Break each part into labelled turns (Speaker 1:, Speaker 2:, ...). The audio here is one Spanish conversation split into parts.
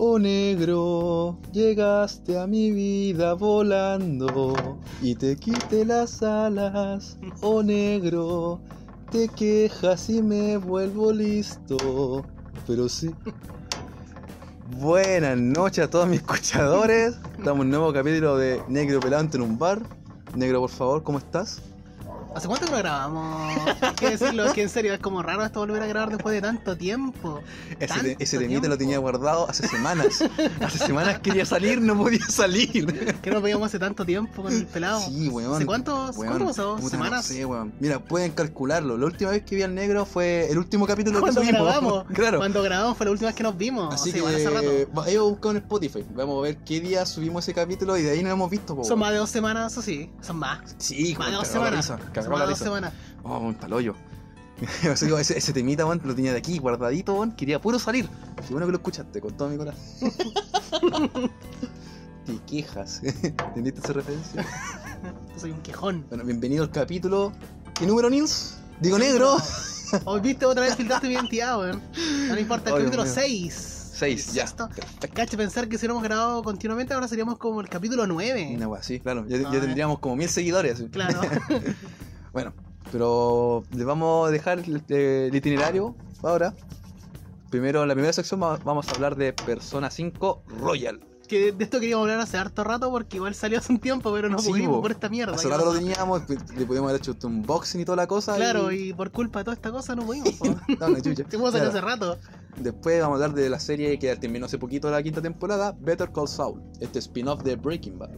Speaker 1: Oh negro, llegaste a mi vida volando y te quité las alas. Oh negro, te quejas y me vuelvo listo. Pero sí. Buenas noches a todos mis escuchadores. Estamos en un nuevo capítulo de Negro Pelante en un bar. Negro, por favor, ¿cómo estás?
Speaker 2: ¿Hace cuánto que no grabamos? Hay que decirlo, es que en serio es como raro esto volver a grabar después de tanto tiempo.
Speaker 1: Ese, te-
Speaker 2: Tanto
Speaker 1: ese temita lo
Speaker 2: tiempo.
Speaker 1: tenía guardado hace semanas. Hace semanas quería salir, no podía salir.
Speaker 2: Que nos veíamos hace tanto tiempo con el pelado.
Speaker 1: Sí, weón.
Speaker 2: ¿Hace cuántos-
Speaker 1: Weón,
Speaker 2: cuánto pasó?
Speaker 1: puta,
Speaker 2: ¿Semanas?
Speaker 1: No sé, weón. Mira, pueden calcularlo. La última vez que vi al negro fue el último capítulo que
Speaker 2: Cuando
Speaker 1: subimos.
Speaker 2: grabamos,
Speaker 1: Claro.
Speaker 2: cuando grabamos fue la última vez que nos vimos.
Speaker 1: Así que
Speaker 2: o sea, igual hace rato.
Speaker 1: va- ahí vamos a buscar en Spotify. Vamos a ver qué día subimos ese capítulo y de ahí no lo hemos visto. po,
Speaker 2: Son
Speaker 1: weón.
Speaker 2: más de dos semanas, eso sí. Son más.
Speaker 1: Sí, weón,
Speaker 2: Más de dos
Speaker 1: cagó la
Speaker 2: semanas.
Speaker 1: risa,
Speaker 2: Son
Speaker 1: cagó
Speaker 2: más
Speaker 1: la
Speaker 2: de dos
Speaker 1: risa.
Speaker 2: semanas.
Speaker 1: Oh, un palollo. Eso digo, ese, ese temita, weón, lo tenía de aquí, guardadito, weón. Quería puro salir. Qué bueno que lo escuchaste, con todo mi corazón. Te quejas. ¿Entendiste esa referencia?
Speaker 2: Yo soy un quejón.
Speaker 1: Bueno, bienvenido al capítulo. ¿Qué número, Nils? Digo negro.
Speaker 2: Hoy Oh, viste otra vez filtraste mi identidad, weón. No importa, el
Speaker 1: Ay, Dios
Speaker 2: capítulo
Speaker 1: mío.
Speaker 2: 6.
Speaker 1: Seis, ya.
Speaker 2: Cache pensar que si hubiéramos grabado continuamente ahora seríamos como el capítulo 9.
Speaker 1: Una wea, sí, claro. Ya, ya
Speaker 2: Ah, ya.
Speaker 1: tendríamos como mil seguidores. así.
Speaker 2: Claro.
Speaker 1: Bueno, pero les vamos a dejar el, el itinerario ahora. Primero, en la primera sección va- vamos a hablar de Persona 5 Royal.
Speaker 2: Que de esto queríamos hablar hace harto rato porque igual salió hace un tiempo, pero no
Speaker 1: Sí,
Speaker 2: pudimos
Speaker 1: bo.
Speaker 2: por esta mierda.
Speaker 1: Hace rato lo teníamos, le pudimos haber hecho un unboxing y toda la cosa.
Speaker 2: Claro, y por culpa de toda esta cosa no pudimos. po.
Speaker 1: No, no, chucha.
Speaker 2: Te puedo salir hace
Speaker 1: Claro.
Speaker 2: rato.
Speaker 1: Después vamos a hablar de la serie que terminó hace poquito la quinta temporada, Better Call Saul, este spin-off de Breaking Bad.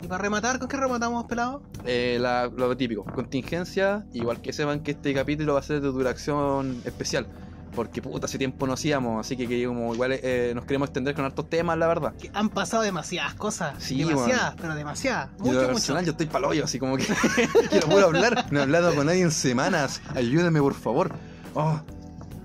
Speaker 2: Y para rematar, ¿con qué rematamos, pelado?
Speaker 1: Eh, la- lo típico, contingencia, igual que sepan que este capítulo va a ser de duración especial, porque puta, hace tiempo no hacíamos, así que, que como igual eh, nos queremos extender con hartos temas, la verdad.
Speaker 2: Que han pasado demasiadas cosas.
Speaker 1: Sí,
Speaker 2: demasiadas, pero demasiadas.
Speaker 1: Yo,
Speaker 2: Mucho,
Speaker 1: lo
Speaker 2: mucho.
Speaker 1: personal, yo estoy paloyo, así como que, que no puedo hablar, no he hablado con nadie en semanas, ayúdame por favor. Oh,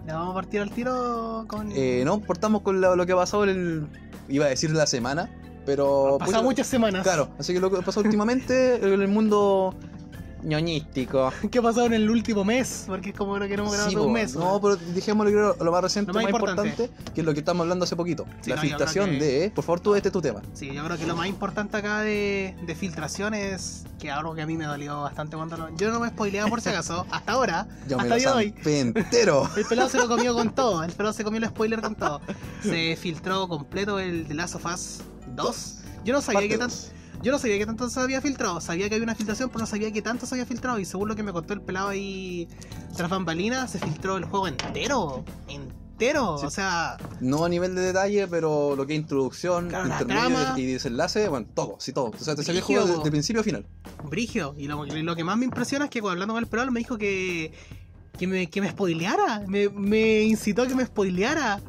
Speaker 2: Le vamos a partir al tiro con.
Speaker 1: eh, no, portamos con lo, lo que ha pasado en el, iba a decir la semana, pero...
Speaker 2: Han pasado
Speaker 1: puta,
Speaker 2: muchas semanas.
Speaker 1: pues, Claro, así que lo que ha pasado últimamente en el mundo ñoñístico.
Speaker 2: ¿Qué ha pasado en el último mes? Porque es como lo que no hemos grabado
Speaker 1: Sí,
Speaker 2: todo
Speaker 1: po,
Speaker 2: un mes.
Speaker 1: No,
Speaker 2: weón.
Speaker 1: pero dijémoslo creo, lo más reciente,
Speaker 2: Lo
Speaker 1: lo
Speaker 2: más
Speaker 1: más, importante. que es lo que estamos hablando hace poquito.
Speaker 2: Sí,
Speaker 1: la
Speaker 2: no, yo
Speaker 1: filtración
Speaker 2: creo que-
Speaker 1: de. Por favor, tú este es tu tema.
Speaker 2: Sí, yo creo que lo más importante acá de, de filtración es que algo que a mí me dolió bastante cuando lo... Yo no me spoileaba por si acaso, hasta ahora.
Speaker 1: Yo
Speaker 2: hasta
Speaker 1: me lo
Speaker 2: el día de hoy.
Speaker 1: zampé entero.
Speaker 2: El pelado se lo comió con todo, el pelado se comió el spoiler con todo. Se filtró completo el de Last of Us 2. Yo no sabía
Speaker 1: Parte
Speaker 2: que tanto...
Speaker 1: dos.
Speaker 2: Yo no sabía que tanto se había filtrado, sabía que había una filtración, pero no sabía que tanto se había filtrado. Y según lo que me contó el pelado ahí tras bambalinas, se filtró el juego entero. Entero.
Speaker 1: Sí.
Speaker 2: O sea,
Speaker 1: No a nivel de detalle, pero lo que es introducción,
Speaker 2: Claro, la
Speaker 1: intermedio
Speaker 2: trama.
Speaker 1: y desenlace, bueno, todo, sí, todo. O sea, te sabía el
Speaker 2: Brígido,
Speaker 1: juego de,
Speaker 2: po.
Speaker 1: de principio a final.
Speaker 2: Brigio. Y lo, lo que más me impresiona es que cuando hablando con el pelado me dijo que, que, me, que me spoileara. Me, me incitó a que me spoileara.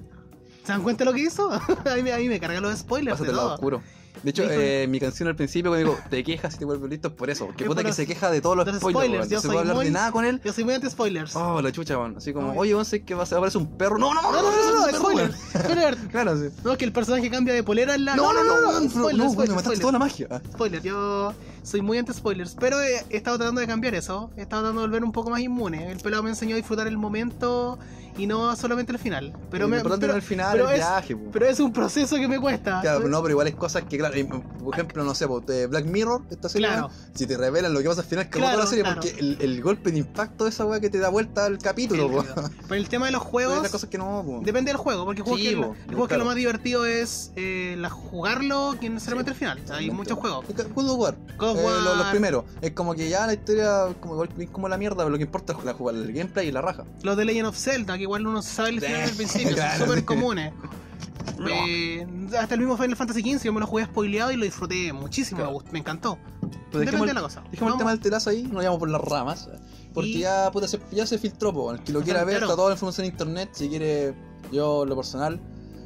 Speaker 2: ¿Se dan cuenta lo que hizo? a, mí, me- a mí me cargan los spoilers.
Speaker 1: Pásate
Speaker 2: De
Speaker 1: al lado
Speaker 2: todo.
Speaker 1: oscuro. De hecho,
Speaker 2: Brígido.
Speaker 1: eh, mi canción al principio, cuando digo, te quejas y te vuelves listo, es por eso. Que
Speaker 2: Es
Speaker 1: puta
Speaker 2: por
Speaker 1: que
Speaker 2: los-
Speaker 1: se queja de todos los
Speaker 2: de los
Speaker 1: spoilers,
Speaker 2: spoilers,
Speaker 1: weón.
Speaker 2: yo
Speaker 1: No se
Speaker 2: soy
Speaker 1: puede hablar de
Speaker 2: muy-
Speaker 1: nada con él.
Speaker 2: Yo soy muy anti-spoilers.
Speaker 1: Oh, la chucha, weón. Así como,
Speaker 2: Ay.
Speaker 1: oye, weón, sé que va- aparece un perro. No, no, no,
Speaker 2: no, no, no, no,
Speaker 1: aparece un perro,
Speaker 2: spoiler.
Speaker 1: weón.
Speaker 2: spoiler.
Speaker 1: Claro, sí.
Speaker 2: No, que el personaje cambia de polera en la.
Speaker 1: No, no, no, no, no,
Speaker 2: spoiler,
Speaker 1: no,
Speaker 2: spoiler,
Speaker 1: me mataste
Speaker 2: spoiler.
Speaker 1: toda la magia. Ah,
Speaker 2: Spoiler, yo soy muy anti-spoilers, pero he he estado tratando de cambiar eso, he estado tratando de volver un poco más inmune. El pelado me enseñó a disfrutar el momento y no solamente el final. Pero
Speaker 1: y
Speaker 2: me,
Speaker 1: lo importante
Speaker 2: pero-
Speaker 1: era el final,
Speaker 2: pero
Speaker 1: el
Speaker 2: es-
Speaker 1: viaje, po.
Speaker 2: Pero es un proceso que me cuesta.
Speaker 1: Claro, no, pero igual es cosas que, claro, eh, por ejemplo, no sé, po, te- Black Mirror, esta serie,
Speaker 2: Claro.
Speaker 1: weón, si te revelan lo que pasa al final, que
Speaker 2: Claro,
Speaker 1: toda la serie,
Speaker 2: claro.
Speaker 1: porque el, el golpe de impacto de esa weá que te da vuelta al capítulo, po.
Speaker 2: Pero el tema de los
Speaker 1: Es
Speaker 2: juegos,
Speaker 1: las cosas que no, po.
Speaker 2: depende del juego, porque el juego,
Speaker 1: Sí,
Speaker 2: que, el
Speaker 1: bo,
Speaker 2: juego que
Speaker 1: claro.
Speaker 2: lo más divertido es eh, la- jugarlo que no solamente el final. Hay muchos juegos.
Speaker 1: Es que God of War.
Speaker 2: God of
Speaker 1: eh, lo- los
Speaker 2: War.
Speaker 1: primeros. Es como que ya la historia como, igual- es como la mierda, pero lo que importa es la jugar, el gameplay y la raja.
Speaker 2: Los de Legend of Zelda, que igual uno sabe el final
Speaker 1: Sí,
Speaker 2: al principio,
Speaker 1: claro,
Speaker 2: son súper
Speaker 1: sí.
Speaker 2: comunes. Eh, hasta el mismo Final Fantasy XV, yo me lo jugué spoileado y lo disfruté muchísimo,
Speaker 1: Claro.
Speaker 2: me gust- me encantó.
Speaker 1: Pero
Speaker 2: Depende
Speaker 1: dejemos-
Speaker 2: de la cosa.
Speaker 1: Dejemos el
Speaker 2: Vamos.
Speaker 1: tema del telazo ahí, no vayamos por las ramas. Porque
Speaker 2: Y-
Speaker 1: ya, puta, se, ya se filtró, po. El que lo
Speaker 2: Está
Speaker 1: quiera ver,
Speaker 2: entero.
Speaker 1: está toda la información en internet. Si quiere, yo, lo personal,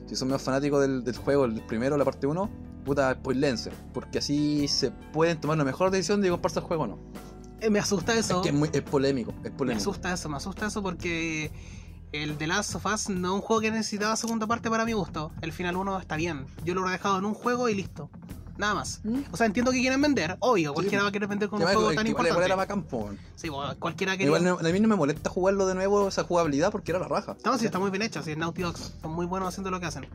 Speaker 1: si son menos fanáticos del, del juego, el primero, la parte 1, puta, spoilense. Porque así se pueden tomar la mejor decisión de comprarse el juego o no.
Speaker 2: Eh, me asusta eso.
Speaker 1: Es que es, muy, es polémico, es
Speaker 2: me
Speaker 1: polémico.
Speaker 2: asusta eso, me asusta eso porque el The Last of Us no es un juego que necesitaba segunda parte para mi gusto. El final 1 está bien. Yo lo he dejado en un juego y listo. Nada más.
Speaker 1: ¿Mm?
Speaker 2: O sea, entiendo que quieren vender, obvio, cualquiera
Speaker 1: po.
Speaker 2: va a querer vender con un
Speaker 1: Además,
Speaker 2: juego
Speaker 1: es
Speaker 2: tan
Speaker 1: que igual- igual
Speaker 2: importante.
Speaker 1: era bacán, po, weón.
Speaker 2: Sí, bueno, cualquiera que
Speaker 1: Igual no- a mí no me molesta jugarlo de nuevo, esa jugabilidad, porque era la raja.
Speaker 2: No, sí, está muy bien hecho, sí, Naughty Dog son muy buenos haciendo lo que hacen.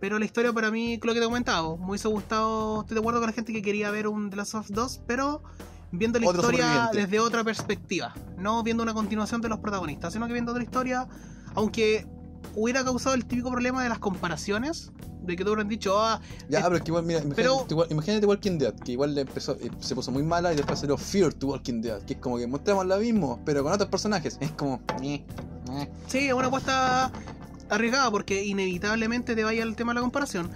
Speaker 2: Pero la historia para mí, lo que te comentaba, me hubiese gustado, estoy de acuerdo con la gente que quería ver un The Last of Us 2, pero viendo la
Speaker 1: Otro
Speaker 2: historia
Speaker 1: superviviente.
Speaker 2: desde otra perspectiva, no viendo una continuación de los protagonistas, sino que viendo otra historia, aunque hubiera causado el típico problema de las comparaciones, de que te hubieran dicho, ah,
Speaker 1: Ya,
Speaker 2: Eh,
Speaker 1: pero es que igual, mira,
Speaker 2: pero-
Speaker 1: imagínate, igual- imagínate Walking Dead, que igual le empezó, eh, se puso muy mala y después salió Fear to Walking Dead, que es como que mostramos lo mismo, pero con otros personajes. Es como. eh, eh.
Speaker 2: Sí, es una apuesta arriesgada porque inevitablemente te vaya el tema de la comparación.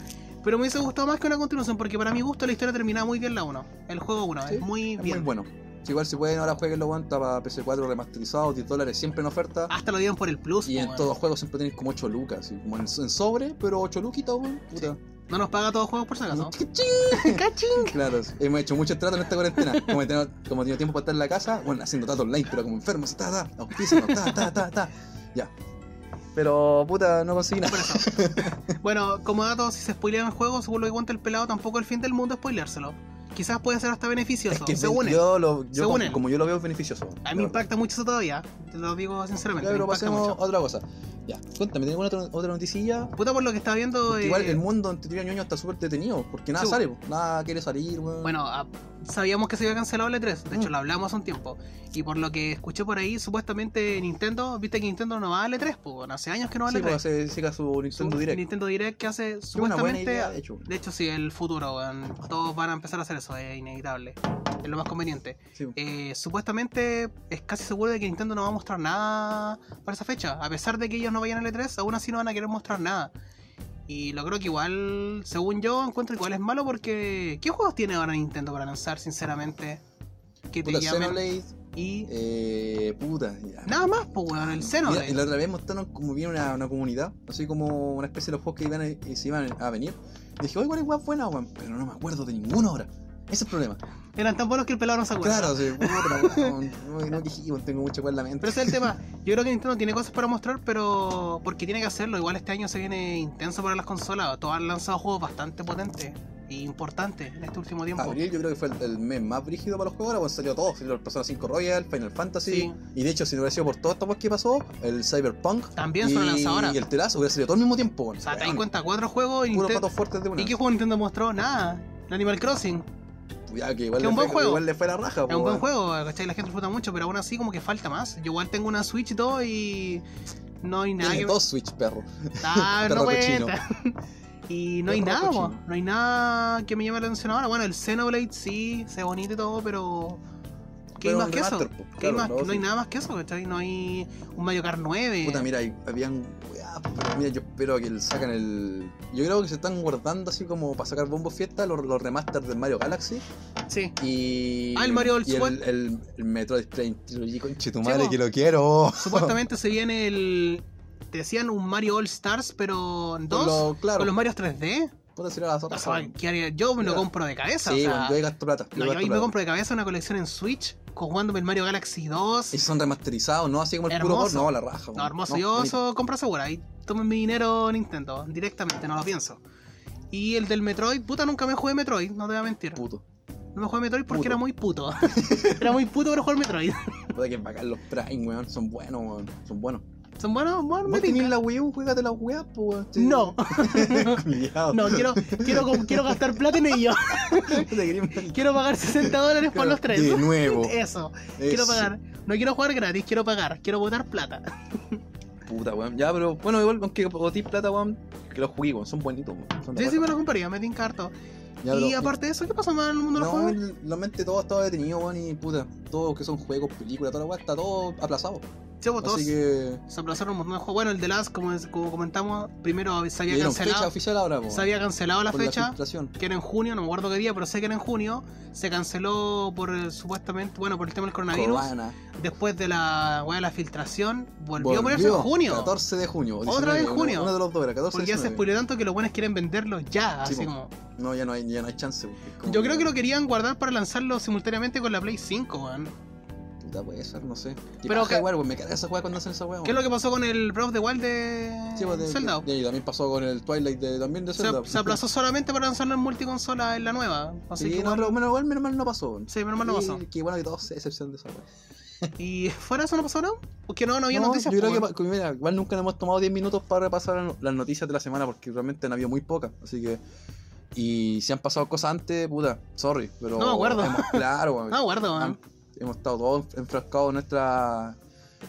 Speaker 2: Pero me hubiese gustado más que una continuación porque para mi gusto la historia terminaba muy bien la 1. El juego 1
Speaker 1: Sí,
Speaker 2: es muy
Speaker 1: Es
Speaker 2: bien.
Speaker 1: muy bueno. Si igual si pueden, ahora jueguenlo, weón, está para PC4 remasterizado, 10 dólares siempre en oferta.
Speaker 2: Hasta lo dieron por el plus.
Speaker 1: Y
Speaker 2: po,
Speaker 1: en
Speaker 2: weón.
Speaker 1: todos los juegos siempre tenéis como 8 lucas, y como en, en sobre, pero 8 luquitas, weón. Puta.
Speaker 2: No nos paga todos juegos por si acaso.
Speaker 1: ¡Cachín!
Speaker 2: ¡Cachín!
Speaker 1: Claro, sí. hemos hecho muchos tratos en esta cuarentena. Como he tenido, como he tenido tiempo para estar en la casa, bueno, haciendo tratos online, pero como enfermos, ta, ta, auspicios, ta, ta, ta, ta. Ya. Pero, puta, no conseguí nada.
Speaker 2: Por eso. bueno, como dato, si se spoilean el juego, según lo que cuenta el pelado, tampoco el fin del mundo es spoileárselo. Quizás puede ser hasta beneficioso.
Speaker 1: Es que
Speaker 2: se une.
Speaker 1: yo, lo,
Speaker 2: Se
Speaker 1: yo como,
Speaker 2: unen.
Speaker 1: como yo lo veo es beneficioso.
Speaker 2: A mí me
Speaker 1: Claro.
Speaker 2: impacta mucho eso todavía. Te lo digo sinceramente.
Speaker 1: Ya,
Speaker 2: me
Speaker 1: pero
Speaker 2: impacta
Speaker 1: pasemos
Speaker 2: mucho.
Speaker 1: a otra cosa. Ya, cuéntame, ¿tenés alguna otra, otra noticilla?
Speaker 2: Puta por lo que está viendo.
Speaker 1: Porque Igual
Speaker 2: eh,
Speaker 1: el mundo en teoría ñoño está súper detenido, porque nada
Speaker 2: Sí,
Speaker 1: sale, po. nada quiere salir, weón.
Speaker 2: Bueno, a- sabíamos que se había cancelado el E3, de hecho
Speaker 1: Mm.
Speaker 2: lo hablamos hace un tiempo. Y por lo que escuché por ahí, supuestamente Nintendo, viste que Nintendo no va al E3, pues, bueno, hace años que no va al
Speaker 1: sí,
Speaker 2: E3.
Speaker 1: pues hace- siga su
Speaker 2: Su-
Speaker 1: Nintendo Direct.
Speaker 2: Nintendo Direct que hace
Speaker 1: Es una buena
Speaker 2: supuestamente...
Speaker 1: idea, de hecho.
Speaker 2: de hecho sí, el futuro, weón, todos van a empezar a hacer eso, es inevitable, es lo más conveniente.
Speaker 1: Sí.
Speaker 2: Eh, supuestamente es casi seguro de que Nintendo no va a mostrar nada para esa fecha. A pesar de que ellos no vayan al E3, aún así no van a querer mostrar nada. Y lo creo que igual, según yo, encuentro igual es malo porque. ¿Qué juegos tiene ahora Nintendo para lanzar, sinceramente? Que te
Speaker 1: Puta,
Speaker 2: llamen
Speaker 1: Xenoblade,
Speaker 2: y.
Speaker 1: eh, puta, ya.
Speaker 2: Nada más, pues weón,
Speaker 1: Mira, y
Speaker 2: el
Speaker 1: la
Speaker 2: Xenoblade.
Speaker 1: otra vez mostraron como viene una, una comunidad, así como una especie de los juegos que iban a, que se iban a venir. Y dije, oye, ¿cuál es guap buena, weón? Pero no me acuerdo de ninguno ahora. Ese es el problema.
Speaker 2: Eran tan buenos que el pelado no se acuerda.
Speaker 1: Claro, sí, puta, weón. No, no, que weón, tengo mucho cual en la mente.
Speaker 2: Pero ese es el tema. Yo creo que Nintendo tiene cosas para mostrar, pero. Porque tiene que hacerlo. Igual este año se viene intenso para las consolas. Todos han lanzado juegos bastante potentes e importantes en este último tiempo.
Speaker 1: Abril yo creo que fue el, el mes más brígido para los juegos, ahora cuando salió todo, salió el Persona 5 Royal, Final Fantasy,
Speaker 2: Sí.
Speaker 1: y de hecho si no hubiera sido por todo esto pues, que pasó, el Cyberpunk
Speaker 2: También
Speaker 1: y,
Speaker 2: se lo lanzó ahora.
Speaker 1: y el Telazo hubiera salido todo al mismo tiempo, weón.
Speaker 2: O sea, te das
Speaker 1: Weón,
Speaker 2: cuenta, cuatro juegos y,
Speaker 1: puros
Speaker 2: Nintendo-
Speaker 1: patos fuertes de una.
Speaker 2: ¿Y qué juego Nintendo mostró? Nada. El Animal Crossing.
Speaker 1: Ya, que igual,
Speaker 2: que
Speaker 1: le
Speaker 2: un
Speaker 1: fue,
Speaker 2: buen juego.
Speaker 1: igual le fue la raja,
Speaker 2: Es un
Speaker 1: po,
Speaker 2: buen
Speaker 1: weón.
Speaker 2: juego, ¿cachai? La gente disfruta mucho, pero aún así como que falta más. Yo igual tengo una Switch y todo y no hay nada
Speaker 1: Tiene
Speaker 2: que...
Speaker 1: dos Switch, perro.
Speaker 2: Ah,
Speaker 1: Perro
Speaker 2: no
Speaker 1: cochino.
Speaker 2: cuenta. Y no hay
Speaker 1: Perro
Speaker 2: nada, po.
Speaker 1: cochino.
Speaker 2: no hay nada que me llame la atención ahora. Bueno, el Xenoblade sí, se ve bonito y todo, pero... ¿Qué hay
Speaker 1: Pero
Speaker 2: más
Speaker 1: un
Speaker 2: que eso?
Speaker 1: remaster, po.
Speaker 2: ¿Qué hay
Speaker 1: Claro,
Speaker 2: más?
Speaker 1: no,
Speaker 2: No, hay
Speaker 1: sí.
Speaker 2: nada más que eso, ¿cachai? No hay un Mario Kart 9.
Speaker 1: Puta, mira, hay- habían. weá, pero Mira, yo espero que le sacan el. Yo creo que se están guardando así como para sacar bombo fiesta los, los remasters del Mario Galaxy
Speaker 2: Sí.
Speaker 1: y.
Speaker 2: Ah, el Mario del
Speaker 1: y el,
Speaker 2: Swat.
Speaker 1: el, el Metroid Prime Trilogy, conche tu
Speaker 2: Sí,
Speaker 1: madre,
Speaker 2: po.
Speaker 1: que lo quiero.
Speaker 2: Supuestamente se viene el... Te decían un Mario All Stars, pero dos.
Speaker 1: Lo- claro,
Speaker 2: ¿Con los Marios 3D?
Speaker 1: puta, si no las
Speaker 2: O
Speaker 1: otras.
Speaker 2: sea,
Speaker 1: weón.
Speaker 2: ¿qué haría? Yo me lo
Speaker 1: Ya.
Speaker 2: compro de cabeza.
Speaker 1: Sí,
Speaker 2: o sea,
Speaker 1: weón, yo ahí gasto plata.
Speaker 2: no, yo
Speaker 1: gasto
Speaker 2: ahí me
Speaker 1: plata.
Speaker 2: compro de cabeza una colección en Switch, jugándome el Mario Galaxy 2.
Speaker 1: Y son remasterizados, no así como el puro
Speaker 2: Hermoso.
Speaker 1: core, no, la raja.
Speaker 2: No,
Speaker 1: weón.
Speaker 2: hermoso.
Speaker 1: No,
Speaker 2: yo
Speaker 1: bonito.
Speaker 2: eso compro segura. Ahí tomen mi dinero Nintendo, directamente, no lo pienso. Y el del Metroid, puta, nunca me jugué Metroid, no te voy a mentir.
Speaker 1: Puto.
Speaker 2: No me jugué Metroid porque
Speaker 1: Puto.
Speaker 2: era muy puto. era muy puto para jugar Metroid.
Speaker 1: Puta que bacán los Prime, weón. Son buenos, weón. Son buenos.
Speaker 2: Son buenos, buenos, me
Speaker 1: ¿Vos tenés
Speaker 2: tinca.
Speaker 1: la Wii U? Juegate la weá, po, weón. Sí.
Speaker 2: No,
Speaker 1: Cuidado.
Speaker 2: no, quiero, quiero, quiero gastar plata en ello. Quiero pagar 60 dólares por los tres.
Speaker 1: De nuevo.
Speaker 2: Eso. Quiero
Speaker 1: Eso.
Speaker 2: pagar. No quiero jugar gratis, quiero pagar. Quiero botar plata.
Speaker 1: Puta, weón. Ya, pero bueno, igual, aunque boté plata, weón, que los jugué, weón. Son bonitos, weón. Son de
Speaker 2: Sí, sí,
Speaker 1: raja.
Speaker 2: me lo compraría, me tinca harto.
Speaker 1: Ya,
Speaker 2: y
Speaker 1: pero-
Speaker 2: aparte de eso, ¿qué pasa más en el mundo de los
Speaker 1: No,
Speaker 2: juegos?
Speaker 1: el- la mente todo estaba detenido, weón, y puta, todo lo que son juegos, películas, toda la weá, está todo aplazado.
Speaker 2: Chavo, todos
Speaker 1: Así que.
Speaker 2: se aplazaron un montón de juegos. Bueno, el de Last, como, es- como comentamos, primero se
Speaker 1: Le
Speaker 2: había
Speaker 1: dieron fecha
Speaker 2: cancelado.
Speaker 1: oficial ahora, weón.
Speaker 2: se había cancelado la
Speaker 1: por La
Speaker 2: fecha,
Speaker 1: filtración.
Speaker 2: que era en junio, no me acuerdo qué día, pero sé que era en junio. Se canceló por eh, supuestamente, bueno, por el tema del coronavirus.
Speaker 1: Corona.
Speaker 2: Después de la weá de la filtración, volvió,
Speaker 1: Volvió
Speaker 2: a ponerse en junio.
Speaker 1: 14 de junio. o
Speaker 2: Otra vez
Speaker 1: 19,
Speaker 2: junio.
Speaker 1: Uno, uno de los dos era 14
Speaker 2: porque ya se
Speaker 1: 19.
Speaker 2: spoileó tanto que los buenos quieren venderlo ya,
Speaker 1: Sí,
Speaker 2: así
Speaker 1: po.
Speaker 2: como.
Speaker 1: No, ya no hay, ya no hay chance. porque es como
Speaker 2: Yo creo que lo querían guardar para lanzarlo simultáneamente con la Play 5, weón.
Speaker 1: Puta, puede ser, no sé. Y
Speaker 2: Pero
Speaker 1: paja
Speaker 2: que-
Speaker 1: igual, weón, me carga esa weá cuando hacen esa weá.
Speaker 2: ¿Qué es lo que pasó con el Breath of the Wild de
Speaker 1: Sí, pues, de-
Speaker 2: Zelda?
Speaker 1: de- y también pasó con el Twilight de, también de
Speaker 2: Se,
Speaker 1: Zelda.
Speaker 2: se aplazó solamente para lanzarlo en multiconsola en la nueva. Así
Speaker 1: Sí,
Speaker 2: que
Speaker 1: no,
Speaker 2: igual-
Speaker 1: pero bueno, igual menos mal no pasó.
Speaker 2: Sí, menos mal no
Speaker 1: Y
Speaker 2: pasó.
Speaker 1: Qué bueno que todos se excepción de esa wea.
Speaker 2: Y fuera de eso no pasó nada. Porque no, no había
Speaker 1: No,
Speaker 2: noticias.
Speaker 1: yo creo
Speaker 2: pues,
Speaker 1: que,
Speaker 2: bueno.
Speaker 1: pa- mira, igual nunca nos hemos tomado 10 minutos para repasar la no- las noticias de la semana porque realmente han habido muy pocas. Así que. Y si han pasado cosas antes, puta, sorry. Pero
Speaker 2: No me acuerdo.
Speaker 1: hemos- claro, weón.
Speaker 2: No, Ah, guardo,
Speaker 1: Han-
Speaker 2: man.
Speaker 1: hemos estado todos enfrascados en nuestra.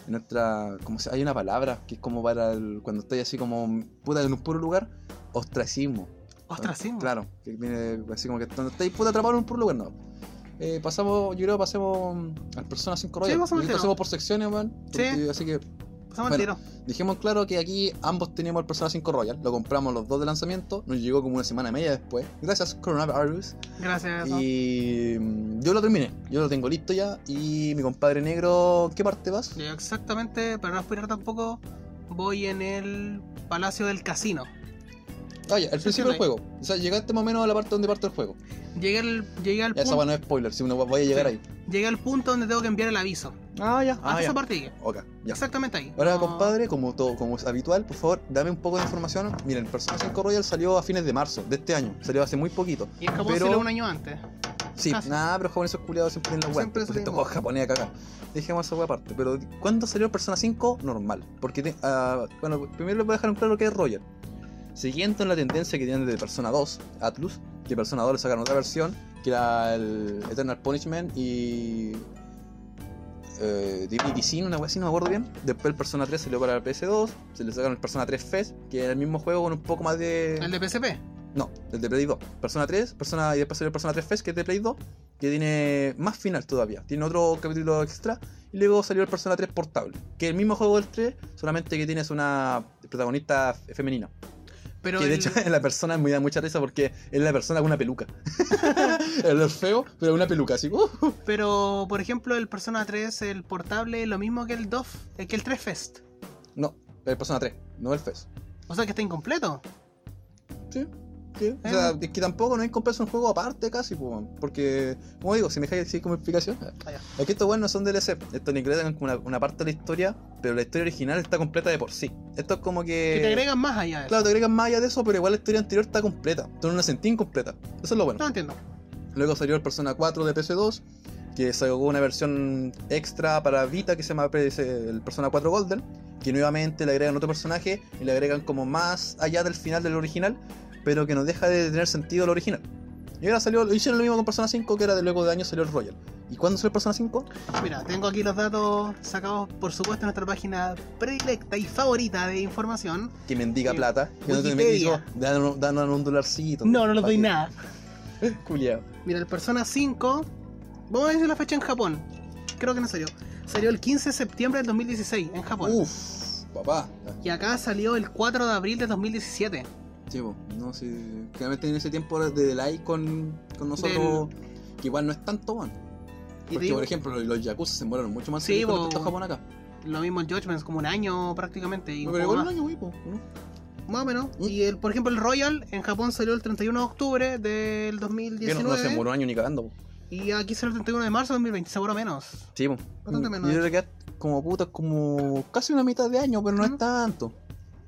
Speaker 1: En nuestra. ¿Cómo se Hay una palabra que es como para el- cuando estoy así como. Puta, en un puro lugar. Ostracismo.
Speaker 2: Ostracismo.
Speaker 1: Claro, que viene así como que cuando estáis puta atrapados en un puro lugar, no. Eh, pasamos, yo creo que pasemos mm, al Persona 5 Royal.
Speaker 2: Sí,
Speaker 1: Y
Speaker 2: pasamos al tiro.
Speaker 1: pasemos por secciones, weón.
Speaker 2: Sí.
Speaker 1: Porque- Así que
Speaker 2: Pasamos el
Speaker 1: Bueno.
Speaker 2: tiro.
Speaker 1: dijimos claro que aquí ambos teníamos el Persona 5 Royal. Lo compramos los dos de lanzamiento. Nos llegó como una semana y media después. Gracias, coronavirus.
Speaker 2: Gracias. a eso.
Speaker 1: Y mm, yo lo terminé. Yo lo tengo listo ya. Y mi compadre negro, ¿qué parte vas?
Speaker 2: Yo exactamente, para no aspirar tampoco, voy en el Palacio del Casino.
Speaker 1: Ah, ya, el principio del
Speaker 2: estoy
Speaker 1: juego. O sea, llegaste más o menos a la parte donde parte el juego.
Speaker 2: Llegué al, llegué al,
Speaker 1: Ya, esa
Speaker 2: punto-
Speaker 1: bueno, es spoiler. Si uno va- vaya a llegar
Speaker 2: Sí.
Speaker 1: ahí.
Speaker 2: llegué al punto donde tengo que enviar el aviso.
Speaker 1: Ah, ya.
Speaker 2: Hasta
Speaker 1: Ah, ya.
Speaker 2: esa parte Ah. llegué.
Speaker 1: Ok, ya.
Speaker 2: Exactamente ahí.
Speaker 1: Ahora,
Speaker 2: No-
Speaker 1: compadre, como, todo, como es habitual, por favor, dame un poco de información. Miren, Persona 5 Royal salió a fines de marzo de este año. Salió hace muy poquito.
Speaker 2: Y en Japón
Speaker 1: pero-
Speaker 2: salió un año antes.
Speaker 1: Ah, Sí,
Speaker 2: Casi.
Speaker 1: nada, pero jóvenes esos culiados siempre en la web.
Speaker 2: Siempre
Speaker 1: Por cierto,
Speaker 2: salimos.
Speaker 1: oh, japonés a cagar. Dejemos esa wea aparte. Pero, ¿cuándo salió Persona 5? Normal. Porque, te- ah, bueno, primero les voy a dejar en claro lo que es Royal. Siguiendo la tendencia que tienen de Persona 2, Atlus, que Persona 2 le sacaron otra versión, que era el Eternal Punishment y. Eh, Divinity Sin, una wea así, no me acuerdo bien. Después el Persona 3 salió para la PS2, se le sacaron el Persona 3 Fest, que era el mismo juego con un poco más de.
Speaker 2: El de PSP.
Speaker 1: No, el de Play 2. Persona 3, Persona, y después salió el Persona 3 Fest, que es de Play 2, que tiene más final todavía. Tiene otro capítulo extra. Y luego salió el Persona 3 Portable, que es el mismo juego del 3, solamente que tienes una protagonista f- femenina.
Speaker 2: Pero
Speaker 1: que de
Speaker 2: el-
Speaker 1: hecho la persona me da mucha risa porque es la persona con una peluca. el Orfeo, pero una peluca, así. ¡uh!
Speaker 2: Pero, por ejemplo, el Persona 3, el portable, es lo mismo que el 2, eh, que el 3 Fest.
Speaker 1: No, el Persona 3, no el Fest.
Speaker 2: O sea que está incompleto.
Speaker 1: Sí. sí. O
Speaker 2: Ah.
Speaker 1: sea, es que tampoco no hay compras un juego aparte casi, po, weón. porque, como digo, si me dejáis así como explicación,
Speaker 2: Ah, ya.
Speaker 1: es que estos weones no son DLC, estos le agregan como una, una parte de la historia, pero la historia original está completa de por sí. Esto es como que.
Speaker 2: que te agregan más allá. de eso.
Speaker 1: Claro, te agregan más allá de eso, pero igual la historia anterior está completa. Tú no la sentí incompleta. Eso es lo bueno.
Speaker 2: No entiendo.
Speaker 1: Luego salió el Persona 4 de PS2, que sacó una versión extra para Vita que se llama PS el Persona 4 Golden, que nuevamente le agregan otro personaje y le agregan como más allá del final del original, pero que no deja de tener sentido el original. Y ahora salió, hicieron lo mismo con Persona 5, que era de luego de años salió el Royal. ¿Y cuándo salió el Persona 5?
Speaker 2: Mira, tengo aquí los datos sacados, por supuesto, en nuestra página predilecta y favorita de información.
Speaker 1: Que mendiga
Speaker 2: Sí.
Speaker 1: plata. Que no te me dijo,
Speaker 2: Wikipedia.
Speaker 1: danos danos un dolarcito.
Speaker 2: No, no les doy
Speaker 1: Pa'
Speaker 2: nada.
Speaker 1: que- Culiao.
Speaker 2: Mira, el Persona 5, vamos a decir la fecha en Japón. Creo que no salió. Salió el 15 de septiembre del 2016 en Japón.
Speaker 1: Uh. Uf, papá.
Speaker 2: Y acá salió el 4 de abril de 2017.
Speaker 1: Pues Chivo, no sé. Claramente en ese tiempo de delay con, con nosotros, que igual no es tanto, man.
Speaker 2: Y te
Speaker 1: Porque,
Speaker 2: digo,
Speaker 1: por ejemplo, los- los Yakuza se mueren mucho más
Speaker 2: Sí,
Speaker 1: seguido
Speaker 2: po.
Speaker 1: que Japón acá.
Speaker 2: lo mismo el Judgment, como un año prácticamente. Y un
Speaker 1: Pero
Speaker 2: poco
Speaker 1: igual un
Speaker 2: más.
Speaker 1: año, güey, po, ¿no?
Speaker 2: Más o menos.
Speaker 1: ¿Mm?
Speaker 2: Y el, por ejemplo, el Royal en Japón salió el 31 de octubre del
Speaker 1: Que no,
Speaker 2: 2019.
Speaker 1: no se murió un año ni cagando, po.
Speaker 2: y aquí salió el 31 de marzo de 2020, seguro menos.
Speaker 1: Sí, po.
Speaker 2: Bastante
Speaker 1: Mm,
Speaker 2: menos,
Speaker 1: Yo creo que como puta, es como casi una mitad de año, pero no es
Speaker 2: Ujú.
Speaker 1: tanto.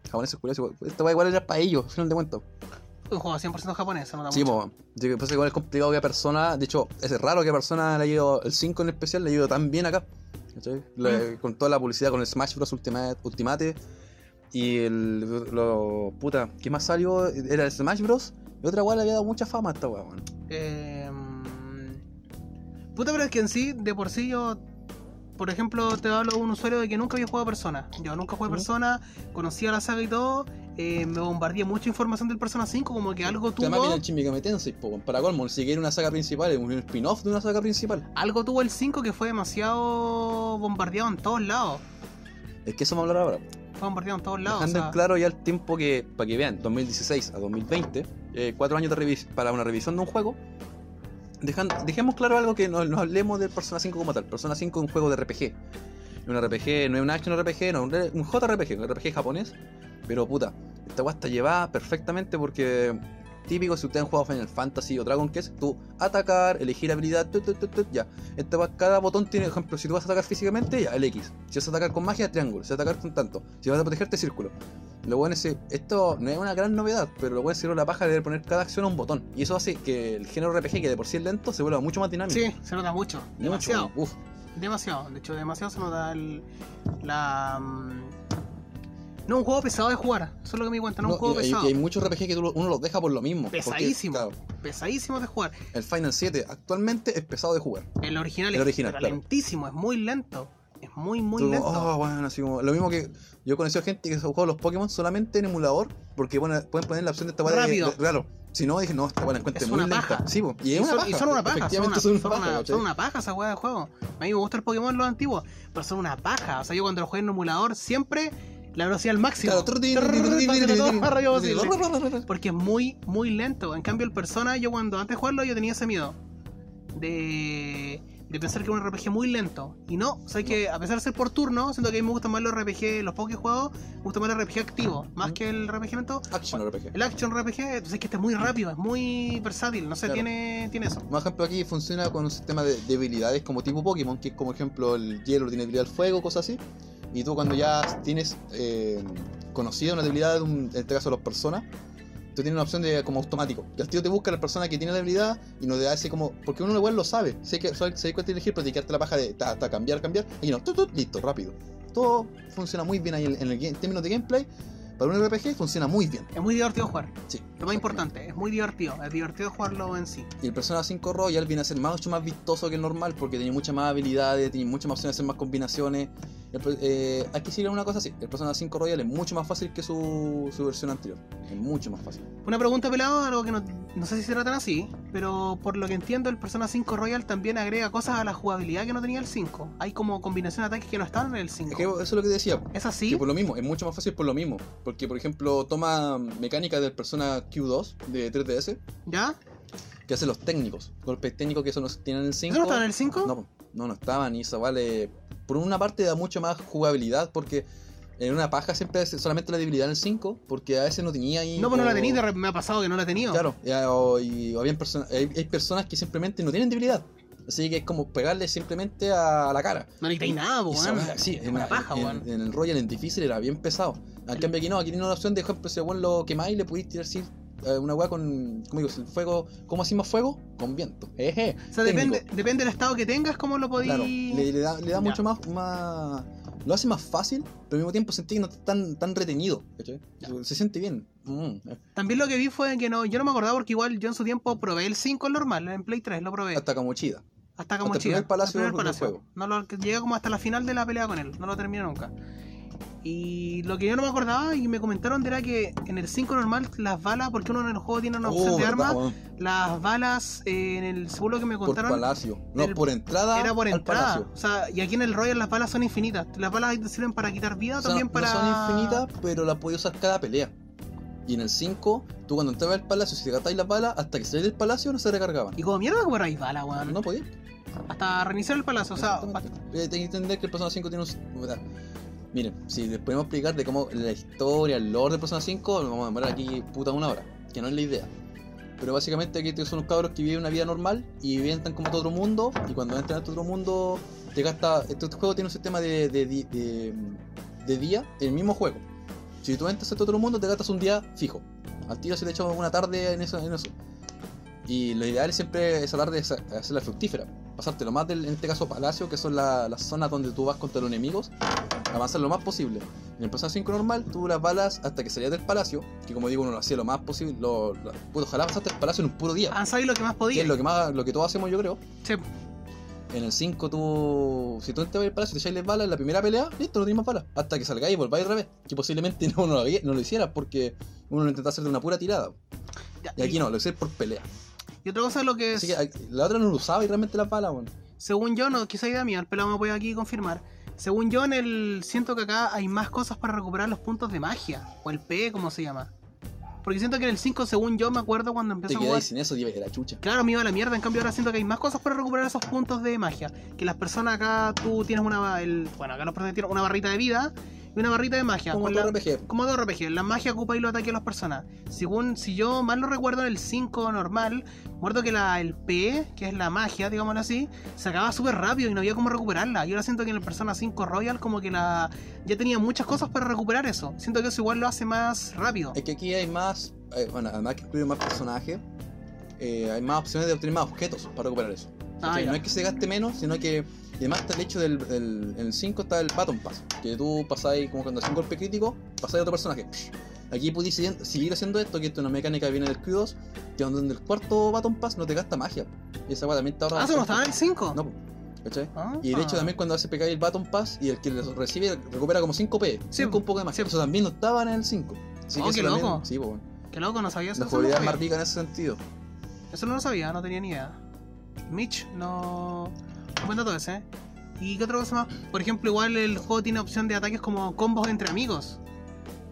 Speaker 1: Japoneses curiosos, esta va igual era para ellos, al final de cuentas.
Speaker 2: Un juego 100% japonés, se nota
Speaker 1: Sí,
Speaker 2: mucho.
Speaker 1: po. Así que pasa que igual es complicado que a persona, de hecho, es raro que a persona le haya ido, el 5 en especial, le haya ido tan bien acá. ¿cachai?
Speaker 2: Mm.
Speaker 1: Le- Con toda la publicidad, con el Smash Bros. Ultimate, Ultimate y el. Lo, puta, ¿qué más salió? Era el Smash Bros. Y otra weá le había dado mucha fama a esta weá, weón.
Speaker 2: Eh, puta, pero es que en sí, de por sí yo. Por ejemplo, te hablo de un usuario de que nunca había jugado a Persona. Yo nunca jugué a
Speaker 1: Ujú.
Speaker 2: Persona, conocía la saga y todo. eh, me bombardeé mucha información del Persona 5, como que algo
Speaker 1: Además viene
Speaker 2: tuvo.
Speaker 1: el Shin Megami Tensei, po, weón. para colmo, ni siquiera una saga principal, es un spin-off de una saga principal.
Speaker 2: Algo tuvo el 5 que fue demasiado bombardeado en todos lados.
Speaker 1: Es que eso vamos a hablar ahora. po.
Speaker 2: Fue bombardeado en todos lados.
Speaker 1: Dejando
Speaker 2: o sea,
Speaker 1: en claro ya el tiempo que, para que vean, 2016 a 2020, eh, cuatro años de revis- para una revisión de un juego. Dejan- dejemos claro algo que no, no hablemos del Persona 5 como tal. Persona 5 es un juego de RPG. Un RPG, no es un action RPG, no, un, re- un JRPG, un RPG japonés. Pero puta, esta guasta está llevada perfectamente porque típico si ustedes han jugado Final Fantasy o Dragon Quest, tú atacar, elegir habilidad, tut, tut, tut, tut, ya. Esta guas- cada botón tiene, ejemplo, si tú vas a atacar físicamente, ya, el X. Si vas a atacar con magia, triángulo. Si vas a atacar con tanto. Si vas a protegerte, círculo. Lo bueno es que esto no es una gran novedad, pero lo bueno es que la paja de poner cada acción a un botón. Y eso hace que el género RPG, que de por sí es lento, se vuelva mucho más dinámico.
Speaker 2: sí, se nota mucho.
Speaker 1: mucho.
Speaker 2: Demasiado.
Speaker 1: Uf.
Speaker 2: Demasiado, de hecho, demasiado se nota el, la. mm, No, un juego pesado de jugar, eso es lo que me di cuenta, no,
Speaker 1: No,
Speaker 2: un juego
Speaker 1: y, hay,
Speaker 2: pesado.
Speaker 1: y hay muchos RPG que tú lo- uno los deja por lo mismo. porque,
Speaker 2: Pesadísimo.
Speaker 1: claro,
Speaker 2: Pesadísimo de jugar.
Speaker 1: el Final 7 actualmente es pesado de jugar.
Speaker 2: El original,
Speaker 1: El original,
Speaker 2: es pero
Speaker 1: claro.
Speaker 2: lentísimo, es muy lento. Es muy, muy
Speaker 1: Tú como,
Speaker 2: lento.
Speaker 1: "Oh, bueno", así como- lo mismo que yo he conocido gente que se ha jugado los Pokémon solamente en emulador porque bueno, pueden poner la opción de esta weá de-
Speaker 2: Rápido.
Speaker 1: de- Claro. Si no, dije, no, esta weá la encuentro
Speaker 2: Es
Speaker 1: muy
Speaker 2: una paja.
Speaker 1: lenta. Sí, po, y,
Speaker 2: Y
Speaker 1: es una
Speaker 2: son,
Speaker 1: paja.
Speaker 2: y son una paja, son una,
Speaker 1: Efectivamente,
Speaker 2: son
Speaker 1: son una paja,
Speaker 2: una- son
Speaker 1: ¿cachai?
Speaker 2: una paja esa weá de juego. A mí me gusta el Pokémon los antiguos, pero son una paja. O sea, yo cuando lo juego en emulador siempre la velocidad al máximo.
Speaker 1: Claro, tru- tru- tru- tru- tru-
Speaker 2: Para que
Speaker 1: tru-
Speaker 2: todo
Speaker 1: tru-
Speaker 2: más rápido
Speaker 1: tru-
Speaker 2: posible.
Speaker 1: tru- tru-
Speaker 2: Porque es muy, muy lento. En cambio, el Persona, yo cuando antes de jugarlo, yo tenía ese miedo de, de pensar que era un RPG muy lento. Y no, o sea que a pesar de ser por turno, siento que a mí me gustan más los RPG, los pocos que he jugado, me gusta más el RPG activo, más
Speaker 1: Mm.
Speaker 2: que el RPG lento.
Speaker 1: Action RPG.
Speaker 2: El action RPG, entonces es que este es muy rápido, es muy versátil, no sé,
Speaker 1: Claro.
Speaker 2: tiene, tiene eso.
Speaker 1: Por ejemplo, aquí funciona con un sistema de de habilidades como tipo Pokémon, que es como ejemplo el hielo tiene habilidad al fuego, cosas así. Y tú cuando ya tienes eh, conocida una debilidad, de un- en este caso de las personas, tú tienes una opción de como automático. Y el tío te busca la persona que tiene la habilidad y nos da ese como... Porque uno igual lo sabe, sé que sabe sabe cuál tiene que elegir, pero tiene que darte la paja de ta, ta, cambiar, cambiar. Y no, tut, tut, listo, rápido. Todo funciona muy bien ahí en, el, game- en términos de gameplay. Para un RPG funciona muy bien.
Speaker 2: Es muy divertido jugar,
Speaker 1: Sí,
Speaker 2: lo más importante, es muy divertido, es divertido jugarlo en sí.
Speaker 1: Y el Persona 5 Royal viene a ser más, mucho más vistoso que el normal porque tiene muchas más habilidades, tiene muchas más opciones de hacer más combinaciones. El per- eh, hay que decirle una cosa así, el Persona 5 Royal es mucho más fácil que su, su versión anterior. Es mucho más fácil.
Speaker 2: Una pregunta pelado, algo que no, no sé si será tan así, pero por lo que entiendo el Persona 5 Royal también agrega cosas a la jugabilidad que no tenía el 5. Hay como combinación de ataques que no estaban en el
Speaker 1: Es que
Speaker 2: 5.
Speaker 1: eso es lo que decía,
Speaker 2: ¿Es así?
Speaker 1: que por lo mismo, es mucho más fácil por lo mismo. Porque, por ejemplo, toma mecánica del Persona Q2 de 3DS,
Speaker 2: ¿Ya?
Speaker 1: que hace los técnicos, golpes técnicos que eso no se tienen en el 5.
Speaker 2: ¿Eso no estaba en el 5?
Speaker 1: No, no, no estaban y eso vale. Por una parte da mucho más jugabilidad porque en una paja siempre es solamente la debilidad en el 5 porque a veces no tenía ahí.
Speaker 2: No, pues no
Speaker 1: o-
Speaker 2: la tenéis, de re- me ha pasado que no la he tenido.
Speaker 1: Claro, ya, o- y o habían personas, hay, hay personas que simplemente no tienen debilidad. Así que es como pegarle simplemente a la cara.
Speaker 2: No necesitáis nada, po,
Speaker 1: Y esa
Speaker 2: weón.
Speaker 1: weá, sí, en,
Speaker 2: una
Speaker 1: la-
Speaker 2: paja,
Speaker 1: en-
Speaker 2: weón.
Speaker 1: en el Royal en difícil era bien pesado. Al
Speaker 2: El-
Speaker 1: cambio aquí no, aquí tiene una opción de ejemplo, si bueno, lo quemáis y le pudiste tirar así, eh, una weá con, ¿cómo digo? El fuego, ¿cómo hacemos fuego? Con viento. Eje.
Speaker 2: O sea, depende, depende del estado que tengas, cómo lo podéis...
Speaker 1: Claro, le, le da, le da
Speaker 2: Ya.
Speaker 1: mucho más, más. Lo hace más fácil, pero al mismo tiempo sentí que no está tan, tan retenido. ¿cachai?
Speaker 2: Ya.
Speaker 1: Se siente bien. Mm.
Speaker 2: También lo que vi fue que no, yo no me acordaba porque igual yo en su tiempo probé el 5 normal, en Play 3 lo probé.
Speaker 1: Hasta como chida.
Speaker 2: Hasta como
Speaker 1: Hasta el
Speaker 2: chica.
Speaker 1: primer palacio
Speaker 2: Hasta el
Speaker 1: del juego.
Speaker 2: No lo, que llega como hasta la final de la pelea con él. No lo termina nunca. Y lo que yo no me acordaba y me comentaron era que en el 5 normal las balas, porque uno en el juego tiene una opción
Speaker 1: Oh,
Speaker 2: de
Speaker 1: verdad,
Speaker 2: arma,
Speaker 1: weón.
Speaker 2: las balas eh, en el seguro que me
Speaker 1: por
Speaker 2: contaron
Speaker 1: palacio. No,
Speaker 2: el-
Speaker 1: por entrada.
Speaker 2: era por
Speaker 1: al
Speaker 2: entrada.
Speaker 1: palacio.
Speaker 2: O sea, y aquí en el Royal las balas son infinitas. Las balas ahí te sirven para quitar vida,
Speaker 1: O sea,
Speaker 2: también
Speaker 1: no
Speaker 2: para...
Speaker 1: son infinitas, pero las puedes usar cada pelea. Y en el 5, tú cuando entrabas al palacio, si te gastáis las balas, hasta que salís del palacio no se recargaban.
Speaker 2: Y como mierda cobráis balas, weón.
Speaker 1: No podías.
Speaker 2: Hasta reiniciar el palacio. Pues, O sea,
Speaker 1: Exactamente. Eh, Tenés que entender que el Persona 5 tiene un. ¿verdad? Miren, si les podemos explicar de cómo la historia, el lore del Persona 5, lo vamos a demorar aquí puta una hora, que no es la idea. Pero básicamente aquí son unos cabros que viven una vida normal y entran como a otro mundo, y cuando entran a este otro mundo, te gasta. Este juego tiene un sistema de, de, di- de- de día, el mismo juego. Si tú entras a este otro mundo, te gastas un día fijo. Al tiro se te echa una tarde en eso. En eso. Y lo ideal es siempre esa tarde es hacerla fructífera. Pasarte lo más del, en este caso, palacio, que son la- las zonas donde tú vas contra los enemigos, avanzar lo más posible. En el Persona 5 normal, tú las balas hasta que salías del palacio, que como digo, uno lo hacía lo más posible. Lo, lo- puto, ojalá pasaste el palacio en un puro día,
Speaker 2: avanzáis lo que más
Speaker 1: que
Speaker 2: podía.
Speaker 1: es lo que, más, lo que todos hacemos, yo creo.
Speaker 2: Sí.
Speaker 1: En el 5, tú, si tú entras al palacio y te echáis las balas en la primera pelea, listo, no tienes más balas. Hasta que salgáis y volváis otra vez. Que posiblemente no, no, lo, había- no lo hicieras porque uno lo intenta hacer de una pura tirada.
Speaker 2: Ya,
Speaker 1: Y aquí no, lo hice por pelea.
Speaker 2: y otra cosa es lo que es...
Speaker 1: Así que ay, la otra no lo usaba y realmente las balas, weón.
Speaker 2: Según yo, no, quizá idea mía, el pelado me puede aquí confirmar. Según yo, en el siento que acá hay más cosas para recuperar los puntos de magia, o el P, como se llama. Porque siento que en el 5, según yo, me acuerdo cuando
Speaker 1: Te
Speaker 2: empezó a jugar.
Speaker 1: quedáis sin eso, tío, era chucha.
Speaker 2: Claro, me iba a la mierda, en cambio ahora siento que hay más cosas para recuperar esos puntos de magia. Que las personas acá, tú tienes una. El, bueno, acá los personas tienen una barrita de vida y una barrita de magia.
Speaker 1: Como
Speaker 2: Con
Speaker 1: el
Speaker 2: la-
Speaker 1: RPG.
Speaker 2: como de RPG, la magia ocupa y lo ataque a las personas. Según, si yo mal no recuerdo, en el 5 normal, muerto que la, el P, que es la magia, digámoslo así, se acababa súper rápido y no había cómo recuperarla. Y ahora siento que en el Persona 5 Royal, como que la ya tenía muchas cosas para recuperar eso. Siento que eso igual lo hace más rápido.
Speaker 1: Es que aquí hay más. eh, bueno, además que incluye más personajes, eh, hay más opciones de obtener más objetos para recuperar eso.
Speaker 2: Ah,
Speaker 1: ¿cachai?
Speaker 2: ya.
Speaker 1: no es que se gaste menos, sino que y además está el hecho del el- en el 5 está el Baton Pass, que tú pasáis como cuando haces un golpe crítico, pasáis a otro personaje. Aquí pudís seguir, seguir haciendo esto, que esto es una mecánica que viene del Q2, que donde en el cuarto Baton Pass no te gasta magia. Y esa weá también te ahorra.
Speaker 2: Ah, eso no estaba en
Speaker 1: bastante.
Speaker 2: el Ah, 5.
Speaker 1: No, po, ¿cachai? Y de hecho también cuando hace pegar el Baton Pass y el que lo recibe recupera como 5 P,
Speaker 2: Sí,
Speaker 1: 5 un poco de más.
Speaker 2: sí.
Speaker 1: Eso también no estaba en el 5. Así
Speaker 2: Oh,
Speaker 1: que eso
Speaker 2: qué
Speaker 1: también-
Speaker 2: loco.
Speaker 1: Sí, pues bueno.
Speaker 2: Qué loco, no sabía eso.
Speaker 1: La
Speaker 2: Eso no,
Speaker 1: jugabilidad
Speaker 2: sabía.
Speaker 1: es más rica en ese sentido.
Speaker 2: Eso no lo sabía, no tenía ni idea. Mitch, no. Buen dato ese. ¿eh? ¿Y qué otra cosa más? Por ejemplo, igual el juego tiene opción de ataques como combos entre amigos.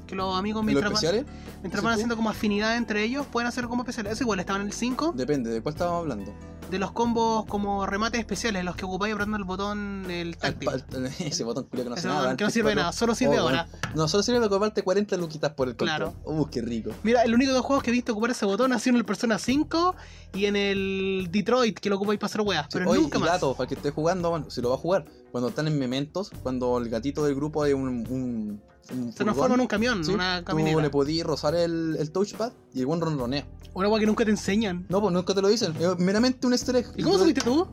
Speaker 2: Que los amigos
Speaker 1: ¿En los
Speaker 2: mientras van,
Speaker 1: especiales?
Speaker 2: mientras
Speaker 1: ¿Sí,
Speaker 2: van
Speaker 1: tú?
Speaker 2: haciendo como afinidad entre ellos pueden hacer combos especiales. Eso igual estaba en el 5.
Speaker 1: Depende, ¿de cuál estábamos hablando?
Speaker 2: De los combos como remates especiales, los que ocupáis apretando el botón el
Speaker 1: Al
Speaker 2: táctil.
Speaker 1: pa- al- ese botón culiao que no
Speaker 2: Ese
Speaker 1: hace nada.
Speaker 2: botón que no
Speaker 1: antes
Speaker 2: sirve de
Speaker 1: cuatro-
Speaker 2: nada, solo sirve
Speaker 1: Oh,
Speaker 2: ahora.
Speaker 1: No, solo sirve para cobrarte 40 luquitas por el control.
Speaker 2: Claro.
Speaker 1: Uh, qué rico.
Speaker 2: Mira, el único de los juegos que he visto ocupar ese botón ha sido en el Persona 5 y en el Detroit, que lo ocupáis para hacer weas.
Speaker 1: Sí,
Speaker 2: Pero
Speaker 1: oye,
Speaker 2: nunca
Speaker 1: y
Speaker 2: más.
Speaker 1: gato, para el que esté jugando, bueno, si lo va a jugar. Cuando están en mementos, cuando el gatito del grupo hay un. un, un
Speaker 2: Se nos
Speaker 1: furgón,
Speaker 2: forma en un camión,
Speaker 1: ¿sí?
Speaker 2: una
Speaker 1: Tú le
Speaker 2: camioneta.
Speaker 1: podías rozar el, el touchpad y el buen ronronea.
Speaker 2: Una wea que nunca te enseñan.
Speaker 1: No, pues nunca te lo dicen. Es meramente un easter egg.
Speaker 2: ¿Y cómo
Speaker 1: tú-
Speaker 2: supiste tú?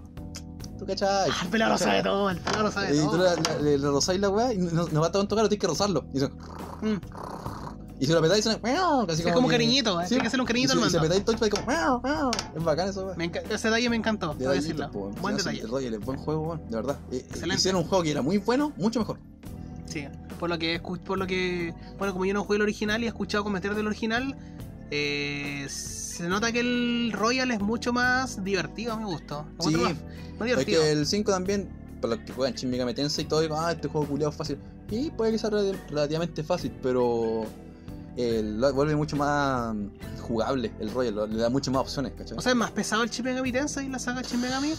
Speaker 1: Tú cachai.
Speaker 2: Ah, el pelado lo
Speaker 1: cachai.
Speaker 2: sabe todo, el pelado lo sabe
Speaker 1: Y tú
Speaker 2: todo.
Speaker 1: le, le, le rozáis la weá y no, no va a tocar, tienes que rozarlo. Y, suena-
Speaker 2: Mm.
Speaker 1: y si lo apretáis, suena. "Meow", casi
Speaker 2: Es como
Speaker 1: que-
Speaker 2: cariñito, eh,
Speaker 1: Sí.
Speaker 2: tiene que hacerle
Speaker 1: Y
Speaker 2: un cariñito
Speaker 1: si,
Speaker 2: al
Speaker 1: y si
Speaker 2: mando.
Speaker 1: apretáis el touchpad, como. "Meow, meow". Es bacán eso, weá.
Speaker 2: Me enca- ese detalle me encantó, debo
Speaker 1: Detallitos,
Speaker 2: decirlo.
Speaker 1: po, weón.
Speaker 2: Buen
Speaker 1: Si no,
Speaker 2: detalle.
Speaker 1: sí, Royal es buen juego, weón, de verdad. Eh, eh,
Speaker 2: Excelente.
Speaker 1: hicieron un juego que era muy bueno, mucho mejor.
Speaker 2: Sí, por lo que escu- por lo que bueno, como yo no jugué el original y he escuchado comentarios del original, eh, se nota que el Royal es mucho más divertido a mi gusto. Lo
Speaker 1: Sí.
Speaker 2: encuentro Más, más
Speaker 1: Es
Speaker 2: divertido.
Speaker 1: que el 5 también, para los que juegan Shin Megami Tensei y todo, digo, ah, este juego culiado fácil. Y puede que sea relati- relativamente fácil, pero eh, lo vuelve mucho más mm, jugable el Royal, lo- le da muchas más opciones, ¿cachai?
Speaker 2: O sea, es más pesado el Shin Megami Tensei y la saga Shin Megami.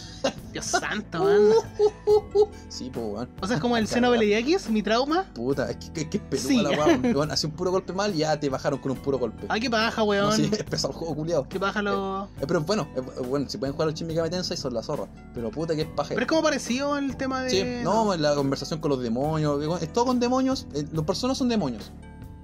Speaker 2: Dios santo, man. uh,
Speaker 1: sí, pues, weón.
Speaker 2: O sea, es como el Xenoblade X, mi trauma.
Speaker 1: Puta, es que, es que es peluda
Speaker 2: Sí.
Speaker 1: la weón. Weón, Hace un puro golpe mal y ya te bajaron con un puro golpe.
Speaker 2: Ay, qué paja,
Speaker 1: no,
Speaker 2: weón.
Speaker 1: sí, es pesado el juego culiado.
Speaker 2: Qué paja lo...
Speaker 1: pero es bueno, es, es bueno, si pueden jugar al Shin Megami Tensei son la zorra. Pero puta que es paja.
Speaker 2: Pero es como parecido al tema de...
Speaker 1: Sí, no, la conversación con los demonios, que con- es todo con demonios, eh, los personas son demonios.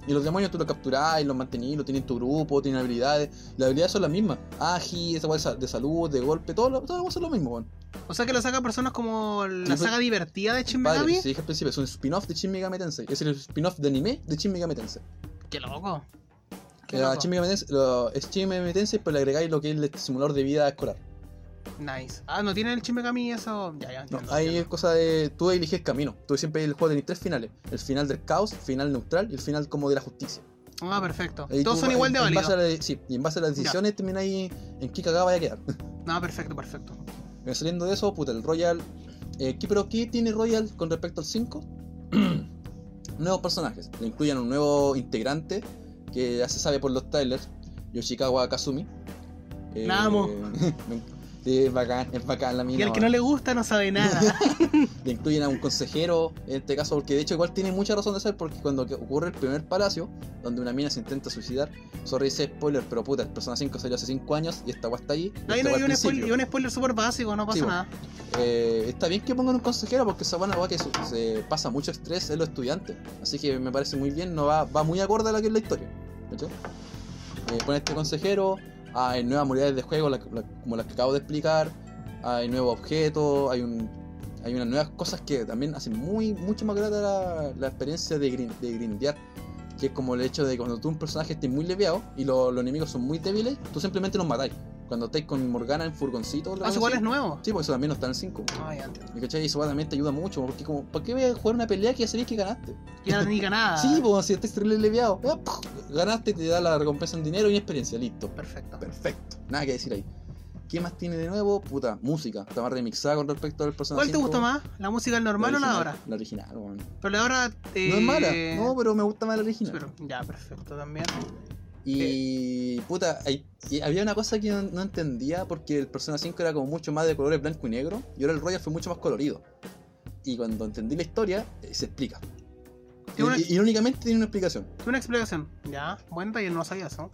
Speaker 1: Y los demonios tú los capturás, los mantenís, los tienes en tu grupo, tienen habilidades. Las habilidades son las mismas. Agi, esa weá de sa- de salud, de golpe, todo lo, todo lo- es lo mismo, weón.
Speaker 2: O sea, que la saga personas como la
Speaker 1: Sí,
Speaker 2: saga divertida de Shin
Speaker 1: Padre,
Speaker 2: Megami.
Speaker 1: se dije al principio, es un spin-off de Shin Megami Tensei. Es el spin-off de anime de Shin Megami Tensei.
Speaker 2: Qué loco. Qué
Speaker 1: Eh, a
Speaker 2: loco.
Speaker 1: Shin Megami Tensei- lo- es Shin Megami Tensei, pero le agregáis lo que es el simulador de vida escolar.
Speaker 2: Nice. Ah, no tiene el Shin Megami eso. Ya, ya.
Speaker 1: No,
Speaker 2: entiendo,
Speaker 1: ahí es
Speaker 2: entiendo.
Speaker 1: cosa de. Tú eliges camino. Tú siempre el juego tenés tres finales: el final del caos, final neutral y el final como de la justicia.
Speaker 2: Ah, perfecto.
Speaker 1: Ahí
Speaker 2: Todos
Speaker 1: tú,
Speaker 2: son igual
Speaker 1: en-
Speaker 2: de
Speaker 1: en base a
Speaker 2: válidos.
Speaker 1: la- sí, y en base a las
Speaker 2: Ya.
Speaker 1: decisiones termináis en qué cagada vaya a quedar.
Speaker 2: No, perfecto, perfecto.
Speaker 1: Pero saliendo de eso, puta, el Royal. eh, ¿qué, pero ¿qué tiene Royal con respecto al 5? Nuevos personajes. Le incluyen un nuevo integrante que ya se sabe por los trailers, Yoshikawa Kazumi. Eh,
Speaker 2: La amo.
Speaker 1: me- sí, es bacán, es bacán la mina.
Speaker 2: Y al que no le gusta no sabe nada.
Speaker 1: Le incluyen a un consejero, en este caso, porque de hecho igual tiene mucha razón de ser, porque cuando que ocurre el primer palacio, donde una mina se intenta suicidar, sorry dice spoiler, pero puta, el Persona 5 salió hace 5 años y esta guay está ahí. y
Speaker 2: Ahí
Speaker 1: esta
Speaker 2: no
Speaker 1: guay al
Speaker 2: hay un spoiler, y
Speaker 1: principio.
Speaker 2: un spoiler súper básico, no pasa
Speaker 1: Sí, bueno.
Speaker 2: nada.
Speaker 1: Eh, está bien que pongan un consejero, porque esa buena que su- se pasa mucho estrés en los estudiantes. Así que me parece muy bien, no va, va muy acorde a lo que es la historia. ¿cachai? Eh, pone este consejero, ah, hay nuevas modalidades de juego, la- la- como las que acabo de explicar, hay nuevos objetos, hay un hay unas nuevas cosas que también hacen muy mucho más grata la, la experiencia de, grin- de grindear. Que es como el hecho de que cuando tú un personaje esté muy leveado y lo- los enemigos son muy débiles, tú simplemente los matáis. Cuando estáis con Morgana en furgoncito, la
Speaker 2: Ah,
Speaker 1: cosa
Speaker 2: eso igual
Speaker 1: así.
Speaker 2: es nuevo.
Speaker 1: Sí, porque eso también no está en el 5.
Speaker 2: Ah, ya entiendo.
Speaker 1: ¿Me cachai? Y eso también te ayuda mucho. Porque, como, ¿para qué voy a jugar una pelea que ya sabéis que ganaste?
Speaker 2: Y ahora no diga nada.
Speaker 1: Sí, pues si estás terrible leveado. ya, ¡puf! ganaste, te da la recompensa en dinero y en experiencia. Listo.
Speaker 2: Perfecto.
Speaker 1: Perfecto. Nada que decir ahí. ¿Qué más tiene de nuevo? Puta, música. Está más remixada con respecto al personaje.
Speaker 2: ¿Cuál te gustó más? ¿La música del normal o la de ahora?
Speaker 1: La original, weón.
Speaker 2: Pero la de ahora. eh,
Speaker 1: No es mala, no, pero me gusta más la original.
Speaker 2: pero- Ya, perfecto también.
Speaker 1: Y puta, hay- y había una cosa que no, no entendía porque el Persona 5 era como mucho más de colores blanco y negro y ahora el Royal fue mucho más colorido. Y cuando entendí la historia, eh, se explica.
Speaker 2: Y una-
Speaker 1: Y- Irónicamente tiene una explicación.
Speaker 2: Una explicación. Ya, buen detalle, no lo sabía eso.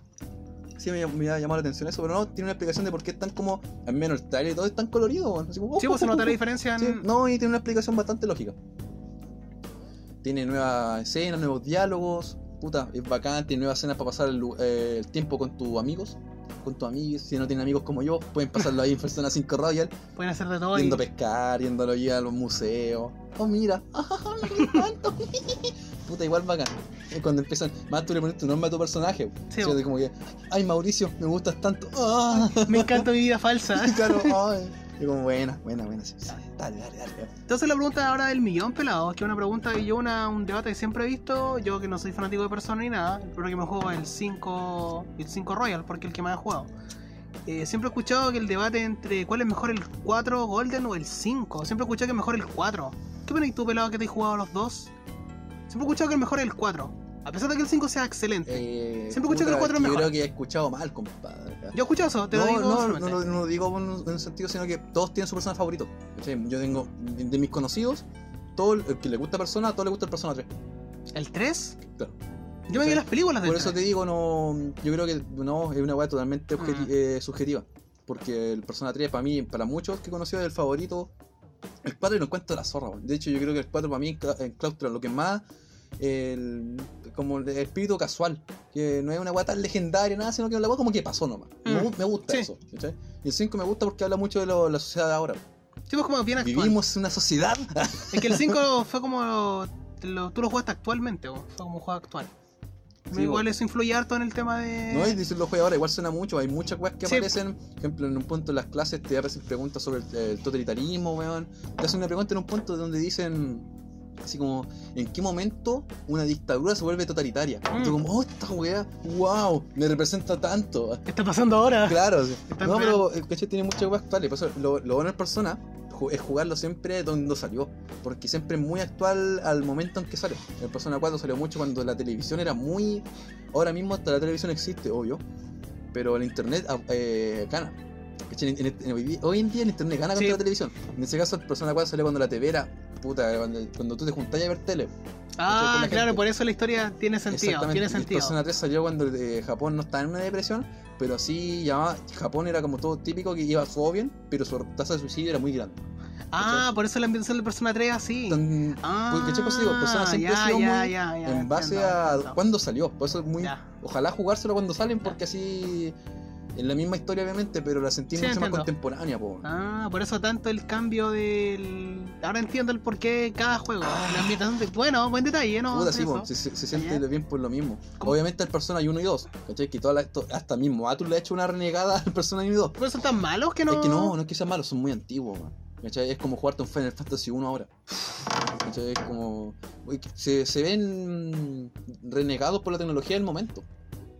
Speaker 1: Sí, me, me ha llamado la atención eso, pero no, tiene una explicación de por qué están como, al menos el trailer y todo es tan colorido. weón. Así como, "Oh,
Speaker 2: Sí, pues se nota la
Speaker 1: Sí,
Speaker 2: diferencia en.
Speaker 1: no, y tiene una explicación bastante lógica. Tiene nueva escena, nuevos diálogos, puta, es bacán, tiene nuevas escenas para pasar el, lu- eh, el tiempo con tus amigos, con tus amigos, si no tienen amigos como yo, pueden pasarlo ahí en Persona 5 Royal,
Speaker 2: Pueden hacer de todo. y-
Speaker 1: yendo a pescar, yendo a, los- a los museos. Oh, mira, ah, me encanta. puta, igual bacán. Eh, Cuando empiezan, más tú le pones tu nombre a tu personaje,
Speaker 2: Sí,
Speaker 1: ¿cierto?
Speaker 2: bo.
Speaker 1: Y como que, ay Mauricio, me gustas tanto. Ah.
Speaker 2: Me encanta mi vida falsa.
Speaker 1: Y claro, ay. Y como, buena, buena, buena. sí, sí, Dale, dale, dale.
Speaker 2: Entonces la pregunta ahora del millón, pelado, que es una pregunta que yo, una, un debate que siempre he visto, yo que no soy fanático de Persona ni nada, pero que me juego el 5, el 5 Royal, porque es el que más he jugado. Eh, siempre he escuchado que el debate entre cuál es mejor el 4 Golden o el 5, siempre he escuchado que es mejor el 4. ¿Qué opinas tú, pelado, que te has jugado los dos? Siempre he escuchado que el mejor es el 4, a pesar de que el 5 sea excelente.
Speaker 1: Eh,
Speaker 2: Siempre escucho que el
Speaker 1: puta,
Speaker 2: cuatro es
Speaker 1: yo
Speaker 2: mejor.
Speaker 1: Creo que he escuchado mal, compadre.
Speaker 2: Yo he escuchado eso, te
Speaker 1: no,
Speaker 2: lo digo.
Speaker 1: no, no,
Speaker 2: solamente.
Speaker 1: no, no lo digo en un- en un sentido, sino que todos tienen su personaje favorito. ¿cachai? Yo tengo, de, de mis conocidos, todo el, el que le gusta persona, a todo le gusta el persona 3.
Speaker 2: ¿El 3?
Speaker 1: Claro.
Speaker 2: Yo me vi
Speaker 1: Sí.
Speaker 2: las películas del
Speaker 1: Por eso te
Speaker 2: 3.
Speaker 1: digo, no, yo creo que no, es una weá totalmente objeti- eh,
Speaker 2: Mm.
Speaker 1: subjetiva. Porque el persona 3, para mí, para muchos que he conocido, es el favorito. El 4 lo encuentro la zorra, weón. De hecho, yo creo que el 4 para mí en cla- en claustro, lo que más. El, como el espíritu casual, que no es una weá tan legendaria, nada, sino que es una weá como que pasó nomás. Me,
Speaker 2: Mm.
Speaker 1: gu- me gusta
Speaker 2: Sí.
Speaker 1: eso. ¿cachai? Y el 5 me gusta porque habla mucho de lo- la sociedad de ahora.
Speaker 2: Sí, pues, como bien actual.
Speaker 1: Vivimos en una sociedad.
Speaker 2: Es que el 5 fue como. lo- lo- tú lo jugaste actualmente, bo, fue como un juego actual.
Speaker 1: Sí,
Speaker 2: igual
Speaker 1: bo.
Speaker 2: eso influye harto en el tema de.
Speaker 1: No es decir los juegos ahora, igual suena mucho, hay muchas weas que
Speaker 2: Sí.
Speaker 1: aparecen, por ejemplo, en un punto de las clases te hacen preguntas sobre el, el totalitarismo, weón. Te hacen una pregunta en un punto donde dicen así como, ¿en qué momento una dictadura se vuelve totalitaria? Y tú
Speaker 2: Mm.
Speaker 1: como, oh, esta wea, wow, me representa tanto.
Speaker 2: ¿Qué está pasando ahora?
Speaker 1: Claro, sí.
Speaker 2: Está
Speaker 1: no,
Speaker 2: mal.
Speaker 1: pero el caché tiene muchas weas actuales, por eso lo, lo bueno en persona ju- es jugarlo siempre donde salió, porque siempre es muy actual al momento en que salió. El Persona 4 salió mucho cuando la televisión era muy... Ahora mismo hasta la televisión existe, obvio, pero el internet ah, eh, gana. ¿Cachai? En- en- en- hoy, día- hoy en día el internet gana contra
Speaker 2: Sí.
Speaker 1: la televisión. En ese caso, el Persona 4 salió cuando la TV era... Puta, cuando, cuando tú te juntabas a ver tele. con
Speaker 2: ah,
Speaker 1: la
Speaker 2: claro,
Speaker 1: gente.
Speaker 2: por eso la historia tiene sentido.
Speaker 1: Exactamente.
Speaker 2: Tiene
Speaker 1: Y
Speaker 2: sentido.
Speaker 1: Persona 3 salió cuando eh, Japón no estaba en una depresión, pero sí llamaba. Japón era como todo típico que iba todo bien, pero su tasa de suicidio era muy grande.
Speaker 2: Ah, por eso la ambientación de Persona 3 así.
Speaker 1: Tan-
Speaker 2: Ah,
Speaker 1: porque, chicos, digo, Persona siempre
Speaker 2: ya,
Speaker 1: ha sido
Speaker 2: ya,
Speaker 1: muy
Speaker 2: ya, ya,
Speaker 1: en base
Speaker 2: entiendo,
Speaker 1: a
Speaker 2: entiendo.
Speaker 1: cuándo salió. Por eso es muy.
Speaker 2: Ya.
Speaker 1: Ojalá jugárselo cuando salen, porque así. En la misma historia, obviamente, pero la sentí
Speaker 2: Sí,
Speaker 1: mucho
Speaker 2: entiendo.
Speaker 1: más contemporánea, po.
Speaker 2: Ah, por eso tanto el cambio del. Ahora entiendo el porqué de cada juego.
Speaker 1: Ah.
Speaker 2: La ambientación de- Bueno, buen detalle, ¿no?
Speaker 1: Puta, sí,
Speaker 2: Eso.
Speaker 1: po, se, se- se siente
Speaker 2: Ya.
Speaker 1: bien por lo mismo.
Speaker 2: ¿Cómo?
Speaker 1: Obviamente, el Persona hay 1 y 2, ¿cachai? Que toda la- to- hasta mismo Atlus le ha hecho una renegada al Persona 1 y 2.
Speaker 2: Por eso tan malos que no.
Speaker 1: Es que no, no es que sean malos, son muy antiguos, man. ¿Cachai? Es como jugarte un Final Fantasy 1 ahora. ¿Cachai? Es como. uy, que Se, se ven renegados por la tecnología del momento.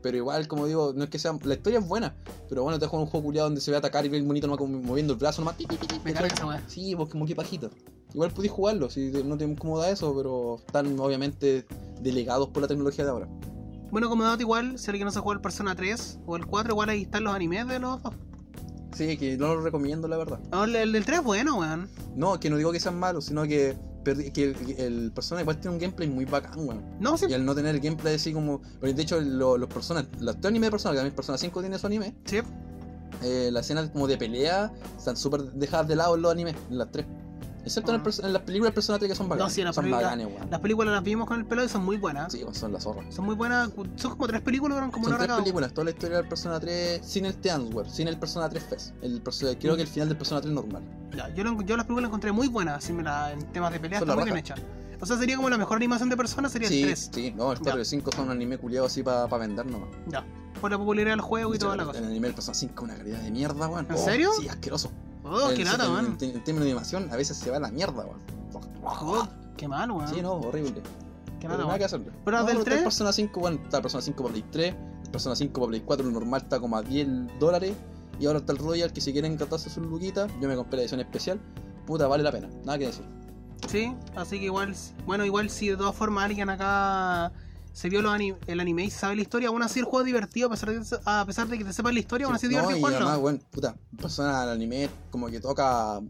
Speaker 1: Pero igual, como digo, no es que sea. La historia es buena, pero bueno, te juegas un juego culiado donde se ve atacar y ve el monito nomás como moviendo el brazo nomás. ti, ti, ti, ti,
Speaker 2: Me
Speaker 1: ¿cachai?
Speaker 2: carga esa weá.
Speaker 1: Sí, vos como que pajita. Igual pudiste jugarlo, si te- no te incomoda eso, pero están obviamente delegados por la tecnología de ahora.
Speaker 2: Bueno, como dato igual, si alguien no se juega el Persona 3 o el 4, igual ahí están los animes de los dos.
Speaker 1: Sí, que no lo recomiendo, la verdad.
Speaker 2: No, el, el del 3 es bueno, weón.
Speaker 1: No, que no digo que sean malos, sino que, perdi- que el, el Persona igual tiene un gameplay muy bacán, weón.
Speaker 2: No, sí,
Speaker 1: Y al no tener el gameplay así como. porque de hecho, lo- los personas. Los tres animes de personas, que también Persona 5 tiene su anime.
Speaker 2: sí.
Speaker 1: eh, las escenas como de pelea están súper dejadas de lado en los animes, en las tres. Excepto en, el
Speaker 2: Ah.
Speaker 1: perso- en las películas de Persona 3 que son bacanes.
Speaker 2: sí, en las
Speaker 1: son
Speaker 2: películas-
Speaker 1: bacanes, weón.
Speaker 2: Las películas las vimos con el pelo y son muy buenas.
Speaker 1: Sí, pues, son las zorras.
Speaker 2: Son muy buenas. Son como tres películas, eran como
Speaker 1: Son
Speaker 2: una hora
Speaker 1: tres
Speaker 2: cada una.
Speaker 1: películas, toda la historia del Persona 3 sin el Teansware, sin el Persona 3 Fest. El, perso- creo que el final del Persona 3 normal.
Speaker 2: Ya, Yo, lo- yo las películas las encontré muy buenas así me la- en temas de pelea,
Speaker 1: Son
Speaker 2: está
Speaker 1: la
Speaker 2: muy bien hecha. O sea, sería como la mejor animación de persona, sería
Speaker 1: Sí,
Speaker 2: el 3.
Speaker 1: sí, no, el 4 y el 5 son un anime culiado así para vender nomás.
Speaker 2: Ya. Por la popularidad del juego y
Speaker 1: Pucha,
Speaker 2: toda la
Speaker 1: el-
Speaker 2: cosa.
Speaker 1: El anime del Persona 5 una calidad de mierda, weón.
Speaker 2: ¿En serio?
Speaker 1: Sí, asqueroso.
Speaker 2: Oh,
Speaker 1: El-
Speaker 2: qué lata,
Speaker 1: el-
Speaker 2: weón.
Speaker 1: En, en términos de animación, a veces se va a la mierda, weón.
Speaker 2: Oh, qué mal, weón.
Speaker 1: Sí, no, horrible.
Speaker 2: qué
Speaker 1: Pero nada que
Speaker 2: lata, weón.
Speaker 1: hacerle.
Speaker 2: Pero
Speaker 1: no,
Speaker 2: del
Speaker 1: está el
Speaker 2: 3.
Speaker 1: Persona 5, weón, está el Persona 5 para Play 3, el Persona 5 para Play 4, el normal está como a 10 dólares. Y ahora está el Royal, que si quieren gastarse sus luquitas, yo me compré la edición especial. Puta, vale la pena, nada que decir.
Speaker 2: Sí, así que igual, bueno, igual si de todas formas alguien acá se vio los ani- el anime y sabe la historia, aún así el juego es divertido, a pesar de, a pesar de que te sepas la historia, aún así
Speaker 1: Sí,
Speaker 2: es
Speaker 1: no,
Speaker 2: divertido
Speaker 1: y
Speaker 2: jugarlo.
Speaker 1: además, weón, puta, Persona el anime como que toca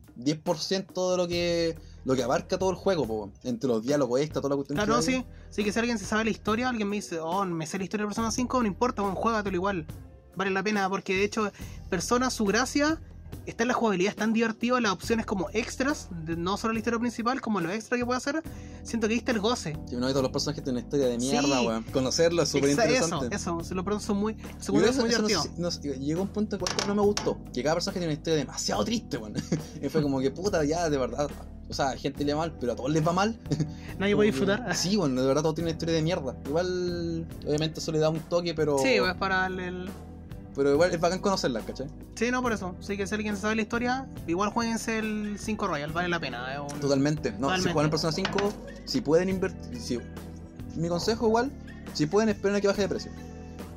Speaker 1: 10% de lo que lo que abarca todo el juego, po, weón. entre los diálogos, esta, toda la cuestión. que
Speaker 2: Claro,
Speaker 1: hay.
Speaker 2: sí. Así que si alguien se sabe la historia, alguien me dice, oh, me sé la historia de Persona 5, no importa, bueno, juégatelo igual. Vale la pena, porque de hecho, Persona, su gracia está en la jugabilidad, es tan divertido, las opciones como extras, de- no solo la historia principal, como lo extra que puede hacer, siento que diste el goce.
Speaker 1: Si no, y todos los personajes tienen una historia de
Speaker 2: Sí.
Speaker 1: mierda, weón. Conocerlo es súper
Speaker 2: Exa-
Speaker 1: interesante.
Speaker 2: Eso, eso, se lo pronuncio muy.
Speaker 1: Yo
Speaker 2: Seguro
Speaker 1: creo
Speaker 2: es muy
Speaker 1: que eso no
Speaker 2: divertido.
Speaker 1: sé- no sé, llegó un punto en que no me gustó. Que cada personaje tiene una historia demasiado triste, weón. Y fue como que puta, ya, de verdad. O sea, a gente le va mal, pero a todos les va mal.
Speaker 2: Nadie puede
Speaker 1: Como que-
Speaker 2: disfrutar.
Speaker 1: Sí, bueno, de verdad todo tiene una historia de mierda. Igual, obviamente eso le da un toque, pero.
Speaker 2: Sí, pues para darle el.
Speaker 1: Pero igual es bacán conocerla, ¿cachai?
Speaker 2: Sí, no, por eso. Sí, que si alguien sabe la historia, igual jueguense el 5 Royal, vale la pena. es un-
Speaker 1: Totalmente. No,
Speaker 2: Totalmente.
Speaker 1: si juegan en Persona 5, si pueden invertir. Si... Mi consejo igual, si pueden esperen a que baje de precio.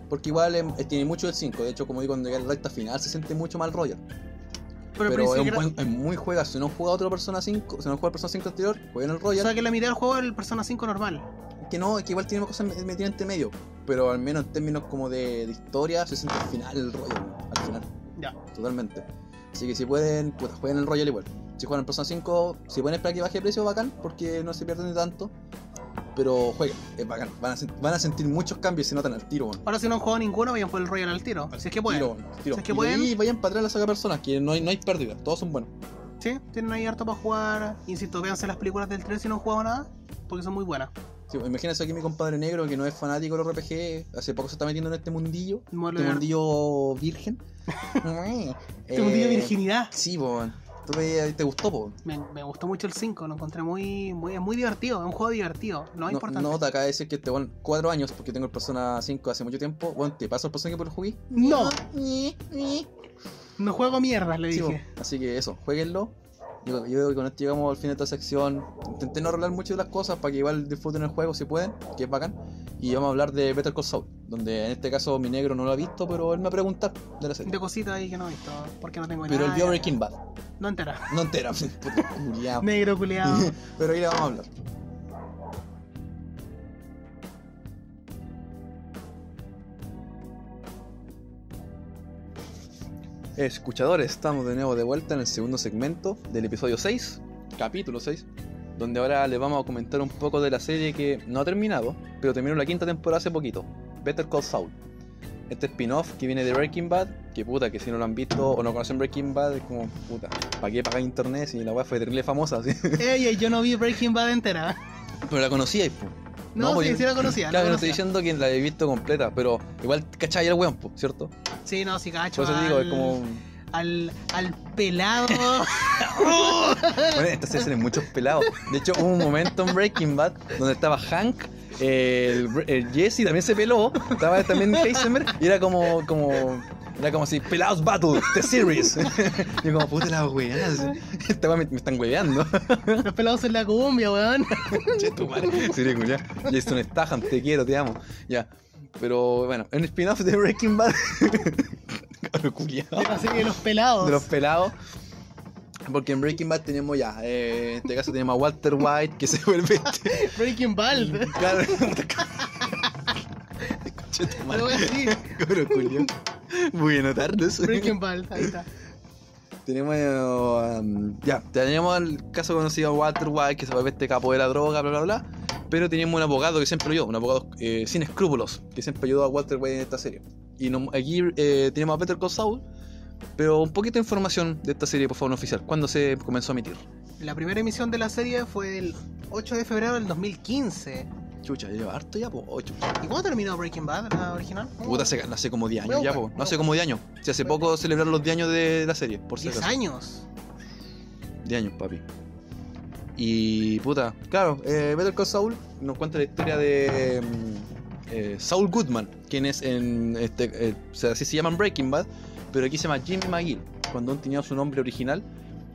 Speaker 1: Porque igual em, eh, tiene mucho del 5. De hecho, como digo, cuando llega la recta final se siente mucho mal rollo.
Speaker 2: Pero,
Speaker 1: Pero,
Speaker 2: el
Speaker 1: es, un
Speaker 2: principio
Speaker 1: buen- es muy juega. Si no han jugado otro Persona 5, si no han jugado Persona 5 anterior, jueguen el
Speaker 2: o
Speaker 1: Royal.
Speaker 2: sea, que la mitad del juego es el Persona 5 normal.
Speaker 1: Que no, que igual tiene cosas me- metidas entre medio. Pero al menos en términos como de, de historia, se siente al final el rollo. ¿no? Al final.
Speaker 2: Ya.
Speaker 1: Totalmente. Así que si pueden, puta, jueguen el Royal igual. Si juegan en Persona 5, si pueden esperar que baje de precio, bacán, porque no se pierden de tanto. Pero jueguen, es bacán. Van a, sen- van a sentir muchos cambios si notan al tiro, weón.
Speaker 2: Ahora, si no han jugado ninguno, vayan por el Royal al tiro.
Speaker 1: Al
Speaker 2: si es que pueden.
Speaker 1: Tiro, weón, al tiro.
Speaker 2: Si es que
Speaker 1: y de
Speaker 2: pueden.
Speaker 1: ahí vayan para atrás la saga personas, que no hay, no hay pérdida, todos son buenos.
Speaker 2: Sí, tienen ahí harto para jugar. Insisto, véanse las películas del 3 si no han jugado nada, porque son muy buenas.
Speaker 1: Sí, imagínense aquí mi compadre negro que no es fanático de los RPG, hace poco se está metiendo en este mundillo,
Speaker 2: Modelo
Speaker 1: este
Speaker 2: de-
Speaker 1: mundillo virgen. Eh,
Speaker 2: Este mundillo de virginidad.
Speaker 1: Sí, weón. ¿Tú ve- ¿Te gustó, po?
Speaker 2: Me, me gustó mucho el 5, lo encontré muy, muy, es muy divertido, es un juego divertido, no, es
Speaker 1: No,
Speaker 2: importante.
Speaker 1: no te acaba de decir que este weón, cuatro años, porque tengo el Persona 5 hace mucho tiempo. Bueno, te paso el Persona que por el jugué.
Speaker 2: No.
Speaker 1: Ñe, ñe.
Speaker 2: No juego mierdas, le
Speaker 1: Sí,
Speaker 2: dije.
Speaker 1: po. Así que eso, jueguenlo. Yo, yo creo que con esto llegamos al fin de esta sección. Intenté no hablar mucho de las cosas para que igual disfruten el juego si pueden, que es bacán. Y vamos a hablar de Better Call Saul, donde en este caso mi negro no lo ha visto, pero él me ha preguntado de la serie.
Speaker 2: De cositas ahí que no he visto, porque no tengo
Speaker 1: Pero el
Speaker 2: nada.
Speaker 1: vio Breaking Bad,
Speaker 2: No entera.
Speaker 1: no entera, puta, culiao.
Speaker 2: Negro culeado.
Speaker 1: pero ahí la vamos a hablar. Escuchadores, estamos de nuevo de vuelta en el segundo segmento del episodio 6, capítulo 6, donde ahora les vamos a comentar un poco de la serie que no ha terminado, pero terminó la quinta temporada hace poquito, Better Call Saul. Este spin-off que viene de Breaking Bad, que puta, que si no lo han visto o no conocen Breaking Bad, es como, puta, ¿para qué pagar internet si la weá fue terrible famosa? así?
Speaker 2: Ey, ey, yo no vi Breaking Bad entera.
Speaker 1: Pero la conocíais, po.
Speaker 2: No,
Speaker 1: porque-
Speaker 2: sí, sí la conocía.
Speaker 1: pues Claro,
Speaker 2: la
Speaker 1: no estoy
Speaker 2: conocía.
Speaker 1: diciendo que la he visto completa, pero igual cachai el weón, po, ¿cierto?
Speaker 2: Sí, no, sí, cacho.
Speaker 1: Por eso te digo, es
Speaker 2: al-
Speaker 1: como.
Speaker 2: Al, al pelado.
Speaker 1: Bueno, en esta serie salen muchos pelados. De hecho, hubo un momento en Breaking Bad donde estaba Hank. eh, El, Bre- el Jesse también se peló, estaba también Heisenberg y era como, como, era como así, pelados battle, the series. Yo como, puta la weá, esta weá me, me están hueveando.
Speaker 2: Los pelados en la cumbia, weón.
Speaker 1: Che, tu madre. Sería culiao. Jason Statham, te quiero, te amo. Ya. Pero bueno, un spin-off de Breaking Bad. Cabrón culiao.
Speaker 2: De la serie de los pelados.
Speaker 1: De los pelados. Porque en Breaking Bad tenemos ya, eh, en este caso tenemos a Walter White que se vuelve este-
Speaker 2: Breaking Bad.
Speaker 1: Claro. Che, tu madre.
Speaker 2: Algo así.
Speaker 1: Cabrón culiao. Voy a notarlos.
Speaker 2: Breaking Bad, ahí está.
Speaker 1: Tenemos. eh, um, ya, tenemos el caso conocido de Walter White, que se vuelve este capo de la droga, bla, bla, bla. Pero tenemos un abogado que siempre ayudó, un abogado eh, sin escrúpulos, que siempre ayudó a Walter White en esta serie. Y no- aquí eh, tenemos a Peter Call Saul, pero un poquito de información de esta serie, por favor, no oficial. ¿Cuándo se comenzó a emitir?
Speaker 2: La primera emisión de la serie fue el 8 de febrero del 2015.
Speaker 1: Chucha, lleva harto ya, po. Oh, chucha.
Speaker 2: ¿Y cuándo terminó Breaking Bad, la original?
Speaker 1: Puta, hace, no hace como 10 años ya, po. No hace como 10 años. Si hace poco celebraron los 10 años de la serie, por si
Speaker 2: 10
Speaker 1: acaso.
Speaker 2: años.
Speaker 1: 10 años, papi. Y puta, claro, eh, Better Call Saul nos cuenta la historia de mm, eh, Saul Goodman, quien es en este, eh, o sea, así se llaman Breaking Bad, pero aquí se llama Jimmy McGill, cuando aún tenía su nombre original,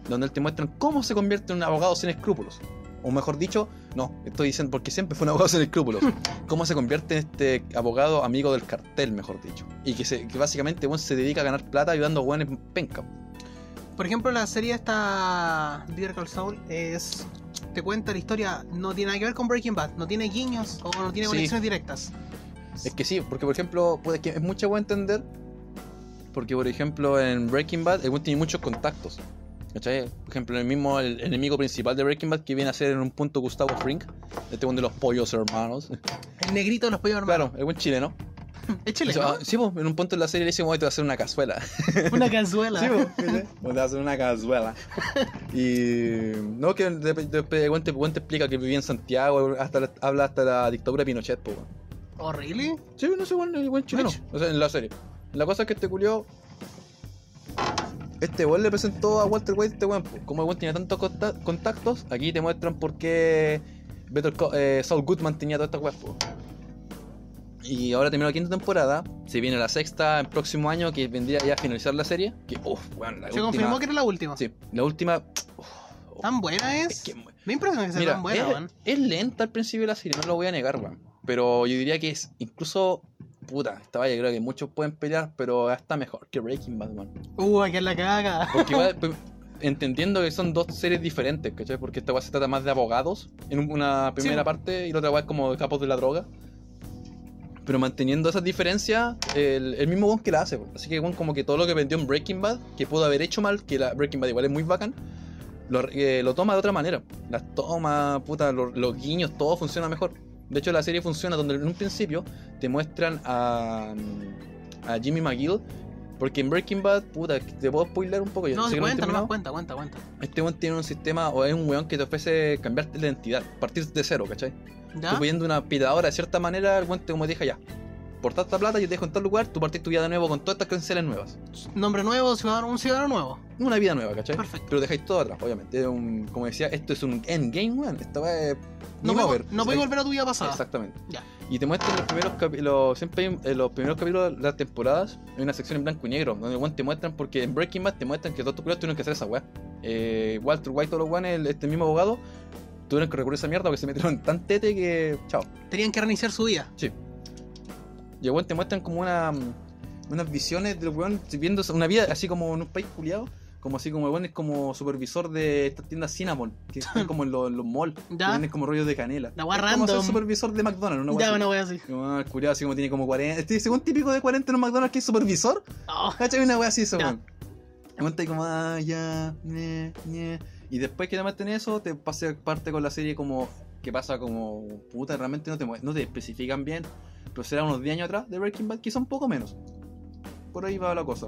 Speaker 1: donde él te muestran cómo se convierte en un abogado sin escrúpulos. O mejor dicho, no, estoy diciendo porque siempre fue un abogado sin escrúpulos. Cómo se convierte en este abogado amigo del cartel, mejor dicho. Y que, se, que básicamente bueno, se dedica a ganar plata ayudando a buenos penca.
Speaker 2: Por ejemplo, la serie esta, Better Call Saul, es... Te cuenta la historia, no tiene nada que ver con Breaking Bad, no tiene guiños o no tiene
Speaker 1: Sí.
Speaker 2: conexiones directas.
Speaker 1: Es que sí, porque por ejemplo, pues, es, que es mucho bueno entender. Porque por ejemplo, en Breaking Bad, el weón tiene muchos contactos. ¿Cachai? Por ejemplo, el mismo el enemigo principal de Breaking Bad que viene a ser en un punto Gustavo Frink, este uno de los pollos hermanos.
Speaker 2: El negrito de los pollos hermanos.
Speaker 1: Claro, el buen chileno.
Speaker 2: Échale.
Speaker 1: O sea, sí, po, en un punto de la serie le dice, "Oye, te voy a hacer una cazuela.
Speaker 2: Una cazuela.
Speaker 1: Sí, po, ¿cachai? O te va a hacer una cazuela. Y. No, que de- de- de- Juan te, Juan te explica que vivía en Santiago, hasta la- habla hasta la dictadura de Pinochet, po. weón.
Speaker 2: Horrible.
Speaker 1: Sí, no sé, weón, el buen chileno.
Speaker 2: Mitch.
Speaker 1: O sea, en la serie. La cosa es que este culió. Este weón le presentó a Walter White este weón. po. Como el weón tenía tantos conta- contactos, aquí te muestran por qué Better Co- eh, Saul Goodman tenía todas estas weas. po. Y ahora terminó la quinta temporada. Se viene la sexta el próximo año, que vendría ya a finalizar la serie. Que, uff, weón, la
Speaker 2: Se
Speaker 1: última.
Speaker 2: confirmó que era la última.
Speaker 1: Sí, la última. uf, uf,
Speaker 2: Tan buena es.
Speaker 1: es que mu-
Speaker 2: Me impresiona que sea
Speaker 1: Mira,
Speaker 2: tan buena, weón.
Speaker 1: es, es lenta al principio de la serie, no lo voy a negar, weón. Pero yo diría que es incluso. Puta, esta vaya, creo que muchos pueden pelear, pero hasta mejor que Breaking Bad, weón.
Speaker 2: Uh, aquí es la caga.
Speaker 1: Porque igual, pues, entendiendo que son dos series diferentes, ¿cachai? Porque esta weá se trata más de abogados en una primera
Speaker 2: Sí.
Speaker 1: parte y la otra weá es como de capos de la droga. Pero manteniendo esas diferencias, el, el mismo weón que la hace. po. Así que weón, como que todo lo que vendió en Breaking Bad, que pudo haber hecho mal, que la Breaking Bad igual es muy bacán, lo, eh, lo toma de otra manera. Las toma, puta, lo- los guiños, todo funciona mejor. De hecho, la serie funciona donde en un principio te muestran a, a Jimmy McGill. Porque en Breaking Bad, puta, te puedo spoiler un poco. Yo
Speaker 2: No,
Speaker 1: sé
Speaker 2: se
Speaker 1: que lo he
Speaker 2: cuenta, no
Speaker 1: terminado.
Speaker 2: más cuenta, cuenta, cuenta.
Speaker 1: Este weón tiene un sistema o es un weón que te ofrece cambiarte la identidad, partir de cero, ¿cachai?
Speaker 2: ¿Ya?
Speaker 1: Tú pidiendo una pitadora de cierta manera, el weón te como te deja ya. Por tanta plata yo te dejo en tal lugar, tú partís tu vida de nuevo con todas estas credenciales nuevas.
Speaker 2: Nombre nuevo, ciudadano, un ciudadano nuevo.
Speaker 1: Una vida nueva, ¿cachai?
Speaker 2: Perfecto.
Speaker 1: Pero dejáis todo atrás, obviamente. Es un- como decía, esto es un endgame, weón. Esta weá es.
Speaker 2: No
Speaker 1: game
Speaker 2: puedo,
Speaker 1: over,
Speaker 2: no
Speaker 1: ¿cachai?
Speaker 2: puedo volver a tu vida pasada.
Speaker 1: Exactamente.
Speaker 2: Ah, Ya.
Speaker 1: Y te muestran los primeros capítulos, siempre hay- en los primeros capítulos de las temporadas, hay una sección en blanco y negro, donde weón, te muestran, porque en Breaking Bad te muestran que todos tus culiados tuvieron que hacer esa weá. Eh, Walter White, todos los weones, el- este mismo abogado, tuvieron que recurrir a esa mierda porque se metieron tan tete que. Chao.
Speaker 2: Tenían que reiniciar su vida.
Speaker 1: Y weón, te muestran como una, mm, unas visiones del weón viviendo una vida así como en un país culiado. Como así como el weón es como supervisor de estas tiendas Cinnamon, que están como en los, en los malls, que
Speaker 2: Ya.
Speaker 1: venden como rollos de canela.
Speaker 2: La weá
Speaker 1: Es como ser
Speaker 2: random.
Speaker 1: supervisor de McDonald's, una weá
Speaker 2: ya,
Speaker 1: así.
Speaker 2: una wea así.
Speaker 1: No, el culiao así como tiene como 40. Este según típico de 40 en un McDonald's que es supervisor.
Speaker 2: Oh,
Speaker 1: ¿Cachai? Una wea así, eso,
Speaker 2: Ya.
Speaker 1: weón. Y weón está ahí como, ah, ya, ñe, ñe. Y después que además tenés eso, te pasa parte con la serie como. que pasa como. puta, realmente no te, mue- no te especifican bien. Pero será unos 10 años atrás de Breaking Bad, quizá un poco menos. Por ahí va la cosa.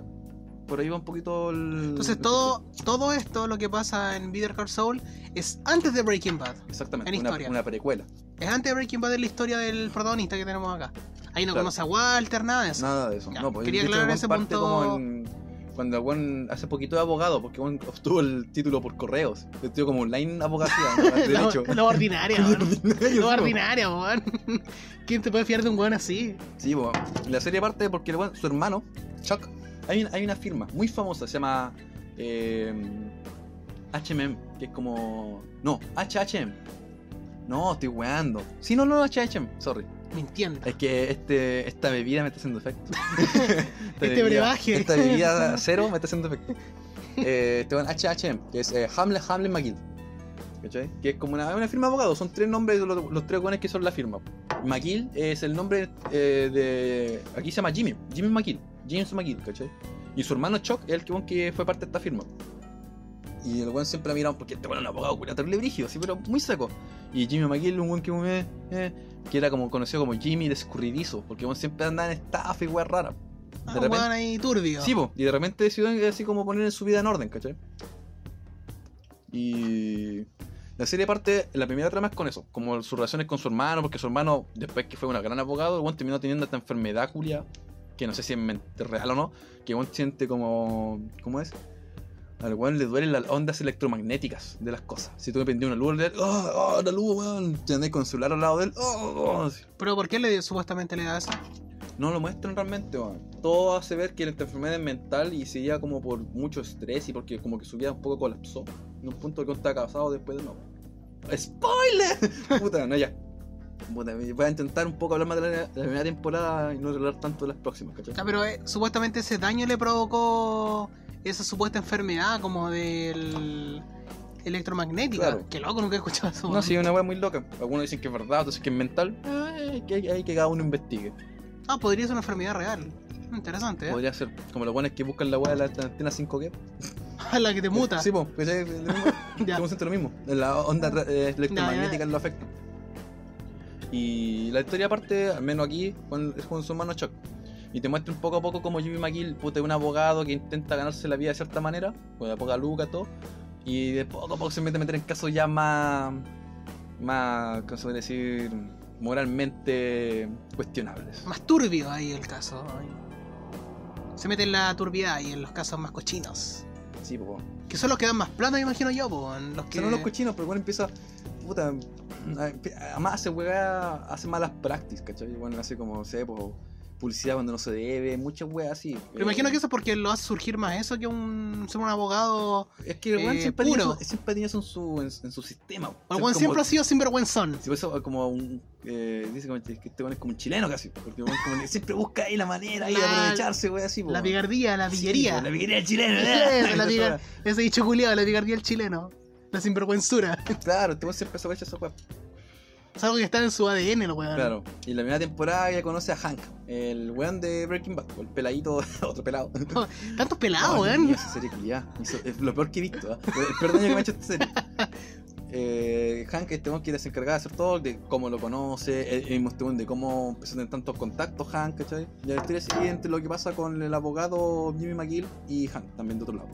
Speaker 1: Por ahí va un poquito el.
Speaker 2: Entonces todo, todo esto, lo que pasa en Bitter Call Soul, es antes de Breaking Bad.
Speaker 1: Exactamente,
Speaker 2: en
Speaker 1: una,
Speaker 2: historia.
Speaker 1: una precuela.
Speaker 2: Es antes de Breaking Bad es la historia del protagonista que tenemos acá. Ahí no
Speaker 1: Claro.
Speaker 2: conoce a Walter, nada de eso.
Speaker 1: Nada de eso.
Speaker 2: Ya,
Speaker 1: no, pues,
Speaker 2: quería
Speaker 1: de hecho,
Speaker 2: aclarar
Speaker 1: el
Speaker 2: ese
Speaker 1: weón
Speaker 2: punto.
Speaker 1: Como en- cuando el weón hace poquito de abogado, porque el weón obtuvo el título por correos. El título como online abogacía, ¿no?
Speaker 2: lo,
Speaker 1: derecho.
Speaker 2: lo ordinaria, weón.
Speaker 1: Ordinario,
Speaker 2: Lo
Speaker 1: sí,
Speaker 2: ordinaria, weón. ¿Quién te puede fiar de un weón así?
Speaker 1: po. Sí, po. La serie parte porque el weón- su hermano, Chuck, hay una, hay una firma muy famosa, se llama eh, HM, que es como. No, HHM. No, estoy weando. Sí, no, no, HHM, sorry.
Speaker 2: Me entiendas.
Speaker 1: Es que este, esta bebida me está haciendo efecto. Esta
Speaker 2: Este brebaje.
Speaker 1: Esta bebida cero me está haciendo efecto. Eh, este weón HHM, que es eh, Hamlet, Hamlet McGill. ¿Cachai? Que es como una, una firma de abogados. Son tres nombres, de los, los tres weones que son la firma. McGill es el nombre eh, de. Aquí se llama Jimmy. Jimmy McGill. James McGill, ¿cachai? Y su hermano Chuck es el que, weón que fue parte de esta firma. Y el weón siempre ha mirado porque este weón es un abogado culiao terrible brígido, así, pero muy seco. Y Jimmy McGill, un weón que, eh, eh, que era como conocido como Jimmy el escurridizo, porque weón siempre andaba en estafa y weas rara.
Speaker 2: Ah,
Speaker 1: de
Speaker 2: un
Speaker 1: repente-
Speaker 2: weón ahí turbio.
Speaker 1: Sí, po, y de repente decidió así como poner su vida en orden, ¿cachai? Y la serie parte, la primera trama es con eso, como sus relaciones con su hermano, porque su hermano, después que fue un gran abogado, el weón terminó teniendo esta enfermedad culia, que no sé si es men- real o no, que el weón siente como... ¿Cómo es? Al weón le duelen las ondas electromagnéticas de las cosas. Si tú me prendí una luz, le ¡Oh, oh, la luz, weón! Te andás con el celular al lado de él, ¡Oh, oh, oh!
Speaker 2: Pero ¿por qué le supuestamente le da eso?
Speaker 1: no lo muestran realmente, weón. Todo hace ver que la enfermedad es mental y seguía como por mucho estrés y porque como que su vida un poco colapsó. En un punto que está casado después de no. ¡Spoiler! Puta, no, ya. Puta, voy a intentar un poco hablar más de la, de la primera temporada y no hablar tanto de las próximas, ¿cachai?
Speaker 2: Ah, pero eh, supuestamente ese daño le provocó esa supuesta enfermedad como del electromagnética.
Speaker 1: Claro.
Speaker 2: Que loco, nunca he escuchado eso.
Speaker 1: No,
Speaker 2: weón.
Speaker 1: sí, una weá muy loca. Algunos dicen que es verdad, otros dicen que es mental. Ay, que, hay que cada uno investigue.
Speaker 2: Ah, podría ser una enfermedad real. Interesante, ¿eh?
Speaker 1: Podría ser como los buenos que buscan la weá de la antena 5G.
Speaker 2: A la que te muta.
Speaker 1: Sí, pues, ¿cachai? Lo mismo.
Speaker 2: ya.
Speaker 1: Estamos entre lo mismo. La onda ra- eh, electromagnética lo afecta. Y la historia parte, al menos aquí, con, es con su hermano Chuck. Y te muestra un poco a poco como Jimmy McGill, puta, es un abogado que intenta ganarse la vida de cierta manera, con la poca luca, todo. Y de poco a poco se mete a meter en casos ya más. más. ¿cómo se puede decir? moralmente cuestionables.
Speaker 2: Más turbio ahí el caso. ahí. Se mete en la turbiedad y en los casos más cochinos.
Speaker 1: Sí, po.
Speaker 2: Que son los que dan más plata, me imagino yo, po, en los que...
Speaker 1: Que no los cochinos, pero bueno empieza. Puta. a- Además hace weá. hace malas prácticas, ¿cachai? Bueno, hace como, sé, po, publicidad cuando no se debe, muchas weas así.
Speaker 2: Pero imagino que eso es porque lo hace surgir más eso que un ser un abogado.
Speaker 1: Es que el weón
Speaker 2: eh,
Speaker 1: siempre, tenía
Speaker 2: puro.
Speaker 1: su- siempre tenía eso en su, en, en su sistema. po.
Speaker 2: O el
Speaker 1: Ser
Speaker 2: weón
Speaker 1: como-
Speaker 2: siempre ha sido sinvergüenzón.
Speaker 1: Si por eso como un... eh, dice como que este weón es como un chileno casi. Porque el weón como que siempre busca ahí la manera ahí de
Speaker 2: La-
Speaker 1: aprovecharse, weón, así. po.
Speaker 2: La picardía, la
Speaker 1: Sí,
Speaker 2: pillería.
Speaker 1: po, la pillería chilena.
Speaker 2: Eso, la
Speaker 1: Esa
Speaker 2: picar-
Speaker 1: weá.
Speaker 2: Ese dicho culiado, la picardía del chileno. La sinvergüenzura.
Speaker 1: Claro, este weón siempre se aprovecha esa weá.
Speaker 2: Es algo que está en su ADN, el weón.
Speaker 1: Claro. Y en la primera temporada ya conoce a Hank, el weón de Breaking Bad, el peladito, otro pelado.
Speaker 2: Tantos pelados,
Speaker 1: Ay,
Speaker 2: Ah, weón.
Speaker 1: Dios, esa serie culiá. Hizo- es lo peor que he visto. ¿ah? El peor daño que me ha hecho esta serie. Eh, Hank, este weón que se encargaba de hacer todo, de cómo lo conoce, el mismo este weón de cómo empezó a tener tantos contactos Hank, ¿cachai? Y la historia sigue entre lo que pasa con el abogado Jimmy McGill y Hank, también de otro lado.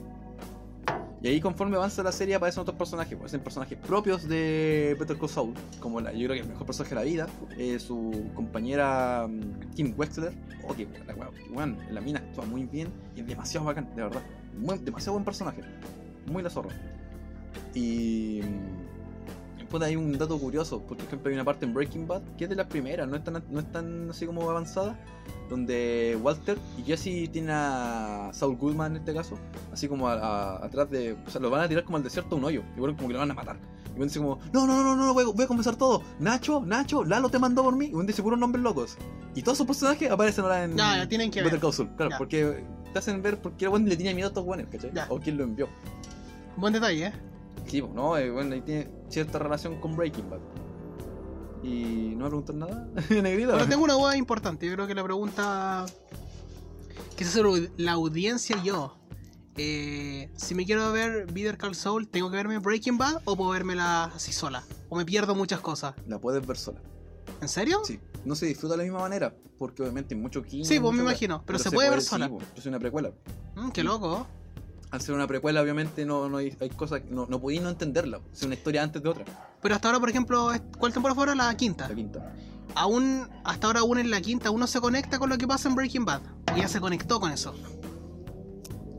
Speaker 1: Y ahí conforme avanza la serie aparecen otros personajes, pues, aparecen personajes propios de Better Call Saul, como la, yo creo que el mejor personaje de la vida, eh, su compañera mm, Kim Wexler, oh, que la wea- que weón, la mina actúa muy bien y es demasiado bacán, de verdad, Muy- demasiado buen personaje, muy la zorra. Y mm, después hay un dato curioso, porque por ejemplo hay una parte en Breaking Bad, que es de las primeras, no es tan, no es tan así como avanzada, donde Walter y Jesse tienen a Saul Goodman en este caso, así como a- a- atrás de. O sea, lo van a tirar como al desierto a un hoyo. Y bueno, como que lo van a matar. Y bueno, dice como, no, no, no, no, no, voy a, voy a confesar todo. Nacho, Nacho, Lalo te mandó por mí. Y bueno, dice puros nombres locos. Y todos esos personajes aparecen ahora en.
Speaker 2: Ya, ya tienen que
Speaker 1: Better
Speaker 2: ver.
Speaker 1: Call Saul. Claro,
Speaker 2: Ya.
Speaker 1: porque te hacen ver por qué el weón le tenía miedo a estos weones, ¿cachai?
Speaker 2: Ya.
Speaker 1: O quién lo envió.
Speaker 2: Buen detalle, eh.
Speaker 1: Sí, pues, no, eh, bueno, ahí tiene cierta relación con Breaking Bad. Y no me preguntan nada, negrito.
Speaker 2: Pero tengo una duda importante. Yo creo que la pregunta que se hace la aud- la audiencia y yo. Eh, si me quiero ver Better Call Saul, ¿tengo que verme Breaking Bad o puedo vérmela así sola? ¿O me pierdo muchas cosas?
Speaker 1: La puedes ver sola.
Speaker 2: ¿En serio?
Speaker 1: Sí, no se disfruta de la misma manera, porque obviamente hay mucho guiño,
Speaker 2: Sí, pues me
Speaker 1: mucho weá.
Speaker 2: imagino. Pero, se, puede ver sola.
Speaker 1: sí, pues, yo soy una precuela.
Speaker 2: Mm, qué loco.
Speaker 1: Al ser una precuela, obviamente, no, no hay, hay cosas que no, no podéis no entenderla. Es una historia antes de otra,
Speaker 2: Pero hasta ahora, por ejemplo, es- ¿cuál temporada fue ahora? La quinta.
Speaker 1: la quinta.
Speaker 2: Aún, hasta ahora, aún en la quinta, uno se conecta con lo que pasa en Breaking Bad. O ya se conectó con eso.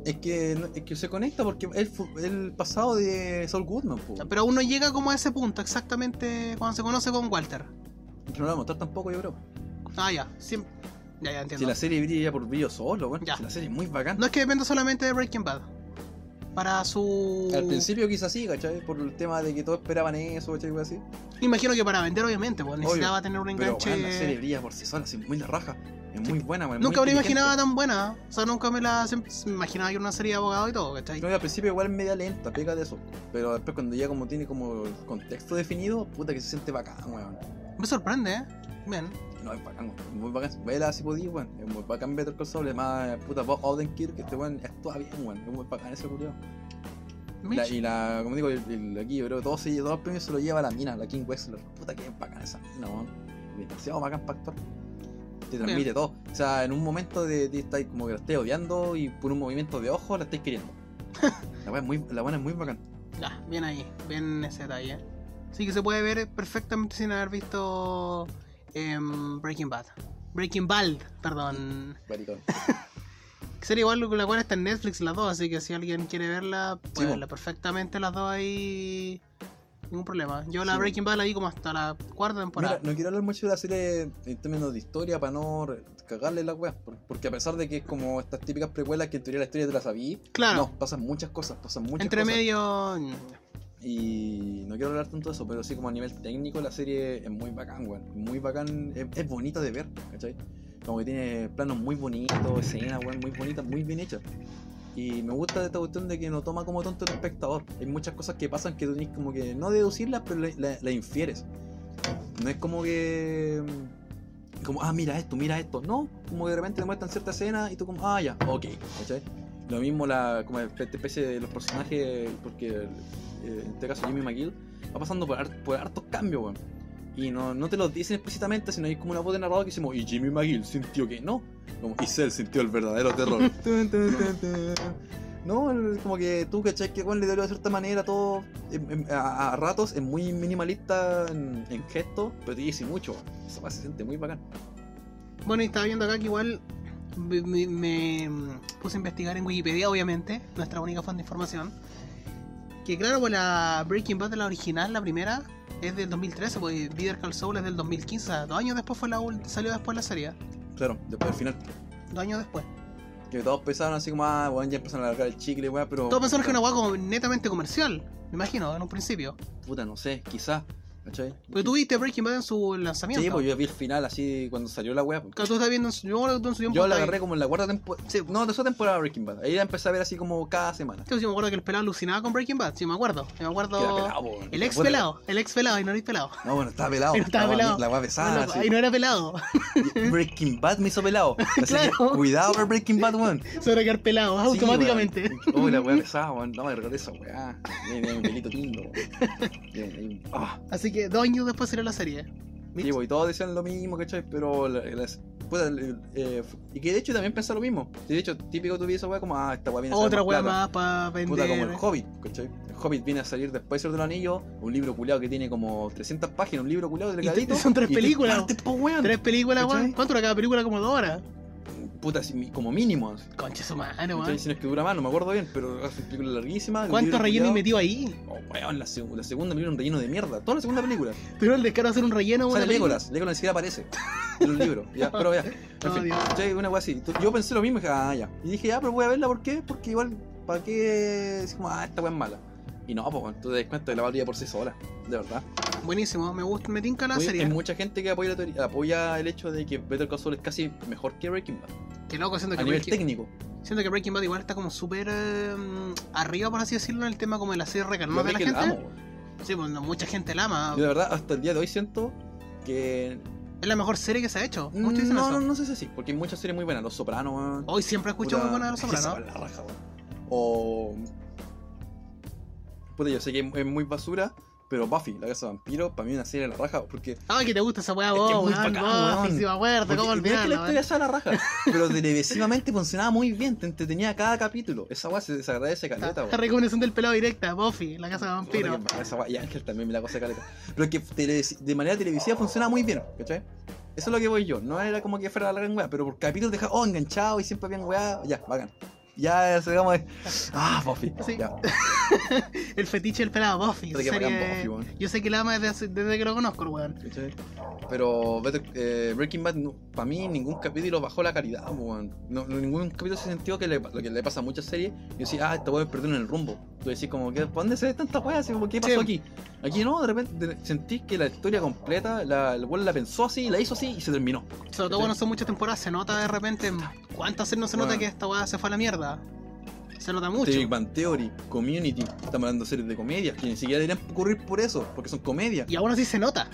Speaker 1: Es que, no- es que se conecta porque es fu- el pasado de Saul Goodman, po.
Speaker 2: Pero aún no llega como a ese punto, exactamente cuando se conoce con Walter.
Speaker 1: Que no lo voy a mostrar tampoco, yo creo.
Speaker 2: Ah, ya. Siem- Ya, ya
Speaker 1: Si
Speaker 2: entiendo.
Speaker 1: la serie brilla por brillo solo, bueno,
Speaker 2: Ya.
Speaker 1: si la serie es muy bacán.
Speaker 2: No es que dependa solamente de Breaking Bad. Para su.
Speaker 1: Al principio quizás sí, ¿cachai? Por el tema de que todos esperaban eso, ¿cachai? Weá Así.
Speaker 2: Imagino que para vender, obviamente, pues necesitaba tener un
Speaker 1: Pero
Speaker 2: enganche.
Speaker 1: weón, la serie brilla por sí sola, así, muy la raja. Es muy buena, weón,
Speaker 2: nunca
Speaker 1: muy
Speaker 2: me la imaginaba
Speaker 1: inteligente.
Speaker 2: tan buena. O sea, nunca me la. se- se me imaginaba que era una serie de abogados y todo, ¿cachai?
Speaker 1: No, y al principio igual es media lenta, pega de eso. Pero después cuando ya como tiene como el contexto definido, puta que se siente bacán, weón.
Speaker 2: Me sorprende, ¿eh? Bien.
Speaker 1: No, es bacán, weón. Es muy bacán. Vela si podís, weón. Es muy bacán Better Call Saul. Además, puta, Bob Odenkirk, este weón actúa bien, weón. Es muy bacán ese culiao.
Speaker 2: Mitch.
Speaker 1: La- Y la, como digo, el, el- aquí yo creo que todos, se- todos los premios se lo lleva la mina, la King Wexler. Puta que bacán esa mina, weón. Demasiado bacán para actuar. Te transmite
Speaker 2: Bien.
Speaker 1: todo. O sea, en un momento de, de estáis como que la estáis odiando y por un movimiento de ojos la estáis queriendo. la weá es muy, la buena es muy bacán.
Speaker 2: Ya, bien ahí, bien ese detalle. Sí que se puede ver perfectamente sin haber visto em, Breaking Bad. Breaking Bad, perdón.
Speaker 1: Maricón.
Speaker 2: Sería igual con la cual está en Netflix las dos, así que si alguien quiere verla, puede
Speaker 1: po.
Speaker 2: verla perfectamente las dos ahí. Ningún problema. Yo la
Speaker 1: Sí, po.
Speaker 2: Breaking Bad la vi como hasta la cuarta temporada.
Speaker 1: Mira, no quiero hablar mucho de la serie en términos de historia para no re- cagarle la weá, por- porque a pesar de que es como estas típicas precuelas que en teoría la historia te la sabí,
Speaker 2: claro,
Speaker 1: no, pasan muchas cosas, pasan muchas
Speaker 2: entre
Speaker 1: cosas.
Speaker 2: medio. mm,
Speaker 1: Y no quiero hablar tanto de eso, pero sí como a nivel técnico la serie es muy bacán, weón. Muy bacán, es, es bonita de ver, ¿cachai? Como que tiene planos muy bonitos, escenas, weón, muy bonitas, muy bien hechas. Y me gusta de esta cuestión de que no toma como tonto el espectador. Hay muchas cosas que pasan que tú tenés como que no deducirlas, pero la- la- las infieres. No es como que. mm, Como, ah, mira esto, mira esto. No, como que de repente te muestran cierta escena y tú, como, ah, ya, ok, ¿cachai? Lo mismo la como esta especie de los personajes, porque eh, en este caso Jimmy McGill va pasando por, har- por hartos cambios, weón. Y no, no te lo dicen explícitamente, sino hay como una voz de narrador que dice, como, y Jimmy McGill sintió que no. Como, y Cell sintió el verdadero terror. Tun, tun, tun, tun. no, el- como que tú, ¿cachai? Que bueno, le dio de cierta manera todo. em, em, a, a ratos es muy minimalista en, en gestos, pero te dice mucho. Esa weá se siente muy bacán.
Speaker 2: Bueno, y estaba viendo acá que igual me, me- me, mm, puse a investigar en Wikipedia, obviamente, nuestra única fuente de información. Que claro, pues la Breaking Bad, la original, la primera, es del 2013, pues Better Call Saul es del 2015, dos años después fue la ul- salió después la serie,
Speaker 1: Claro, después del final.
Speaker 2: dos años después.
Speaker 1: Que todos pensaron así como, ah, weón, ya empezaron a alargar el chicle, weón, pero.
Speaker 2: Todos pensaron que era una hueá como netamente comercial, me imagino, en un principio.
Speaker 1: Puta, no sé, quizás. ¿Cachai?
Speaker 2: Pero tú viste Breaking Bad en su lanzamiento.
Speaker 1: Sí, pues yo vi el final así cuando salió la weá.
Speaker 2: Que tú estás viendo en su, yo, en su tiempo
Speaker 1: Yo la
Speaker 2: estaba-
Speaker 1: agarré como en la cuarta temporada.
Speaker 2: Sí.
Speaker 1: No, tercera temporada de Breaking Bad. Ahí la empecé a ver así como cada semana.
Speaker 2: Sí, pues, me acuerdo que el pelado alucinaba con Breaking Bad, sí, me acuerdo. sí, me acuerdo.
Speaker 1: Que era pelado, po.
Speaker 2: El ex
Speaker 1: Bueno,
Speaker 2: pelado, el ex pelado, y no eres pelado.
Speaker 1: No, bueno, estaba pelado.
Speaker 2: Pero estaba
Speaker 1: La weá-
Speaker 2: pelado.
Speaker 1: La weá pesada.
Speaker 2: No,
Speaker 1: así.
Speaker 2: y no era pelado.
Speaker 1: Y Breaking Bad me hizo pelado. Así
Speaker 2: Claro.
Speaker 1: que cuidado con Breaking Bad, weón.
Speaker 2: Se va a quedar pelado
Speaker 1: Sí,
Speaker 2: automáticamente.
Speaker 1: weón. Uy, la weá pesada, weón. No me agarré esa weá. Tiene un pelito lindo, weón. Tiene ahí un- Ah.
Speaker 2: Así que dos años después salió la serie.
Speaker 1: Sí, pues, y todos decían lo mismo, ¿cachai? Pero la- las- puta, el- eh, y que de hecho también pensaba lo mismo. Y de hecho, típico tú vi esa weá como, ah, esta weá viene a ser
Speaker 2: Otra
Speaker 1: más
Speaker 2: wea
Speaker 1: plata.
Speaker 2: más para vender.
Speaker 1: Puta, como el Hobbit, ¿cachai? El Hobbit viene a salir después de Señor del Anillo, un libro culiado que tiene como 300 páginas, un libro culiado
Speaker 2: te-
Speaker 1: delgadito.
Speaker 2: son tres
Speaker 1: y te
Speaker 2: películas.
Speaker 1: partes, po, weón.
Speaker 2: Tres películas,
Speaker 1: ¿Cachai?
Speaker 2: weón. ¿Cuánto era cada película? Como dos horas.
Speaker 1: Puta, si mi- como mínimo.
Speaker 2: Concha su madre,
Speaker 1: ¿cachai?
Speaker 2: weón.
Speaker 1: Si no es que dura más, no me acuerdo bien, pero es una película larguísima.
Speaker 2: ¿Cuánto relleno y Ah,
Speaker 1: metió?
Speaker 2: metido ahí?
Speaker 1: Oh, weón, la, seg- la segunda película un relleno de mierda. Toda la segunda película.
Speaker 2: Tuvieron el descaro de hacer un relleno,
Speaker 1: Sale
Speaker 2: weón.
Speaker 1: Legolas, Legolas ni siquiera aparece en los libros. Ya, pero ya. En
Speaker 2: No,
Speaker 1: fin,
Speaker 2: Dios.
Speaker 1: ¿cachai? una wea así. Tú- Yo pensé lo mismo y dije, ah, ya. Y dije, ah, pero voy a verla, ¿por qué? Porque igual, ¿para qué? Es como, ah, esta wea es mala. Y no, pues, tú te das cuenta de la valía por sí sola, de verdad.
Speaker 2: Buenísimo, me gusta, me tinca la
Speaker 1: Oye,
Speaker 2: serie.
Speaker 1: Hay mucha gente que apoya, la teoría- apoya el hecho de que Better Call Saul es casi mejor que Breaking Bad.
Speaker 2: Qué loco, siento
Speaker 1: A
Speaker 2: que,
Speaker 1: nivel
Speaker 2: Breaking,
Speaker 1: técnico.
Speaker 2: siento que Breaking Bad igual está como súper eh, arriba, por así decirlo, en el tema como de la serie
Speaker 1: Yo
Speaker 2: recarnada de la
Speaker 1: Breaking
Speaker 2: gente.
Speaker 1: la amo.
Speaker 2: Sí, pues no, mucha gente la ama.
Speaker 1: Yo de verdad, hasta el día de hoy siento que...
Speaker 2: Es la mejor serie que se ha hecho.
Speaker 1: No,
Speaker 2: Muchos dicen eso.
Speaker 1: no, no sé si es así. Porque hay muchas series muy buenas. Los Sopranos, weón.
Speaker 2: Hoy siempre escucho muy
Speaker 1: Puta,
Speaker 2: buenas de los
Speaker 1: esa
Speaker 2: sopranos.
Speaker 1: es la raja, weón. O... Puta, yo sé que es muy basura, pero Buffy, la casa de vampiros, para mí es una serie de la raja. Porque
Speaker 2: Ay, que te gusta esa weá,
Speaker 1: Es que
Speaker 2: vos,
Speaker 1: es muy
Speaker 2: weón.
Speaker 1: bacán,
Speaker 2: Buffy,
Speaker 1: weón.
Speaker 2: sí me acuerdo,
Speaker 1: Porque no
Speaker 2: cómo
Speaker 1: es que la
Speaker 2: olvidarla,
Speaker 1: historia
Speaker 2: weón.
Speaker 1: sea la raja, pero televisivamente funcionaba muy bien, te entretenía cada capítulo. Esa weá se desagradece caleta,
Speaker 2: La
Speaker 1: weón.
Speaker 2: recomendación del pelado directa, Buffy, la casa de vampiros.
Speaker 1: Puta, que esa weá- Y Ángel también me la cosa caleta. Pero que televis- de manera televisiva funcionaba muy bien, ¿cachai? Eso es lo que voy yo. No era como que fuera la gran weá, pero por capítulos dejaba, oh, enganchado y siempre bien weá. Ya, bacán. Ya, llegamos de. Ah, Buffy.
Speaker 2: Sí.
Speaker 1: Ya.
Speaker 2: El fetiche del pelado, Buffy.
Speaker 1: Puta, que
Speaker 2: serie-
Speaker 1: bacán Buffy, weón.
Speaker 2: Yo sé que la ama desde, hace- desde que lo conozco, weón.
Speaker 1: ¿Cachai? Pero Better- eh, Breaking Bad, para mí ningún capítulo bajó la calidad, weón. No, no- ningún capítulo se sintió que le, lo que le pasa a muchas series. Y decís, ah, esta weá perdieron el rumbo. Tú decís, como, que ¿para dónde se ve tanta weá? Así como, ¿qué pasó
Speaker 2: Sí.
Speaker 1: aquí? Aquí no, de repente de- sentís que la historia completa, la, el weón la pensó así, la hizo así y se terminó.
Speaker 2: Sobre todo cuando son muchas temporadas, se nota de repente. ¿Cuántas veces no se nota
Speaker 1: Weón.
Speaker 2: que esta weá se fue a la mierda? Se nota mucho.
Speaker 1: The Big Bang Theory, Community, estamos hablando de series de comedias que ni siquiera deberían ocurrir por eso, porque son comedias.
Speaker 2: Y aún así se nota.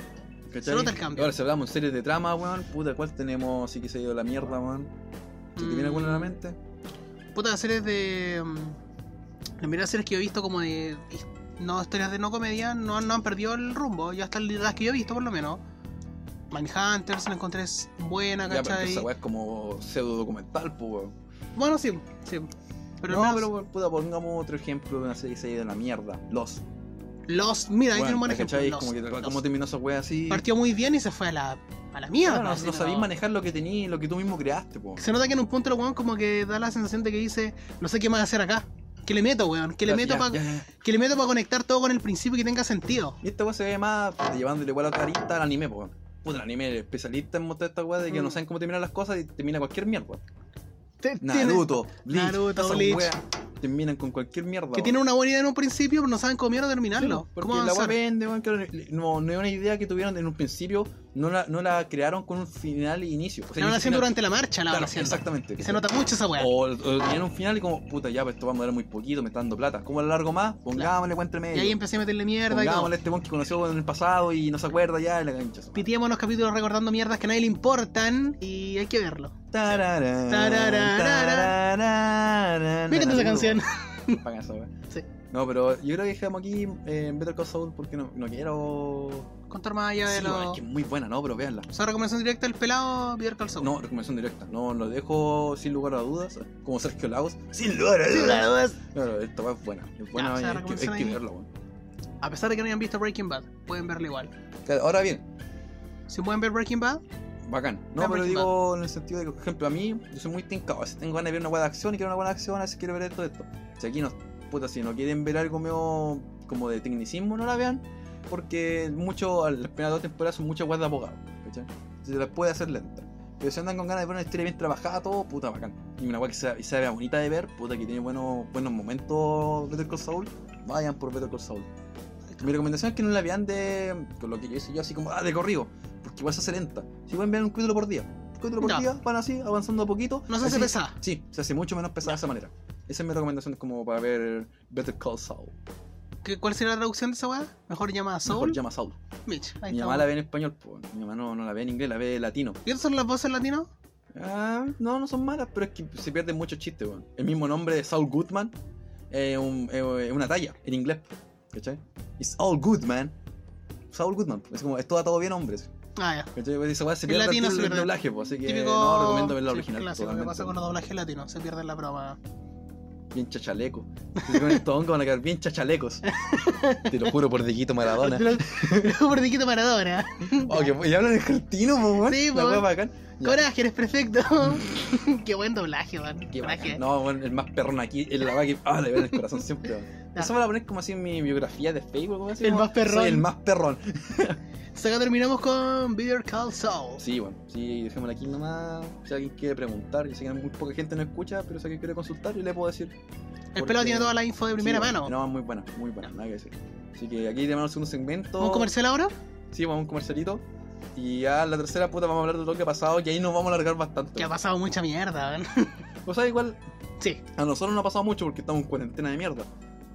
Speaker 1: ¿cachai?
Speaker 2: se nota el cambio.
Speaker 1: Ahora, si hablamos en series de trama, weón, puta, ¿cuál tenemos? Sí que se ha ido la mierda, weón. ¿Se te viene alguna a la
Speaker 2: Mm.
Speaker 1: mente?
Speaker 2: Puta, series de. mm, Las primeras series que yo he visto como de. his- No, historias de no comedia no, no han perdido el rumbo. Yo hasta las que yo he visto, por lo menos. Manhunters la encontré s- buena,
Speaker 1: Ya, pero
Speaker 2: ¿cachai?
Speaker 1: esa weá es como pseudo documental, pues weón.
Speaker 2: bueno, sí, sí. Pero
Speaker 1: no,
Speaker 2: al menos
Speaker 1: pero weón, puta, pongamos otro ejemplo de una serie que se ha ido a la mierda. Los.
Speaker 2: Lost, mira, ahí tiene un buen ejemplo.
Speaker 1: ¿cachai?
Speaker 2: Lost,
Speaker 1: como que
Speaker 2: Lost.
Speaker 1: cómo terminó esa weá así.
Speaker 2: Partió muy bien y se fue a la, a la mierda.
Speaker 1: Claro, no,
Speaker 2: así,
Speaker 1: no
Speaker 2: no.
Speaker 1: sabís manejar lo que tenías, lo que tú mismo creaste, po.
Speaker 2: Se nota que en un punto el weón como que da la sensación de que dice, no sé qué más hacer acá. ¿Qué le meto, weón? ¿Qué le
Speaker 1: Ya,
Speaker 2: meto
Speaker 1: ya,
Speaker 2: para
Speaker 1: ya, ya.
Speaker 2: conectar todo con el principio y que tenga sentido?
Speaker 1: Y esta weá se ve más puta, llevándole igual a otra arista al anime, po. weón. Puta, el anime es especialista en mostrar esta weá de que
Speaker 2: Mm.
Speaker 1: no saben cómo terminar las cosas y termina cualquier mierda.
Speaker 2: Te- tiene-
Speaker 1: Naruto, Bleach,
Speaker 2: Naruto,
Speaker 1: esas
Speaker 2: Bleach.
Speaker 1: weas terminan con cualquier mierda.
Speaker 2: Que
Speaker 1: weón.
Speaker 2: tienen una buena idea en un principio, pero no saben cómo mierda terminarlo.
Speaker 1: Sí,
Speaker 2: ¿Cómo
Speaker 1: porque la web
Speaker 2: avanzar?
Speaker 1: vende, weón, claro, no, no es una idea que tuvieron en un principio, no la, no la crearon con un final e inicio. O
Speaker 2: Se
Speaker 1: sea,
Speaker 2: la van
Speaker 1: ni
Speaker 2: haciendo
Speaker 1: siquiera-
Speaker 2: durante la marcha, la van
Speaker 1: Claro, Oh,
Speaker 2: haciendo.
Speaker 1: exactamente.
Speaker 2: Y se nota mucho esa weá.
Speaker 1: O, o tenían un final y como, puta, ya, pues esto vamos a dar muy poquito, me está dando plata. ¿Cómo lo largo más? Pongámosle cuenta entre
Speaker 2: Y ahí
Speaker 1: medio.
Speaker 2: empecé a meterle mierda y todo.
Speaker 1: eh, Pongámosle este weón que conoció en el pasado y no se acuerda ya, y la cancha.
Speaker 2: Piteamos los capítulos recordando mierdas que a nadie le importan y hay que verlo.
Speaker 1: Tarara,
Speaker 2: Tarararara.
Speaker 1: tararara,
Speaker 2: Me encanta esa canción.
Speaker 1: Pagan esa wea.
Speaker 2: Sí.
Speaker 1: No, pero yo creo que dejamos aquí eh, en Better Call Saul porque no, no quiero.
Speaker 2: Contar más allá de
Speaker 1: Sí,
Speaker 2: lo.
Speaker 1: wea, es que es muy buena, ¿no? Pero véanla.
Speaker 2: O sea, recomendación directa del pelado Peter Calzón.
Speaker 1: No, recomendación directa. No, lo dejo sin lugar a dudas. Como Sergio Lagos. Sin lugar a dudas. No, no, esta wea es buena. Es buena
Speaker 2: o
Speaker 1: y hay que-
Speaker 2: sea,
Speaker 1: hay que,
Speaker 2: recomendación ahí.
Speaker 1: verla, weón.
Speaker 2: A pesar de que no hayan visto Breaking Bad, pueden verlo igual.
Speaker 1: Claro, Ahora bien,
Speaker 2: Si pueden ver Breaking Bad,
Speaker 1: Bacán. No,
Speaker 2: Ah,
Speaker 1: pero
Speaker 2: Breaking
Speaker 1: digo en el sentido de que, por ejemplo, a mí, yo soy muy tincado. Si tengo ganas de ver una buena acción y quiero una buena acción, así quiero ver esto, esto. Si aquí no, puta, si no quieren ver algo medio como de tecnicismo, no la vean. Porque mucho, al- las primeras dos temporadas son muchas weas de abogado. ¿Cachai? Se las puede hacer lenta. Pero si andan con ganas de ver una historia bien trabajada, todo, puta, bacán. Y una wea que sea, y sea vea bonita de ver, puta, que tiene buenos, buenos momentos Better Call Saul, vayan por Better Call Saul. Mi recomendación es que no la vean de. con lo que yo hice yo, así como, ah, de corrido. Porque igual se hace lenta. Si pueden ver un capítulo por día, un capítulo por
Speaker 2: Ya.
Speaker 1: día, van así, avanzando a poquito.
Speaker 2: no se hace
Speaker 1: Así-
Speaker 2: pesada.
Speaker 1: Ah, Sí, se hace mucho menos pesada de esa manera. Esa es mi recomendación como para ver Better Call Saul.
Speaker 2: ¿Qué- ¿Cuál sería la traducción de esa weá? Mejor llama a Soul.
Speaker 1: Mejor llama Saul.
Speaker 2: Mitch, ahí
Speaker 1: Mi
Speaker 2: está.
Speaker 1: mamá la ve en español, po. mi mamá no, no la ve en inglés, la ve en latino.
Speaker 2: ¿Y esas son las voces latinas?
Speaker 1: Ah, no, no son malas, pero es que se pierden muchos chistes, weón. El mismo nombre de Saul Goodman es un- es una talla en inglés, ¿cachai? It's all good, man. Saul Goodman, es como, es todo, todo bien, hombres.
Speaker 2: Ah, ya.
Speaker 1: ¿Cachai? Pues esa weá se
Speaker 2: En
Speaker 1: pierde al
Speaker 2: latino
Speaker 1: tiro
Speaker 2: se
Speaker 1: en el
Speaker 2: pierde.
Speaker 1: doblaje, pues, así que
Speaker 2: Típico.
Speaker 1: no recomiendo verla
Speaker 2: sí,
Speaker 1: original.
Speaker 2: Clásico que
Speaker 1: totalmente.
Speaker 2: pasa con los doblajes latinos, se pierde la broma.
Speaker 1: Bien chachaleco. Si con estos hongos van a quedar bien chachalecos. Te lo juro por Dieguito Maradona.
Speaker 2: Por Diquito Maradona.
Speaker 1: Oh, que, y hablan en argentino, po, weón.
Speaker 2: Sí, pues. po,
Speaker 1: La weá
Speaker 2: weón.
Speaker 1: bacán. Ya.
Speaker 2: Coraje, eres perfecto. Qué buen doblaje, man.
Speaker 1: Qué
Speaker 2: Coraje.
Speaker 1: bacán. No, bueno, el más perrón aquí, el la weá que ah, le veo en el corazón siempre. weón.
Speaker 2: Ya.
Speaker 1: Eso me la pones como así en mi biografía de Facebook, como así,
Speaker 2: El
Speaker 1: como,
Speaker 2: más perrón.
Speaker 1: soy el más perrón.
Speaker 2: Hasta acá terminamos con Better Call Saul.
Speaker 1: Sí, bueno, sí, dejémosla aquí nomás. Si alguien quiere preguntar, yo sé que muy poca gente no escucha, pero si alguien quiere consultar, yo le puedo decir.
Speaker 2: El
Speaker 1: porque-
Speaker 2: pelado tiene toda la info de primera
Speaker 1: Sí, bueno,
Speaker 2: mano.
Speaker 1: No, muy buena, muy buena, nada que decir. Así que aquí tenemos el segundo segmento.
Speaker 2: ¿Un comercial ahora?
Speaker 1: Sí, vamos a un comercialito. Y ya la tercera puta vamos a hablar de lo que ha pasado, que ahí nos vamos a alargar bastante.
Speaker 2: Que ha pasado mucha mierda, man.
Speaker 1: O sea, igual
Speaker 2: Sí.
Speaker 1: a nosotros no ha pasado mucho porque estamos en cuarentena de mierda.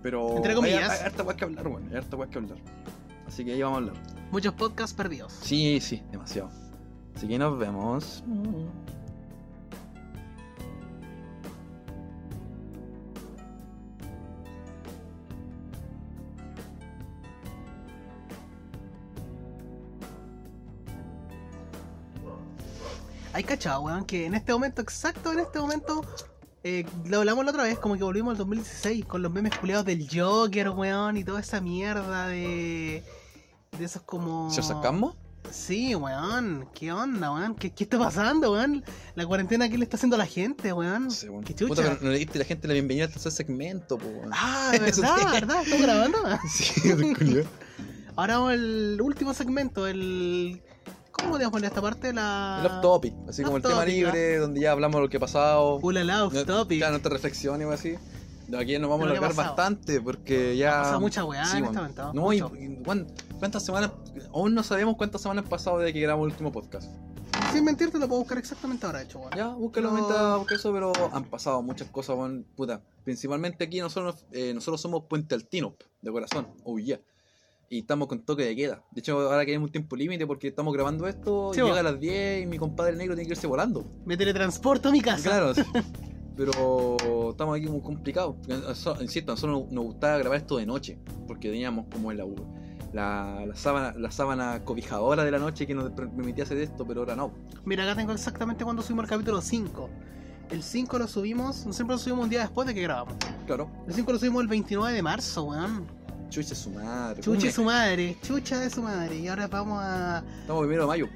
Speaker 1: Pero.
Speaker 2: Entre comillas.
Speaker 1: Hay, hay harta weá que hablar, bueno, hay harta weá que hablar. Así que ahí vamos a hablar.
Speaker 2: Muchos podcasts perdidos.
Speaker 1: Sí, sí, demasiado. Así que nos vemos.
Speaker 2: Hay cachado, weón, que en este momento, exacto en este momento, eh, lo hablamos la otra vez, como que volvimos al 2016 con los memes culeados del Joker, weón, y toda esa mierda de. de esos como.
Speaker 1: ¿Se os sacamos?
Speaker 2: Sí, weón, ¿qué onda, weón? ¿Qué, qué está pasando, weón? La cuarentena, ¿qué le está haciendo a la gente, weón?
Speaker 1: Sí, bueno.
Speaker 2: ¿Qué chucha?
Speaker 1: Puta, pero no le diste a la gente la bienvenida al tercer segmento, po. weón.
Speaker 2: Ah,
Speaker 1: Eso
Speaker 2: verdad,
Speaker 1: sí.
Speaker 2: verdad, estamos grabando.
Speaker 1: Sí, culiao.
Speaker 2: Ahora vamos al último segmento, el. ¿Cómo podríamos poner esta parte? La.
Speaker 1: El off topic, así como el
Speaker 2: Ah. Off
Speaker 1: tema
Speaker 2: topic,
Speaker 1: libre, donde ya hablamos de lo que ha pasado.
Speaker 2: Ulala, off
Speaker 1: No-
Speaker 2: topic.
Speaker 1: Claro, nuestras reflexiones o así. De aquí nos vamos a
Speaker 2: Pero ¿qué ha
Speaker 1: alargar
Speaker 2: pasado?
Speaker 1: bastante porque ya.
Speaker 2: Ha pasado mucha weá Ah, en
Speaker 1: weón.
Speaker 2: esta ventana,
Speaker 1: No, y,
Speaker 2: mucho.
Speaker 1: y cuán- cuántas semanas. Aún no sabemos cuántas semanas han pasado desde que grabamos el último podcast.
Speaker 2: Sin mentirte, lo puedo buscar exactamente ahora, de hecho, weón.
Speaker 1: Ya, búscalo
Speaker 2: No.
Speaker 1: mientras busca eso, pero han pasado muchas cosas, weón, puta. Principalmente aquí nosotros, eh, nosotros somos Puente Altino, de corazón, oh yeah. Y estamos con toque de queda. De hecho, ahora que tenemos un tiempo límite porque estamos grabando esto,
Speaker 2: Sí,
Speaker 1: llega
Speaker 2: bo.
Speaker 1: a las 10 y mi compadre negro tiene que irse volando.
Speaker 2: Me teletransporto a mi casa.
Speaker 1: Claro, sí. pero estamos aquí muy complicados. Eso- Insisto, a nosotros nos- nos gustaba grabar esto de noche, porque teníamos como la, la, la sábana, la sábana cobijadora de la noche que nos permitía hacer esto, pero ahora no.
Speaker 2: Mira, acá tengo exactamente cuando subimos el capítulo 5. El 5 lo subimos, siempre lo subimos un día después de que grabamos.
Speaker 1: Claro,
Speaker 2: El 5 lo subimos el 29 de marzo, weón.
Speaker 1: chucha su madre.
Speaker 2: Chucha de
Speaker 1: mes.
Speaker 2: su madre, chucha de su madre. Y ahora vamos a.
Speaker 1: Estamos primero de mayo.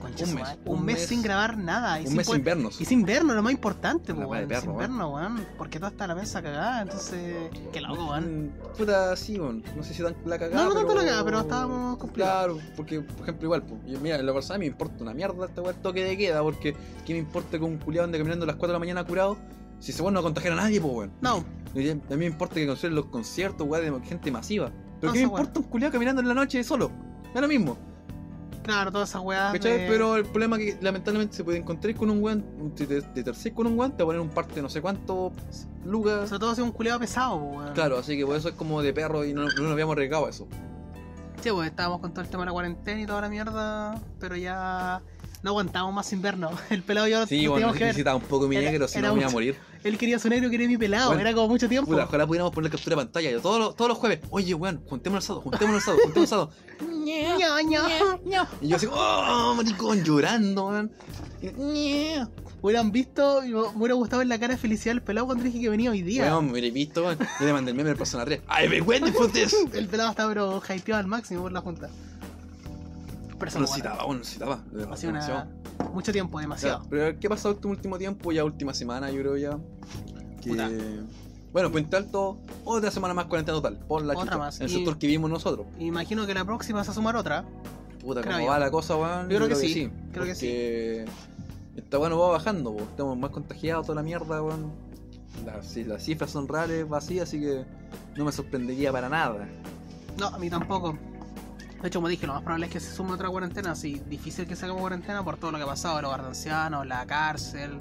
Speaker 2: Concha
Speaker 1: Un
Speaker 2: su
Speaker 1: mes,
Speaker 2: madre.
Speaker 1: un
Speaker 2: Un mes
Speaker 1: mes-
Speaker 2: sin grabar nada. Y
Speaker 1: un
Speaker 2: sin
Speaker 1: mes
Speaker 2: poder-
Speaker 1: sin vernos.
Speaker 2: pues. Y sin vernos, lo más importante,
Speaker 1: La madre
Speaker 2: po, weón.
Speaker 1: perro,
Speaker 2: Sin
Speaker 1: weón.
Speaker 2: vernos, weón. Porque toda está la mesa cagada, entonces. Qué loco, weón.
Speaker 1: Mm, Puta, sí, weón. No sé si tan la cagada.
Speaker 2: No, no tanto
Speaker 1: pero...
Speaker 2: la cagada, pero estábamos complicados.
Speaker 1: Claro, porque, por ejemplo, igual, pues, yo- mira, la persona a mí me importa una mierda este weón toque de queda, porque ¿qué me importa que un culiado ande caminando a las 4 de la mañana curado? Si ese weón no va a contagiar a nadie, pues weón.
Speaker 2: No,
Speaker 1: Y A mí me importa que cancelen los conciertos, weón, de gente masiva. Pero
Speaker 2: No,
Speaker 1: ¿qué me
Speaker 2: esa weá.
Speaker 1: importa un culiado caminando en la noche solo? Da lo mismo.
Speaker 2: claro, todas esas weas.
Speaker 1: ¿Cachai?
Speaker 2: de-
Speaker 1: Pero el problema que lamentablemente se puede encontrar es con un weón, de, de, de tercer con un weón, te va a poner un parte de no sé cuánto lucas.
Speaker 2: Sobre todo si es un culeado pesado, po, weón.
Speaker 1: Claro, así que por eso es como de perro y no, no nos habíamos arriesgado a eso.
Speaker 2: Sí, pues estábamos con todo el tema de la cuarentena y toda la mierda, pero ya No aguantábamos más sin vernos. El pelado yo
Speaker 1: Sí, bueno, necesitaba un poco mi
Speaker 2: Era-
Speaker 1: negro, si
Speaker 2: era
Speaker 1: no me iba a
Speaker 2: mucho.
Speaker 1: morir.
Speaker 2: Él quería su negro, quería mi pelado.
Speaker 1: Bueno,
Speaker 2: Era como mucho tiempo.
Speaker 1: Puta, ojalá pudiéramos poner captura de pantalla. Yo todos los, todos los jueves, oye, weón, juntémonos el sábado, juntémonos el sábado, juntémonos el sábado.
Speaker 2: Ño, ño, ño.
Speaker 1: Y yo así, oh, maricón, llorando, weón. Y, "Ñe".
Speaker 2: Hubieran visto, y me me hubiera gustado ver la cara de felicidad del pelado cuando dije que venía hoy día.
Speaker 1: Weón, me hubiera visto, weón. Yo le mandé el meme del Persona 3. ¡Ay, me cuente, frontes!
Speaker 2: El pelado estaba pero hypeado al máximo por la junta. Pero eso
Speaker 1: No
Speaker 2: no
Speaker 1: citaba, weón, no citaba.
Speaker 2: guarda. Ha sido una- Mucho tiempo, demasiado.
Speaker 1: Pero, ¿qué ha pasado este último tiempo? Ya última semana, yo creo ya. Que...
Speaker 2: Puta.
Speaker 1: Bueno, Puente Alto, otra semana más cuarentena total. Por la
Speaker 2: Otra
Speaker 1: chucha,
Speaker 2: más.
Speaker 1: El
Speaker 2: Y-
Speaker 1: sector que vivimos nosotros.
Speaker 2: Imagino que la próxima se va a sumar otra.
Speaker 1: Puta,
Speaker 2: Creo
Speaker 1: cómo
Speaker 2: yo.
Speaker 1: va la cosa, weón.
Speaker 2: Yo creo que sí, creo que
Speaker 1: sí. Esta weón va bajando, po. estamos más contagiados, toda la mierda, weón. Las, sí, las cifras son reales, vacías, así que no me sorprendería para nada.
Speaker 2: No, a mí tampoco. De hecho, como dije, lo más probable es que se sume otra cuarentena. Así, difícil que salgamos de cuarentena por todo lo que ha pasado: los guardancianos, la cárcel.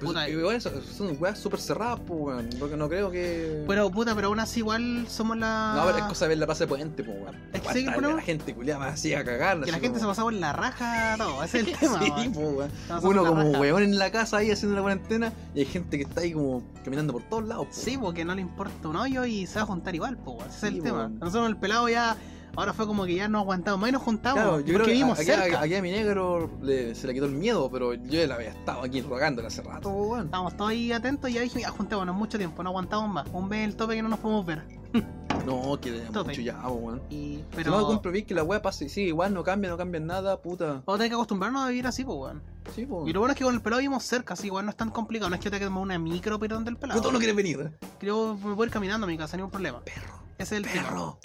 Speaker 1: Pues,
Speaker 2: Puta,
Speaker 1: igual eso- son weas súper cerradas, po, weón. Lo que no creo que.
Speaker 2: Pero puta, pero aún así, igual somos la.
Speaker 1: No, pero es cosa de ver la plaza de puente, po, weón.
Speaker 2: ah, Es que
Speaker 1: Basta
Speaker 2: sí,
Speaker 1: de
Speaker 2: pero-
Speaker 1: La gente culiada más así a cagar.
Speaker 2: Que la
Speaker 1: así
Speaker 2: gente se
Speaker 1: como-
Speaker 2: pasaba en la raja, todo. Ese es el tema.
Speaker 1: Sí,
Speaker 2: weón.
Speaker 1: po, weón.
Speaker 2: Se pasaba en
Speaker 1: Uno
Speaker 2: la
Speaker 1: como
Speaker 2: raja.
Speaker 1: weón en la casa ahí haciendo la cuarentena y hay gente que está ahí como caminando por todos lados. po.
Speaker 2: Sí, porque no le importa un hoyo y se va a juntar igual, po, weón. ese es
Speaker 1: Sí,
Speaker 2: el tema.
Speaker 1: weón.
Speaker 2: Nosotros el pelado ya, ahora fue como que ya no aguantamos más y nos juntamos,
Speaker 1: Claro, yo creo
Speaker 2: porque
Speaker 1: que
Speaker 2: vivimos
Speaker 1: a- aquí,
Speaker 2: cerca.
Speaker 1: a- aquí a mi negro le- se le quitó el miedo, pero yo la había estado aquí rogándola hace rato, po, weón.
Speaker 2: Estábamos todos ahí atentos y ya dije, ya juntémonos mucho tiempo, no aguantamos más. Un mes el tope que no nos podemos ver.
Speaker 1: No, que le
Speaker 2: Tope.
Speaker 1: mucho ya, po, weón.
Speaker 2: Y,
Speaker 1: Pero...
Speaker 2: pero
Speaker 1: No,
Speaker 2: vamos
Speaker 1: compro bien que la weá pase, sí, igual no cambia, no cambia nada, puta.
Speaker 2: a tener que acostumbrarnos a vivir así, pues weón.
Speaker 1: Sí, po.
Speaker 2: Y lo
Speaker 1: Pero
Speaker 2: bueno es que con el pelado vivimos cerca, así igual no es tan complicado. No es que te quedemos una micro pero del pelado.
Speaker 1: tú no quieres venir. ¿eh?
Speaker 2: Yo me puedo ir caminando a mi casa, ningún problema.
Speaker 1: Perro,
Speaker 2: Ese es el tema.
Speaker 1: perro.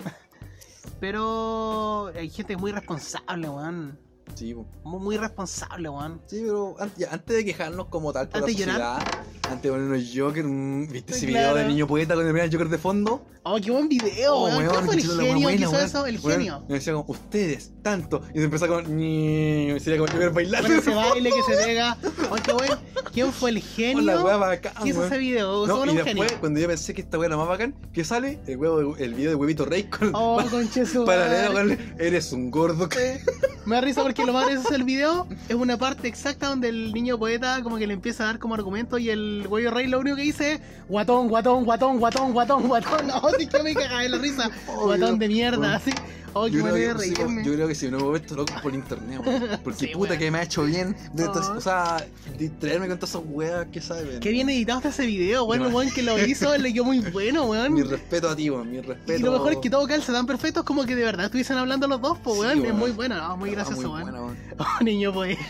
Speaker 2: Pero hay gente muy responsable, weón.
Speaker 1: Sí, po.
Speaker 2: Muy, muy responsable, weón.
Speaker 1: Sí, pero an- ya, antes de quejarnos como tal por
Speaker 2: Antes de
Speaker 1: la
Speaker 2: llorar.
Speaker 1: sociedad, antes de ponernos Joker, mm, ¿viste ese
Speaker 2: Claro.
Speaker 1: video del niño poeta con el primer Joker de fondo?
Speaker 2: Oh, qué buen video,
Speaker 1: Oh,
Speaker 2: weón. ¿Quién
Speaker 1: weón,
Speaker 2: fue el
Speaker 1: escuchando la
Speaker 2: genio
Speaker 1: buena,
Speaker 2: que hizo
Speaker 1: weón.
Speaker 2: eso? El
Speaker 1: Weón,
Speaker 2: genio.
Speaker 1: Y decía como, ustedes, tanto. Y se empezaba con, "Ni", y sería como Joker bailando.
Speaker 2: Bueno, ese baile que se pega. Oh, qué buen- ¿Quién fue el
Speaker 1: Con la weá
Speaker 2: genio
Speaker 1: bacán,
Speaker 2: que hizo
Speaker 1: weón.
Speaker 2: ese video?
Speaker 1: No,
Speaker 2: Solo
Speaker 1: y
Speaker 2: un
Speaker 1: después, pues,
Speaker 2: genio.
Speaker 1: cuando yo pensé que esta weá era más bacán, que sale el, huevo, de- el video de huevito rey con
Speaker 2: Oh, concheso.
Speaker 1: paralelo con eres un gordo que.
Speaker 2: Me da risa porque lo más gracioso del video es una parte exacta donde el niño poeta como que le empieza a dar como argumento y el güey rey lo único que dice es guatón, guatón, guatón, guatón, guatón, guatón. No, sí que me caga de la risa.
Speaker 1: Oh,
Speaker 2: guatón
Speaker 1: yo-
Speaker 2: de mierda,
Speaker 1: bueno.
Speaker 2: así. Oh, qué
Speaker 1: Yo
Speaker 2: manera de
Speaker 1: creo, que, sí,
Speaker 2: reírme.
Speaker 1: yo creo que si no me voy a estos locos por internet, weón. Porque
Speaker 2: Sí,
Speaker 1: puta
Speaker 2: weón.
Speaker 1: que me ha hecho bien. de estas-
Speaker 2: Oh.
Speaker 1: o sea, distraerme con todas esas weas que saben.
Speaker 2: Qué bien editado está ese video, weón. El
Speaker 1: Demasi-
Speaker 2: weón que lo hizo le quedó muy bueno,
Speaker 1: Mi
Speaker 2: weón.
Speaker 1: respeto a ti, weón. Mi
Speaker 2: Y
Speaker 1: respeto.
Speaker 2: lo mejor es que todo calza tan perfecto es como que de verdad estuviesen hablando los dos, pues
Speaker 1: Sí,
Speaker 2: weón. es
Speaker 1: weón.
Speaker 2: muy bueno, ah, muy
Speaker 1: Ah,
Speaker 2: gracioso,
Speaker 1: muy
Speaker 2: weón.
Speaker 1: buena, weón.
Speaker 2: Oh, niño poeta,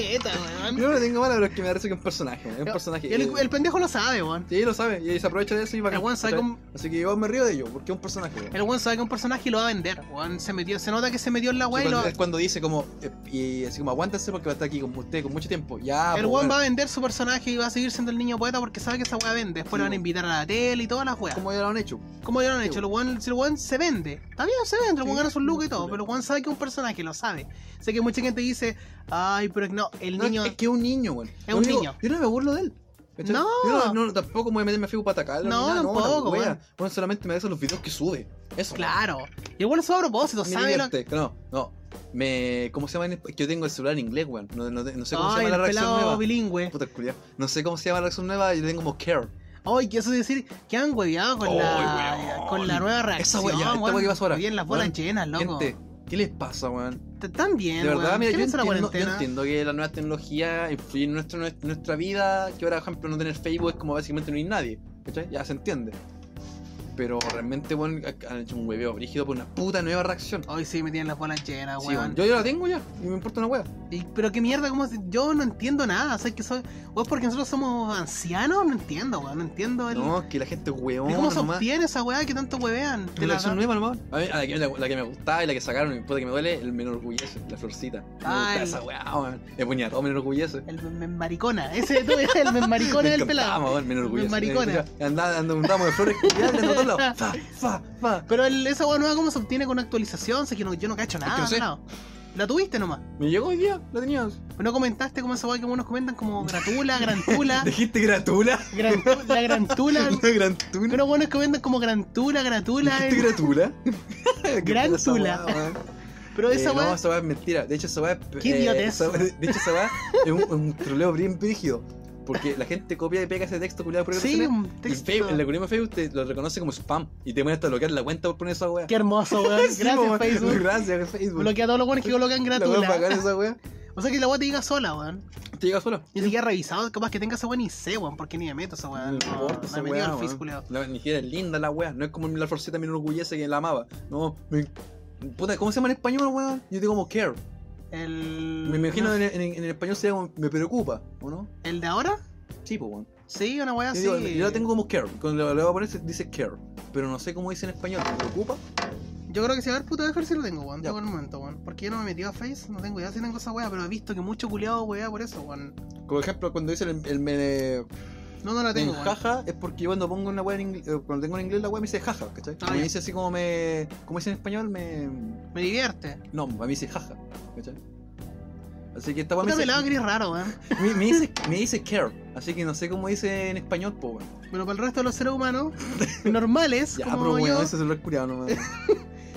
Speaker 2: weón.
Speaker 1: Yo no le tengo mala, pero es que me parece que es un personaje. Es un personaje.
Speaker 2: El,
Speaker 1: eh,
Speaker 2: el pendejo lo sabe, weón.
Speaker 1: Sí, lo sabe. Y se aprovecha de eso y va
Speaker 2: El weón sabe cómo-
Speaker 1: Así que yo me río de ello, porque es un personaje, weón.
Speaker 2: El weón sabe que un personaje y lo va a vender. Weón se metió, se nota que se metió en la
Speaker 1: Sí,
Speaker 2: weá y
Speaker 1: cuando-
Speaker 2: lo.
Speaker 1: es cuando dice como eh, y así como aguántense porque va a estar aquí con usted con mucho tiempo. Ya,
Speaker 2: El
Speaker 1: po,
Speaker 2: weón
Speaker 1: bueno.
Speaker 2: va a vender su personaje y va a seguir siendo el niño poeta porque sabe que esa weá vende.
Speaker 1: Sí,
Speaker 2: Después lo van
Speaker 1: weón.
Speaker 2: a invitar a la tele y todas las weas.
Speaker 1: como ya lo han hecho.
Speaker 2: Como ya lo han
Speaker 1: Sí,
Speaker 2: hecho, el weón, si el weón se vende. Está bien, se vende, el weón
Speaker 1: Sí,
Speaker 2: gana su look y todo,
Speaker 1: sí.
Speaker 2: pero el weón sabe que es un personaje, lo sabe. Sé que mucha gente dice, ay, pero no, el
Speaker 1: No,
Speaker 2: niño.
Speaker 1: es, es que es un niño, weón.
Speaker 2: Es
Speaker 1: Yo
Speaker 2: un
Speaker 1: digo,
Speaker 2: niño.
Speaker 1: Yo no me burlo de él. ¿cachai?
Speaker 2: No.
Speaker 1: Yo no, no, tampoco me voy a meterme a fijo para atacarlo.
Speaker 2: No,
Speaker 1: ni nada, la
Speaker 2: tampoco,
Speaker 1: wea.
Speaker 2: weón.
Speaker 1: Weón, solamente me agradece los videos que sube. Eso.
Speaker 2: Claro. Y el weón lo sabe a propósito,
Speaker 1: Me
Speaker 2: sabe lo.
Speaker 1: divierte, No, no. Me, ¿Cómo se llama? en espa- que Yo tengo el celular en inglés, weón. No, no- no sé cómo se
Speaker 2: Ay,
Speaker 1: llama la
Speaker 2: el
Speaker 1: reacción
Speaker 2: pelado
Speaker 1: nueva.
Speaker 2: bilingüe.
Speaker 1: Puta el culiao. No sé cómo se llama la reacción nueva. Yo tengo como care.
Speaker 2: Ay, que eso es decir, que han hueveado con,
Speaker 1: Ay,
Speaker 2: la,
Speaker 1: weón.
Speaker 2: con la nueva
Speaker 1: Esa
Speaker 2: reacción.
Speaker 1: wea, ya, esta
Speaker 2: weón.
Speaker 1: wea que pasó ahora.
Speaker 2: Bien, las bolas
Speaker 1: Weón,
Speaker 2: llenas, loco.
Speaker 1: Gente, ¿qué les pasa, weón?
Speaker 2: T- Tan bien,
Speaker 1: De verdad,
Speaker 2: weón.
Speaker 1: mira,
Speaker 2: ¿Qué
Speaker 1: yo
Speaker 2: piensa la
Speaker 1: entiendo, yo
Speaker 2: cuarentena?
Speaker 1: entiendo que la nueva tecnología influye en nuestro- nues- nuestra vida, que ahora, por ejemplo, no tener Facebook es como básicamente no hay nadie, ¿cachai? Ya se entiende. Pero realmente, bueno, han hecho un hueveo brígido por una puta nueva reacción.
Speaker 2: Hoy sí me tienen las bolas llenas,
Speaker 1: Sí,
Speaker 2: Ah, weón.
Speaker 1: weón. yo ya la tengo ya, y me importa una hueá.
Speaker 2: Y- pero qué mierda, ¿cómo se- yo no entiendo nada. O sea, que soy. O es porque nosotros somos ancianos, no entiendo, weón. No entiendo el.
Speaker 1: No, que la gente hueón
Speaker 2: ¿Y cómo se
Speaker 1: nomás.
Speaker 2: obtiene esa weá que tanto wevean?
Speaker 1: Una
Speaker 2: Te la
Speaker 1: reacción
Speaker 2: dan-
Speaker 1: nueva nomás. A mí, a la, que, la- la que me gustaba y la que sacaron, y puta que me duele, el me enorgullece, la florcita. Me
Speaker 2: Ah,
Speaker 1: gustaba
Speaker 2: el-
Speaker 1: esa hueá, weón. Me ponía todo, me enorgullece.
Speaker 2: El men- maricona. Ese tú, el men maricona del
Speaker 1: encantaba,
Speaker 2: pelado.
Speaker 1: weón, me enorgullece.
Speaker 2: maricona.
Speaker 1: Andaba dando un ramo de flores y a todos lados. Fa, fa, fa.
Speaker 2: Pero el- esa weá nueva, ¿cómo se obtiene con una actualización? Sé que no- yo no cacho nada.
Speaker 1: que no sé.
Speaker 2: nada. La tuviste nomás.
Speaker 1: Me llegó hoy día, la tenías.
Speaker 2: Pero no comentaste como esa weá que algunos comentan como gratula, grantula.
Speaker 1: ¿Dijiste gratula?
Speaker 2: gran- la grantula.
Speaker 1: ¿Una grantula?
Speaker 2: Unos buenos comentan como grantula, gratula. eh.
Speaker 1: ¿Dijiste
Speaker 2: el-
Speaker 1: gratula? Qué
Speaker 2: Grantula.
Speaker 1: puta esa weá, weón.
Speaker 2: Pero esa
Speaker 1: Eh, No,
Speaker 2: weá.
Speaker 1: esa weá es mentira. De hecho, esa weá es-
Speaker 2: Qué
Speaker 1: eh,
Speaker 2: idiotez.
Speaker 1: esa weá- De hecho, esa weá es un, un troleo bien brígido. Porque la gente copia y pega ese texto culiado por
Speaker 2: sí, un
Speaker 1: Y
Speaker 2: texto.
Speaker 1: Facebook, el algoritmo de Facebook te lo reconoce como spam y te muestra bloquear la cuenta por poner esa weá.
Speaker 2: Qué hermoso, weón.
Speaker 1: Sí,
Speaker 2: Gracias,
Speaker 1: weón.
Speaker 2: Facebook.
Speaker 1: Gracias, Facebook.
Speaker 2: Bloquea a todos los weones que colocan
Speaker 1: La weá es bacán
Speaker 2: gratuita.
Speaker 1: esa weá.
Speaker 2: O sea que la weá te diga sola, weón.
Speaker 1: Te llega solo.
Speaker 2: Ni siquiera he revisado, capaz que tenga esa weá ni sé, weón, porque ni me meto esa weá.
Speaker 1: No
Speaker 2: No,
Speaker 1: importa
Speaker 2: no
Speaker 1: esa
Speaker 2: me
Speaker 1: weá,
Speaker 2: metido al Face,
Speaker 1: weón.
Speaker 2: culiao.
Speaker 1: La Nigeria es linda la weá. No es como la forceta me enorgullece que la amaba. No, me... Puta, ¿cómo se llama en español, weón? Yo digo como care.
Speaker 2: El.
Speaker 1: Me imagino
Speaker 2: no,
Speaker 1: en, en, en el español sería como me preocupa, ¿o no?
Speaker 2: ¿El de ahora?
Speaker 1: Sí, pues, weón.
Speaker 2: Ah, Sí, una weá
Speaker 1: Yo
Speaker 2: así.
Speaker 1: digo, yo la tengo como care. Cuando la voy a poner se- dice care. Pero no sé cómo dice en español. ¿Me preocupa?
Speaker 2: Yo creo que si a ver puta de ver si lo tengo, weón.
Speaker 1: Ya.
Speaker 2: Tengo el momento, weón. Porque yo no me he metido a Face, no tengo idea si tengo esa weá, pero he visto que mucho culiado weá por eso, weón.
Speaker 1: Por ejemplo, cuando dice el, el me...
Speaker 2: No, no la
Speaker 1: en
Speaker 2: tengo, weón.
Speaker 1: jaja es porque yo cuando pongo una web en inglés, eh, cuando tengo en inglés la web me dice jaja, ¿cachai?
Speaker 2: Ah,
Speaker 1: me
Speaker 2: ya.
Speaker 1: dice así como me. ¿Cómo dice en español? Me.
Speaker 2: Me divierte.
Speaker 1: No, a mí me dice jaja, ¿cachai? Así que esta web me,
Speaker 2: Puta
Speaker 1: dice-
Speaker 2: pelado que eres raro, weón.
Speaker 1: me, me dice. Me dice care, así que no sé cómo dice en español, po, weón.
Speaker 2: Pero para el resto de los seres humanos normales,
Speaker 1: Ya,
Speaker 2: como
Speaker 1: pero
Speaker 2: yo,
Speaker 1: weón, eso se lo he curado nomás.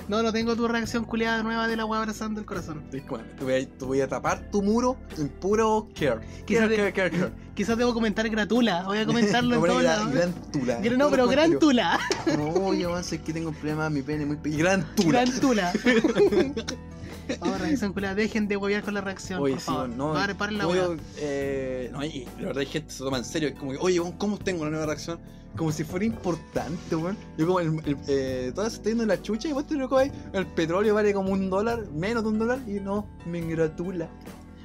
Speaker 2: no, no tengo tu reacción culiada nueva de la weá abrazando el corazón.
Speaker 1: Es como, te, voy a, te voy a tapar tu muro en puro care.
Speaker 2: Quizás
Speaker 1: Care,
Speaker 2: de-
Speaker 1: care, care, care.
Speaker 2: Quizás debo comentar gratula, voy a comentarlo en
Speaker 1: Voy a
Speaker 2: todos
Speaker 1: poner
Speaker 2: lados.
Speaker 1: gran, gran tula.
Speaker 2: Gra- No, pero gran tula.
Speaker 1: No, oye, weón, sé que tengo un problema, mi pene muy pe- Gran tula.
Speaker 2: Gran tula. Oh, reacción culiada, dejen de huevear con la reacción,
Speaker 1: Oye,
Speaker 2: por
Speaker 1: sí,
Speaker 2: favor.
Speaker 1: weón, no,
Speaker 2: Paren- paren la
Speaker 1: oye,
Speaker 2: weá.
Speaker 1: eh, no, y la verdad es que esto se toma en serio. Es como que, oye, weón, ¿cómo tengo una nueva reacción? Como si fuera importante, weón. Yo como el, el eh, todo se está yendo en la chucha y vos te loco ahí, el petróleo vale como un dólar, menos de un dólar, y no, me engratula.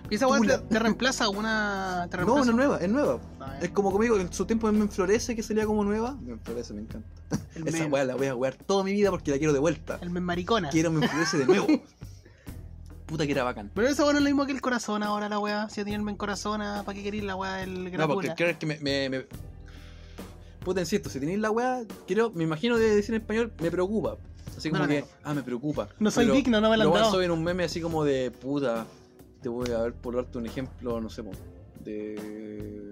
Speaker 2: Y esa weá te,
Speaker 1: Tula.
Speaker 2: te reemplaza una. Te
Speaker 1: No, no
Speaker 2: reemplaza
Speaker 1: es nueva, es nueva.
Speaker 2: Ah, ya.
Speaker 1: Es como conmigo, en su tiempo me enflorece que salía como nueva. Me enflorece, me encanta.
Speaker 2: El
Speaker 1: Esa
Speaker 2: men.
Speaker 1: weá la voy a jugar toda mi vida porque la quiero de vuelta.
Speaker 2: El men maricona.
Speaker 1: Quiero me enflorece de nuevo. Puta que era bacán.
Speaker 2: Pero esa weá no es lo mismo que el corazón ahora, la weá. Si ya tiene el men corazón, ¿para qué queréis la weá del
Speaker 1: No, porque
Speaker 2: gratula?
Speaker 1: creo que me, me, me- Puta, insisto, si tenéis la weá, creo, me imagino de decir en español, me preocupa. Así
Speaker 2: No
Speaker 1: como
Speaker 2: la
Speaker 1: que,
Speaker 2: tengo.
Speaker 1: ah, me preocupa.
Speaker 2: No soy
Speaker 1: Pero
Speaker 2: digno, no me la han
Speaker 1: Lo van
Speaker 2: dado.
Speaker 1: suben un meme así como de puta. Te voy a ver por darte un ejemplo, no sé, po,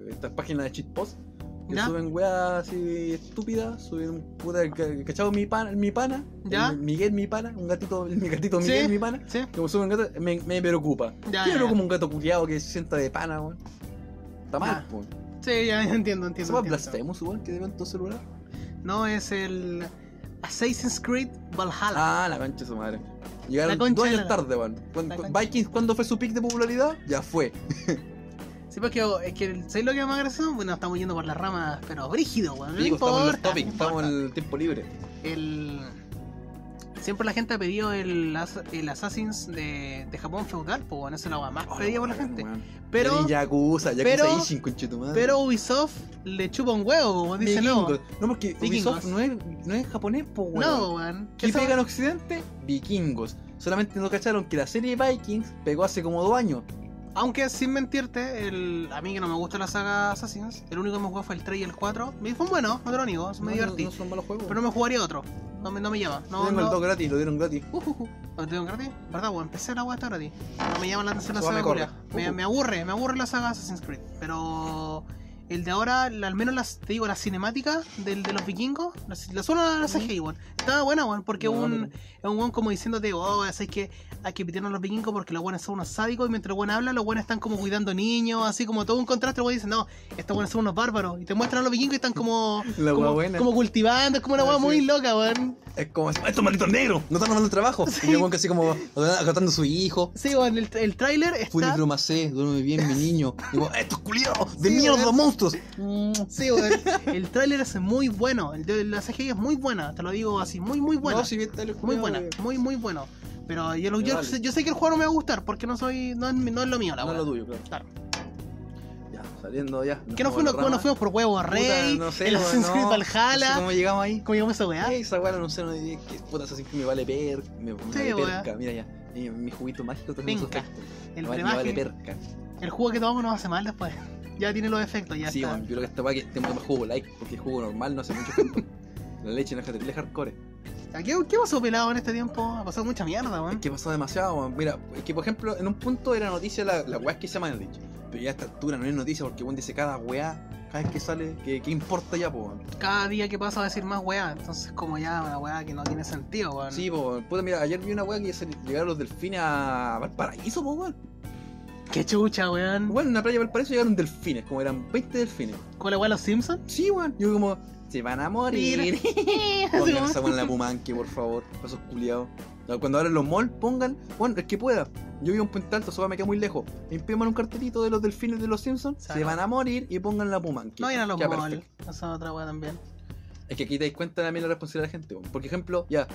Speaker 1: de estas páginas de cheatpost. Que
Speaker 2: ¿Ya?
Speaker 1: suben weá así estúpidas, suben un puta, ca- cachado mi pana, mi pana,
Speaker 2: ¿Ya?
Speaker 1: el Miguel mi pana, un gatito, mi gatito
Speaker 2: Sí.
Speaker 1: Miguel mi pana,
Speaker 2: ¿Sí?
Speaker 1: como suben un gato, me, me preocupa.
Speaker 2: Ya, ya,
Speaker 1: Quiero
Speaker 2: ya.
Speaker 1: como un gato culiado que se sienta de pana, weón. Está mal,
Speaker 2: Ya.
Speaker 1: po.
Speaker 2: Sí, ya
Speaker 1: ¿Qué
Speaker 2: entiendo,
Speaker 1: más
Speaker 2: entiendo. entiendo.
Speaker 1: blasfemo, weón, que de tu celular?
Speaker 2: No, es el Assassin's Creed Valhalla.
Speaker 1: Ah, la concha de su madre. Llegaron
Speaker 2: La concha
Speaker 1: dos
Speaker 2: de
Speaker 1: años
Speaker 2: la-
Speaker 1: tarde, weón. Cuan-
Speaker 2: La
Speaker 1: cu-
Speaker 2: concha.
Speaker 1: Vikings, ¿cuándo fue su pick de popularidad? Ya fue.
Speaker 2: Sí, porque es que, el- ¿sabes lo que es más gracioso? Bueno, estamos yendo por las ramas, pero brígido, weón. No
Speaker 1: Digo, pues, estamos en los
Speaker 2: importa,
Speaker 1: topics,
Speaker 2: no
Speaker 1: estamos
Speaker 2: importa.
Speaker 1: en el tiempo libre.
Speaker 2: el... Siempre la gente ha pedido el, as- el Assassin's de, de Japón feudal, pues bueno, eso es la hueá más
Speaker 1: Oh,
Speaker 2: pedida por la gente. Pero,
Speaker 1: Y Yakuza, Yakuza
Speaker 2: pero-
Speaker 1: Ishin, concha de tu madre.
Speaker 2: pero Ubisoft le chupa un huevo, weón, dice no.
Speaker 1: Vikingos. No, porque
Speaker 2: Vikingos.
Speaker 1: Ubisoft no es, no es japonés, po, weón.
Speaker 2: No, weón.
Speaker 1: ¿Qué
Speaker 2: Esa-
Speaker 1: pega en Occidente? Vikingos. Solamente no cacharon que la serie Vikings pegó hace como dos años.
Speaker 2: Aunque sin mentirte, el... a mí que no me gusta la saga Assassin's, el único que me jugó fue el 3 y el 4. Me fue bueno, no te lo niego, me
Speaker 1: No,
Speaker 2: divertí.
Speaker 1: No, no son malos juegos.
Speaker 2: Pero no me jugaría otro. No me, no me llama. No,
Speaker 1: Tengo
Speaker 2: no.
Speaker 1: el 2 gratis, lo dieron gratis.
Speaker 2: Uh, uh, uh. ¿Lo tengo gratis? ¿Verdad, weón? Empecé la weá hasta gratis. No me llama la atención la
Speaker 1: Eso
Speaker 2: saga
Speaker 1: me corre.
Speaker 2: culia. Me,
Speaker 1: Uh.
Speaker 2: me aburre, me aburre la saga Assassin's Creed. Pero el de ahora, la- al menos las, te digo, las cinemáticas del, de los vikingos, las, las solo la CGI, weón. Estaba buena, weón, porque
Speaker 1: No,
Speaker 2: un,
Speaker 1: pero-
Speaker 2: es un weón como diciéndote, oh, es que hay que pitear a los vikingos porque los weones son unos sádicos y mientras los weones hablan, los weones están como cuidando niños, así como todo un contraste, los weones dicen, no, estos weones son unos bárbaros. Y te muestran a los vikingos y están como,
Speaker 1: La
Speaker 2: como,
Speaker 1: hueá buena.
Speaker 2: como cultivando, es como una
Speaker 1: Ah,
Speaker 2: weá
Speaker 1: sí.
Speaker 2: muy loca, weón.
Speaker 1: Es como, estos malditos negros, no están tomando el trabajo.
Speaker 2: Sí.
Speaker 1: Y el weón que así como agotando a su hijo.
Speaker 2: Sí, weón, el, el tráiler está...
Speaker 1: Fui macé, duerme bien mi niño. Digo, estos culiados, de
Speaker 2: Sí,
Speaker 1: mierda,
Speaker 2: weón.
Speaker 1: monstruos.
Speaker 2: Mm, Sí, weón. El tráiler es muy bueno. El de la CGI es muy buena. Te lo digo así, muy, muy buena.
Speaker 1: bien está el
Speaker 2: muy buena, muy, muy bueno. Pero yo, lo-
Speaker 1: Me
Speaker 2: yo,
Speaker 1: vale.
Speaker 2: sé- yo sé que el juego no me va a gustar porque no soy no, es mi- no es lo mío, la
Speaker 1: No es lo
Speaker 2: weá.
Speaker 1: tuyo, claro.
Speaker 2: Claro.
Speaker 1: Ya, saliendo ya.
Speaker 2: Que no fuimos, no fuimos por huevo Rey, el Assassin's Creed Valhalla.
Speaker 1: No sé cómo llegamos ahí.
Speaker 2: ¿Cómo llamamos esa weá?
Speaker 1: Ay, esa weá no sé, no sé, que puta Assassin's Creed me vale per, me, me
Speaker 2: Sí,
Speaker 1: vale
Speaker 2: weá.
Speaker 1: perca, mira ya. Mi, mi juguito mágico está
Speaker 2: Penca.
Speaker 1: El
Speaker 2: el
Speaker 1: me, vale- me
Speaker 2: brebaje.
Speaker 1: vale perca.
Speaker 2: el juego que tomamos nos hace mal después. Ya tiene los efectos, ya
Speaker 1: sí,
Speaker 2: está.
Speaker 1: weón, yo creo que esta weá que tengo que tomar jugo like, porque el jugo normal no hace mucho tiempo. La leche no es terrible hardcore.
Speaker 2: ¿Qué, ¿Qué pasó pelado en este tiempo? Ha pasado mucha mierda,
Speaker 1: Es
Speaker 2: weón.
Speaker 1: que pasó demasiado, weón. Mira, es que por ejemplo, en un punto era noticia la, la weá que se llama Enrich. Pero ya a esta altura no es noticia porque Juan dice cada weá, cada vez que sale, que, que importa ya, po. weón?
Speaker 2: Cada día que pasa va a decir más weá. Entonces, como ya una weá que no tiene sentido, weón.
Speaker 1: Sí, po, weón. puta, mira, ayer vi una weá que se llegaron los delfines a Valparaíso, po, weón.
Speaker 2: Qué chucha, weón.
Speaker 1: Weón, en la playa de Valparaíso llegaron delfines, como eran 20 delfines.
Speaker 2: ¿Cuál es weá de los Simpsons?
Speaker 1: Sí, weón. Yo como, se van a morir. Pongan esa weá en la pumanque, por favor. Pasos culiados. Cuando abran los malls, pongan, bueno, el que pueda. Yo vivo en Puente Alto, eso me queda muy lejos. Impriman un cartelito de los delfines de los Simpsons,
Speaker 2: Claro.
Speaker 1: se van a morir y pongan la pumanque.
Speaker 2: No vienen a los
Speaker 1: Queda
Speaker 2: malls.
Speaker 1: perfecto.
Speaker 2: Esa es otra weá también.
Speaker 1: Es que aquí te das cuenta también la responsabilidad de la gente. weón. Por ejemplo, ya,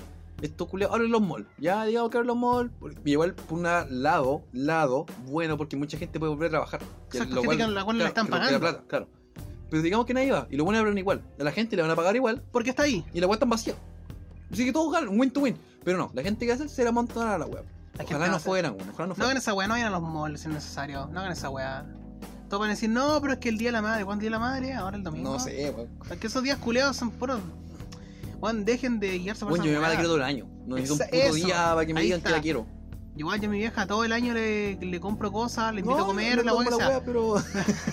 Speaker 1: estos culiados abren los malls. Ya, digamos que abren los malls. Y igual por un lado, lado, bueno, porque mucha gente puede volver a trabajar. Que
Speaker 2: Exacto,
Speaker 1: lo
Speaker 2: gente que- la cual le
Speaker 1: claro,
Speaker 2: están
Speaker 1: que recupera plata,
Speaker 2: pagando.
Speaker 1: claro. Pero digamos que nadie va. Y lo bueno abren igual. A la gente le van a pagar igual
Speaker 2: Porque está ahí.
Speaker 1: y la web está vacía. Así que todos ganan, win to win. Pero no, la gente que hace se la montan a la web.
Speaker 2: La gente
Speaker 1: Ojalá
Speaker 2: va
Speaker 1: no
Speaker 2: a hacer-
Speaker 1: fueran, weón, ojalá no
Speaker 2: No hagan
Speaker 1: fueran.
Speaker 2: esa weá, no vayan a los malls si es necesario. No hagan esa weá. Todos van a decir, no, pero es que el día de la madre. ¿Cuándo día de la madre? Ahora el domingo.
Speaker 1: No sé, weón.
Speaker 2: Es que esos días culeados son puros. Weón, dejen de guiarse por
Speaker 1: Bueno, yo
Speaker 2: esas
Speaker 1: mi mamá la
Speaker 2: weas.
Speaker 1: quiero todo el año. No necesito un
Speaker 2: Esa-
Speaker 1: puto
Speaker 2: eso.
Speaker 1: día para que me
Speaker 2: Ahí
Speaker 1: digan que
Speaker 2: está.
Speaker 1: la quiero.
Speaker 2: Igual yo a mi vieja todo el año le, le compro cosas, le invito
Speaker 1: No,
Speaker 2: a comer,
Speaker 1: no
Speaker 2: la
Speaker 1: como
Speaker 2: wea que
Speaker 1: la
Speaker 2: sea.
Speaker 1: wea, pero.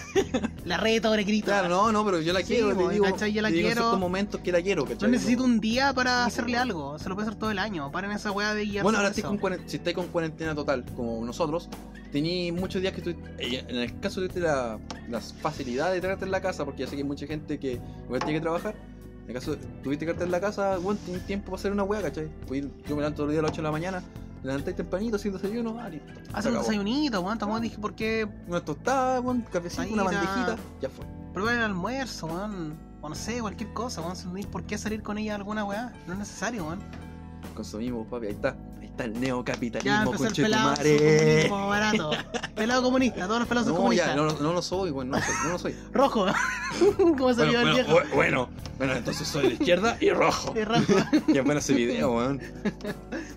Speaker 2: La reto, le grito.
Speaker 1: Claro, no, no, pero yo la
Speaker 2: Sí,
Speaker 1: quiero,
Speaker 2: weón,
Speaker 1: le digo.
Speaker 2: ¿cachai? Yo la
Speaker 1: le digo en
Speaker 2: quiero.
Speaker 1: ciertos momentos que la quiero, ¿cachai?
Speaker 2: No necesito
Speaker 1: No.
Speaker 2: un día para
Speaker 1: Sí,
Speaker 2: hacerle
Speaker 1: bueno.
Speaker 2: algo, se lo puede hacer todo el año. Paren esa weá de guiarse.
Speaker 1: Bueno, ahora
Speaker 2: por
Speaker 1: estáis
Speaker 2: eso.
Speaker 1: con cuaren- si estáis con cuarentena total, como nosotros, tení muchos días que estuviste. En el caso de la, las facilidades de traerte en la casa, porque ya sé que hay mucha gente que igual tiene que trabajar. En el caso tuviste que quedarte en la casa, bueno, tenés tiempo para hacer una hueá, ¿cachai? Fui- yo me levanto todos los días a las 8 de la mañana, me levantáis tempranito, sin desayuno, ah, listo. se
Speaker 2: Hacen un
Speaker 1: acabó.
Speaker 2: desayunito, weón. Tomás dije, ¿por qué
Speaker 1: Una tostada, bueno, un cafecito, una
Speaker 2: Ahí la-
Speaker 1: bandejita, ya fue.
Speaker 2: probar el almuerzo, weón? O no sé, cualquier cosa, weón. Si no hay por qué salir con ella a alguna weá. No es necesario, weón.
Speaker 1: Consumimos, papi, ahí está. Ahí está el
Speaker 2: Ya
Speaker 1: neocapitalismo,
Speaker 2: empezó el pelado su
Speaker 1: conchetumare.
Speaker 2: comunismo barato. pelado comunista, todos los pelados son
Speaker 1: No, ya,
Speaker 2: comunistas.
Speaker 1: no, no lo soy, bueno, no, lo soy, no lo soy.
Speaker 2: Rojo. ¿Cómo se
Speaker 1: Bueno,
Speaker 2: llama el
Speaker 1: bueno,
Speaker 2: viejo?
Speaker 1: bu- bueno, bueno, entonces soy de izquierda y rojo.
Speaker 2: Es rojo.
Speaker 1: Qué bueno ese video, weón.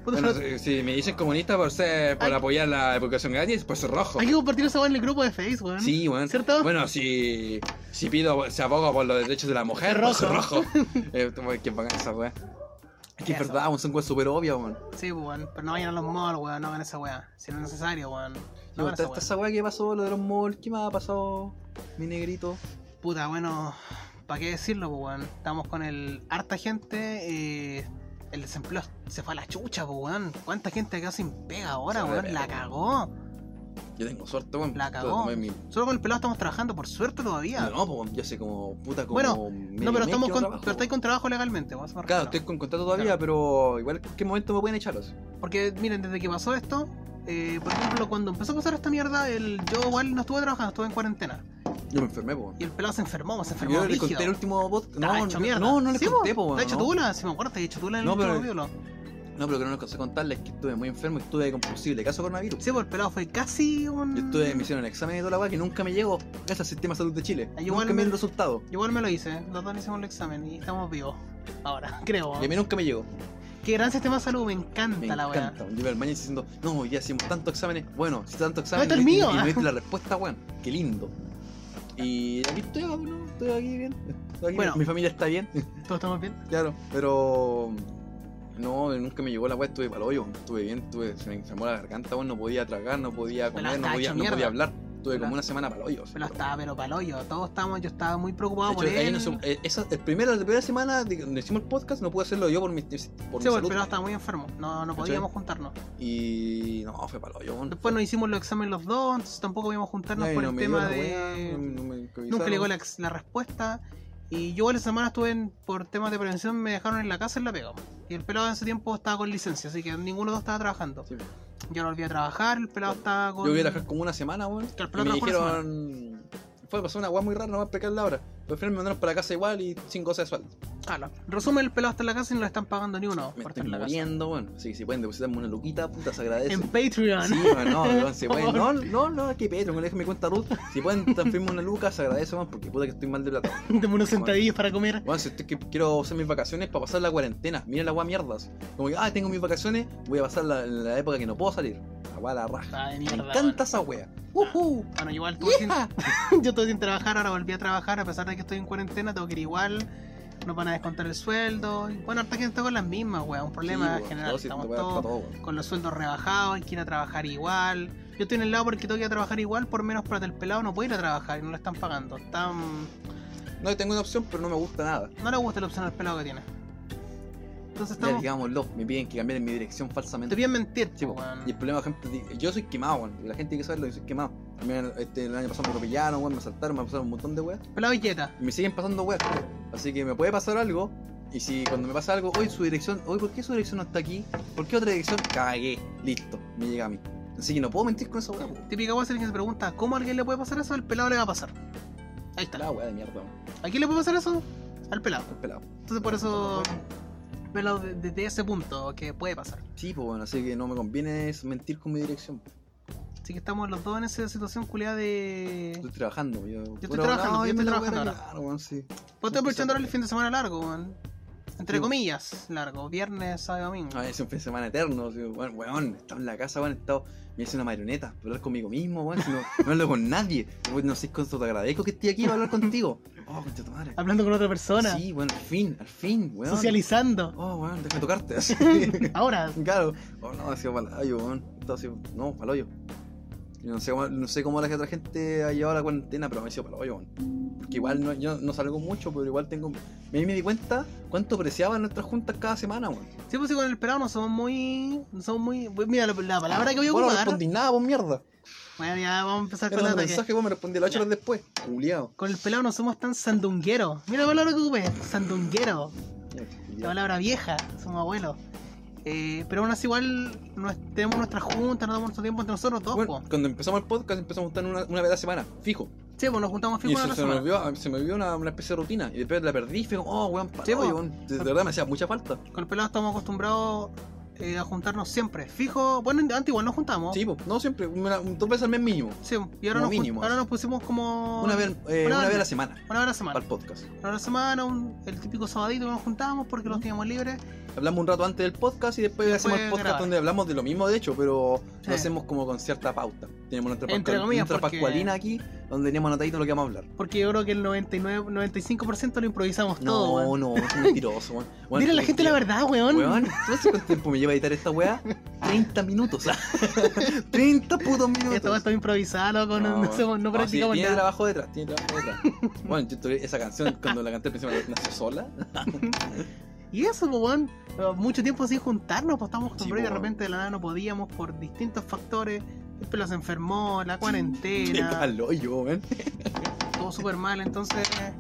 Speaker 2: Puta,
Speaker 1: Bueno, si- si me dicen comunista por ser, por
Speaker 2: Ay.
Speaker 1: apoyar la educación gratis, pues soy rojo.
Speaker 2: Hay que compartir esa weá en el grupo de Facebook, weón.
Speaker 1: Sí, weón.
Speaker 2: ¿Cierto?
Speaker 1: Bueno, si, si pido, se aboga por los derechos de la mujer, pues soy rojo. Eh, weón, qué bacán esa weón. Es que es
Speaker 2: Eso.
Speaker 1: verdad, weón, son weas súper obvias, weón.
Speaker 2: Sí, weón. Pero no vayan a los malls, weón. No hagan esa weá. Si no es necesario, weón. No
Speaker 1: No,
Speaker 2: hagan
Speaker 1: está,
Speaker 2: esa
Speaker 1: está
Speaker 2: weá.
Speaker 1: esa weá que pasó, lo de los malls, ¿qué más ha pasado? Mi negrito.
Speaker 2: Puta, bueno, ¿para qué decirlo, pues, weón? Estamos con el harta gente, eh, el desempleo se fue a la chucha, pues, weón. ¿Cuánta gente acá sin pega ahora,
Speaker 1: Se fue
Speaker 2: weón?
Speaker 1: de
Speaker 2: La
Speaker 1: pega.
Speaker 2: cagó.
Speaker 1: Yo tengo suerte, weón.
Speaker 2: La cagó.
Speaker 1: Todo, tomé mi-
Speaker 2: Solo con el pelado estamos trabajando, por suerte todavía. No,
Speaker 1: No, pues, ya sé, como puta, como.
Speaker 2: Bueno,
Speaker 1: medio
Speaker 2: pero
Speaker 1: mes
Speaker 2: estamos
Speaker 1: que no
Speaker 2: con,
Speaker 1: trabajo,
Speaker 2: pero
Speaker 1: weón.
Speaker 2: estáis con trabajo legalmente, weón. eso me
Speaker 1: Claro, estoy
Speaker 2: refiero.
Speaker 1: con contrato todavía,
Speaker 2: Claro.
Speaker 1: pero igual en qué momento me pueden echarlos.
Speaker 2: Porque, miren, desde que pasó esto, eh, por ejemplo, cuando empezó a pasar esta mierda, el, yo igual no estuve trabajando, estuve en cuarentena.
Speaker 1: Yo me enfermé, po.
Speaker 2: Y el pelado se enfermó, se enfermó
Speaker 1: Yo le
Speaker 2: Ah, brígido.
Speaker 1: conté el último bot.
Speaker 2: Está
Speaker 1: No,
Speaker 2: hecho mierda.
Speaker 1: no, no le
Speaker 2: Sí,
Speaker 1: conté,
Speaker 2: po,
Speaker 1: po.
Speaker 2: Está hecho
Speaker 1: no.
Speaker 2: tula, si me acuerdo, está hecho tula en el
Speaker 1: No,
Speaker 2: último
Speaker 1: pero-
Speaker 2: capítulo.
Speaker 1: No, pero lo que no les conseguí contarles es que estuve muy enfermo y estuve con posible caso de coronavirus.
Speaker 2: Sí, pues el pelado fue casi un.
Speaker 1: Yo estuve, me hicieron el examen de toda la weá que nunca me llegó. Es el sistema de salud de Chile.
Speaker 2: Ay, igual
Speaker 1: nunca me dio
Speaker 2: me-
Speaker 1: el resultado.
Speaker 2: Yo Igual me lo hice, los dos hicimos el examen y estamos vivos. Ahora, creo.
Speaker 1: Y a mí nunca me llegó.
Speaker 2: Qué gran sistema de salud, me encanta
Speaker 1: Me
Speaker 2: la weá.
Speaker 1: encanta. Yo iba al baño diciendo, no, hoy día hicimos tantos exámenes. Bueno, si tantos exámenes.
Speaker 2: está el
Speaker 1: y-
Speaker 2: mío,
Speaker 1: Y, y
Speaker 2: ah.
Speaker 1: no viste la respuesta, weón. Qué lindo. Y aquí estoy, ¿no? Estoy aquí bien. Estoy aquí
Speaker 2: Bueno.
Speaker 1: bien. mi familia está bien.
Speaker 2: ¿Todos estamos bien?
Speaker 1: Claro, pero. No, nunca me llegó la weá, estuve para hoyo, estuve bien, estuve, se me enfermó la garganta, weón, no podía tragar, no podía
Speaker 2: Pero
Speaker 1: comer, no
Speaker 2: está
Speaker 1: podía,
Speaker 2: hecho
Speaker 1: no
Speaker 2: mierda.
Speaker 1: podía hablar. Estuve
Speaker 2: Pero-
Speaker 1: como una semana para hoyo.
Speaker 2: Pero estaba, pero palollo. Todos estábamos, yo estaba muy preocupado
Speaker 1: De hecho,
Speaker 2: por
Speaker 1: ahí
Speaker 2: él.
Speaker 1: no se- eh, esa- el primero- la primera semana de- donde hicimos el podcast no pude hacerlo yo por mi, por mi
Speaker 2: Sí, pues,
Speaker 1: salud.
Speaker 2: pero estaba muy enfermo, no, no podíamos juntarnos.
Speaker 1: Y no, fue para hoyo. weón.
Speaker 2: Después nos hicimos los exámenes los dos, entonces tampoco podíamos juntarnos
Speaker 1: Ay,
Speaker 2: por
Speaker 1: no
Speaker 2: el
Speaker 1: me
Speaker 2: tema
Speaker 1: dio la weá,
Speaker 2: de.
Speaker 1: no me avisaron.
Speaker 2: Nunca llegó la, ex- la respuesta. Y yo igual esa semana estuve en- por temas de prevención, me dejaron en la casa en la pega. Y el pelado en ese tiempo estaba con licencia, así que ninguno de los dos estaba trabajando.
Speaker 1: Sí. pues.
Speaker 2: Yo no volví a trabajar, el pelado estaba con.
Speaker 1: Yo voy a trabajar como una semana, weón.
Speaker 2: Claro,
Speaker 1: Y
Speaker 2: pero
Speaker 1: me
Speaker 2: trabajo una
Speaker 1: dijeron. Fue pasó una weá muy rara, no va a explicar la hora. Pero al final me mandaron para casa igual y cinco cosas de sueldo.
Speaker 2: Claro. Resumen, el pelado está Ah, en la casa y no le están pagando ni uno
Speaker 1: Me
Speaker 2: por
Speaker 1: estoy
Speaker 2: estar en la casa.
Speaker 1: muriendo, weón. Así que si pueden depositarme una luquita, puta, se agradece.
Speaker 2: En Patreon.
Speaker 1: Sí, weón, no, weón, si pueden. No, no, no, aquí Pedro, me dejen mi cuenta Ruth. Si pueden transferirme una luca, se agradece, weón, porque puta que estoy mal de plata. weón.
Speaker 2: Deme unos sentadillos para comer.
Speaker 1: Weón, si estoy que quiero usar mis vacaciones para pasar la cuarentena. Mira la weá mierdas. Como que, ah, tengo mis vacaciones, voy a pasar la, la época que no puedo salir. La weá la raja.
Speaker 2: Está
Speaker 1: Me
Speaker 2: de mierda.
Speaker 1: encanta esa wea. ¡Uhú!
Speaker 2: weón. Bueno, yo igual estuve
Speaker 1: ¡Vieja!
Speaker 2: sin, yo estuve sin trabajar, ahora volví a trabajar, a pesar de que estoy en cuarentena, tengo que ir igual nos van a descontar el sueldo. Y bueno, harta gente está con las mismas, weón. Un problema
Speaker 1: Sí, weón,
Speaker 2: general.
Speaker 1: no, si
Speaker 2: estamos
Speaker 1: esta weá es pa'
Speaker 2: todos
Speaker 1: todo, weón.
Speaker 2: con los sueldos rebajados, hay que ir a trabajar igual. Yo estoy en el lado porque tengo que ir a trabajar igual por menos plata. El pelado no puede ir a trabajar y no lo están pagando. Están...
Speaker 1: No, yo tengo una opción, pero no me gusta nada.
Speaker 2: No le gusta la opción al pelado que tiene. Entonces
Speaker 1: Ya
Speaker 2: estamos...
Speaker 1: digámoslo, me piden que cambie mi dirección
Speaker 2: Te
Speaker 1: falsamente.
Speaker 2: piden mentir,
Speaker 1: Sí, po.
Speaker 2: weón.
Speaker 1: Y el problema, por ejemplo, di- yo soy quemado, weón. La gente tiene que saberlo, yo soy quemado. A mí, este, el año pasado me atropellaron, weón, me asaltaron, me pasaron un montón de weas.
Speaker 2: Pelado y yeta.
Speaker 1: Y me siguen pasando weas. Así que me puede pasar algo. Y si cuando me pasa algo, hoy su dirección, hoy ¿por qué su dirección no está aquí? ¿Por qué otra dirección? Cagué, listo, me llega a mí. Así que no puedo mentir con esa wea, po.
Speaker 2: Típica weón, si alguien se pregunta, ¿cómo a alguien le puede pasar eso? Al pelado le va a pasar. Ahí está.
Speaker 1: La wea de mierda, weón.
Speaker 2: ¿A quién le puede pasar eso? Al pelado.
Speaker 1: Estoy pelado.
Speaker 2: Entonces por eso... Pelado de- desde ese punto que puede pasar.
Speaker 1: Sí, pues bueno, así que no me conviene es mentir con mi dirección.
Speaker 2: Así que estamos los dos en esa situación culiada de. pues
Speaker 1: Estoy trabajando, yo. Yo
Speaker 2: estoy trabajando, yo estoy trabajando ahora.
Speaker 1: Claro, weón, sí.
Speaker 2: Pues estoy aprovechando ahora el fin de semana largo, weón. Entre
Speaker 1: Sí.
Speaker 2: comillas, largo. Viernes, sábado y domingo.
Speaker 1: A ver, Ah, es un fin de semana eterno, sí, weón, weón, he estado en la casa, weón, he estado, me hice una marioneta, para hablar conmigo mismo, weón, si no, no hablo con nadie, Weón, no sé cuánto te agradezco que esté aquí para hablar contigo. Oh, concha tu madre.
Speaker 2: Hablando con otra persona.
Speaker 1: Sí, weón, al fin, al fin, weón.
Speaker 2: Socializando.
Speaker 1: Oh, weón, déjame tocarte, así.
Speaker 2: Ahora.
Speaker 1: claro. Oh, no, ha sido palayo, weón, He estado así, no, palayo. Yo no sé cómo, no sé cómo la otra gente ha llevado la cuarentena, pero me ha sido palayo, weón. Porque igual no, yo no salgo mucho, pero igual tengo, a mí me di cuenta cuánto apreciaban nuestras juntas cada semana, weón.
Speaker 2: Sí, pues sí, con el pelado no somos muy. No somos muy. Mira, la, la palabra que voy a
Speaker 1: Vos no
Speaker 2: ocupar.
Speaker 1: Ah, respondí nada, vos mierda.
Speaker 2: Bueno, ya vamos a empezar
Speaker 1: Era
Speaker 2: con
Speaker 1: un
Speaker 2: el ataque.
Speaker 1: mensaje, vos me respondí a las 8 horas después. Juliado.
Speaker 2: Con el pelado no somos tan sandungueros. Mira la palabra que ocupé. Sandunguero. La palabra vieja, somos abuelos. Eh, pero aún así igual nos- tenemos nuestras juntas, nos damos nuestro tiempo entre nosotros dos,
Speaker 1: Bueno,
Speaker 2: po.
Speaker 1: cuando empezamos el podcast empezamos a estar una, una vez a la semana, fijo.
Speaker 2: Sí, pues nos juntamos
Speaker 1: Y
Speaker 2: fijo
Speaker 1: eso
Speaker 2: una
Speaker 1: se me,
Speaker 2: semana.
Speaker 1: olvidó, ah, se me olvidó una, una especie de rutina. Y después la perdí y fue como, oh, weón,
Speaker 2: Sí,
Speaker 1: parado,
Speaker 2: po.
Speaker 1: weón. De, de verdad me hacía mucha falta.
Speaker 2: Con el pelado estamos acostumbrados eh, a juntarnos siempre. Fijo, bueno, antes igual nos juntamos.
Speaker 1: Sí, po. no siempre, una- dos veces al mes mínimo.
Speaker 2: Sí, y ahora
Speaker 1: Como
Speaker 2: nos, jun-
Speaker 1: mínimo,
Speaker 2: ahora
Speaker 1: así.
Speaker 2: nos pusimos como.
Speaker 1: Una vez, eh, una
Speaker 2: una vez.
Speaker 1: vez a la semana,
Speaker 2: Una hora a la semana.
Speaker 1: para el podcast.
Speaker 2: Una hora a la semana, un- el típico sabadito que nos juntábamos porque los teníamos libres.
Speaker 1: Hablamos un rato antes del podcast y después,
Speaker 2: Después
Speaker 1: hacemos el podcast
Speaker 2: grabar.
Speaker 1: donde hablamos de lo mismo, de hecho, pero
Speaker 2: Sí.
Speaker 1: lo hacemos como con cierta pauta. Tenemos nuestra,
Speaker 2: Entre
Speaker 1: pascual-
Speaker 2: comillas,
Speaker 1: nuestra
Speaker 2: porque-
Speaker 1: pascualina aquí, donde teníamos anotadito lo que vamos a hablar.
Speaker 2: Porque yo creo que el 99, 95% lo improvisamos
Speaker 1: No,
Speaker 2: todo, weón.
Speaker 1: no, es mentiroso, weón. Weón,
Speaker 2: Dile a la
Speaker 1: tú-
Speaker 2: gente la verdad, weón.
Speaker 1: Weón, ¿tú sabes cuánto tiempo me lleva editar esta weá? 30 minutos. 30 putos minutos.
Speaker 2: Esta va a estar improvisada, loco. No, no,
Speaker 1: weón.
Speaker 2: somos- no
Speaker 1: sí,
Speaker 2: practicamos
Speaker 1: tiene
Speaker 2: nada.
Speaker 1: trabajo detrás, tiene trabajo detrás. bueno, yo tuve esa canción cuando la canté al principio nació sola.
Speaker 2: Y eso, pues, weón, eh, mucho tiempo sin juntarnos, pues estábamos acostumbrados y de
Speaker 1: weón.
Speaker 2: repente de la nada no podíamos por distintos factores. El pelo se enfermó, la
Speaker 1: Qué
Speaker 2: cuarentena,
Speaker 1: calor yo, weón.
Speaker 2: todo súper mal, entonces eh,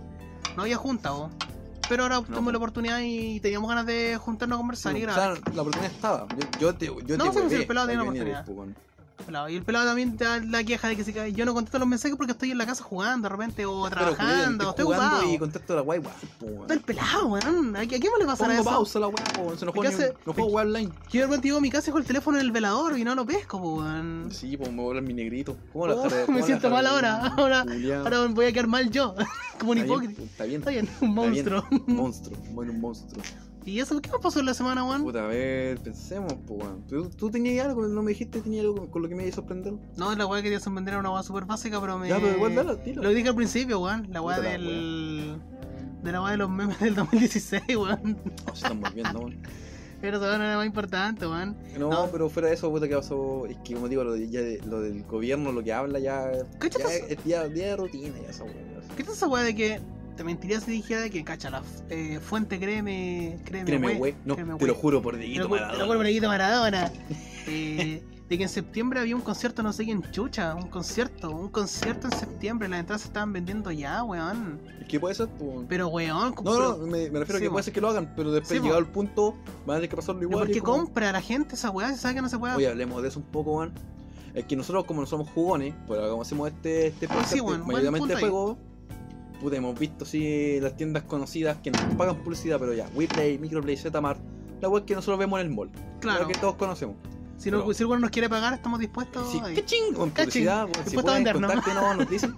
Speaker 2: no había junta, vos. Pero ahora tuvimos
Speaker 1: po.
Speaker 2: la oportunidad y teníamos ganas de juntarnos a conversar
Speaker 1: O
Speaker 2: y grabar.
Speaker 1: sea, la oportunidad estaba. Yo, yo te yo te
Speaker 2: No, sí, sí,
Speaker 1: huevé
Speaker 2: el
Speaker 1: para
Speaker 2: pelado tenía
Speaker 1: que
Speaker 2: la
Speaker 1: vinieras,
Speaker 2: oportunidad.
Speaker 1: po, weón.
Speaker 2: Pelado. Y el pelado también da la queja de que se cae. Yo no contesto los mensajes porque estoy en la casa jugando de repente o
Speaker 1: Pero, culiao,
Speaker 2: trabajando, o
Speaker 1: estoy
Speaker 2: estoy
Speaker 1: jugando
Speaker 2: ocupado.
Speaker 1: y contesto la guay, guay, po,
Speaker 2: Está el
Speaker 1: weón.
Speaker 2: pelado, weón. ¿A qué a qué más le pasará
Speaker 1: Pongo
Speaker 2: eso?
Speaker 1: pausa la weá, po, weón. Se nos
Speaker 2: ¿Qué
Speaker 1: juega
Speaker 2: hace?
Speaker 1: no juego weá online.
Speaker 2: Yo de repente llego a mi casa y dejo el teléfono en el velador y no lo pesco, po, weón.
Speaker 1: Sí, pues me voy a hablar mi negrito. ¿Cómo
Speaker 2: Oh,
Speaker 1: la tarde?
Speaker 2: me
Speaker 1: cómo la
Speaker 2: siento mal
Speaker 1: tarde,
Speaker 2: ahora,
Speaker 1: weón?
Speaker 2: ahora-
Speaker 1: Culiao.
Speaker 2: Ahora voy a quedar mal yo, como un
Speaker 1: Está bien,
Speaker 2: hipócrita.
Speaker 1: pues, Está bien,
Speaker 2: Está bien, un
Speaker 1: bien.
Speaker 2: monstruo.
Speaker 1: un monstruo, bueno, un monstruo.
Speaker 2: ¿Y eso qué me pasó en la semana, weón?
Speaker 1: Puta, a ver, pensemos, pues, weón. ¿Tú, tú tenías algo, no me dijiste, tenías algo con, con lo que me iba a sorprender.
Speaker 2: No, la weá que quería sorprender era una weá súper básica, pero me.
Speaker 1: Ya, pero igual, dale, dilo.
Speaker 2: Lo dije al principio, weón. La weá
Speaker 1: Puta la
Speaker 2: del. De la weá de los memes del 2016, weón.
Speaker 1: No, se están volviendo, weón.
Speaker 2: Pero esa weá no era más importante, weón.
Speaker 1: No,
Speaker 2: No.
Speaker 1: pero fuera de eso, puta, que pasó. Es que, como digo, lo, de- ya de- lo del gobierno, lo que habla, ya.
Speaker 2: Cáchate
Speaker 1: Ya
Speaker 2: eso.
Speaker 1: es día, día de rutina, ya esa weón.
Speaker 2: ¿Qué es esa weá de que te mentiría si dijera de que, cacha, la f- eh, fuente créeme, créeme,
Speaker 1: Créeme,
Speaker 2: we-
Speaker 1: güey. No,
Speaker 2: créeme,
Speaker 1: te
Speaker 2: we.
Speaker 1: lo juro por
Speaker 2: Te lo
Speaker 1: Dieguito
Speaker 2: juro- te lo juro
Speaker 1: Maradona.
Speaker 2: por Dieguito Maradona. Eh, de que en septiembre había un concierto, no sé quién chucha, un concierto, un concierto en septiembre, las entradas se estaban vendiendo ya, weón.
Speaker 1: ¿Qué puede ser, pues?
Speaker 2: Pero weón, ¿cómo-
Speaker 1: No, no,
Speaker 2: pero-
Speaker 1: me, me refiero
Speaker 2: Sí,
Speaker 1: a que
Speaker 2: weón.
Speaker 1: puede ser que lo hagan, pero
Speaker 2: Sí,
Speaker 1: después, llegado el punto, van a tener que pasarlo
Speaker 2: pero
Speaker 1: igual.
Speaker 2: ¿por
Speaker 1: y
Speaker 2: qué
Speaker 1: es como-
Speaker 2: compra la gente esa weá si sabe que no se puede?
Speaker 1: Oye, hablemos de eso un poco, weón. Es que nosotros, como no somos jugones, pero como hacemos este, este podcast,
Speaker 2: Ah, sí, weón, buen
Speaker 1: mayormente
Speaker 2: punto ahí.
Speaker 1: juego, puta, hemos visto, sí, las tiendas conocidas que nos pagan publicidad, pero ya, WePlay, MicroPlay, Zmart, la web que nosotros vemos en el mall,
Speaker 2: claro,
Speaker 1: la que todos conocemos.
Speaker 2: si, no,
Speaker 1: pero-
Speaker 2: si el weón nos quiere pagar, estamos dispuestos.
Speaker 1: Sí,
Speaker 2: ahí.
Speaker 1: ¡Qué chingón!
Speaker 2: Cachín.
Speaker 1: Publicidad, weón, si
Speaker 2: Dispuesto a
Speaker 1: pueden
Speaker 2: vendernos.
Speaker 1: contáctenos, nos dicen.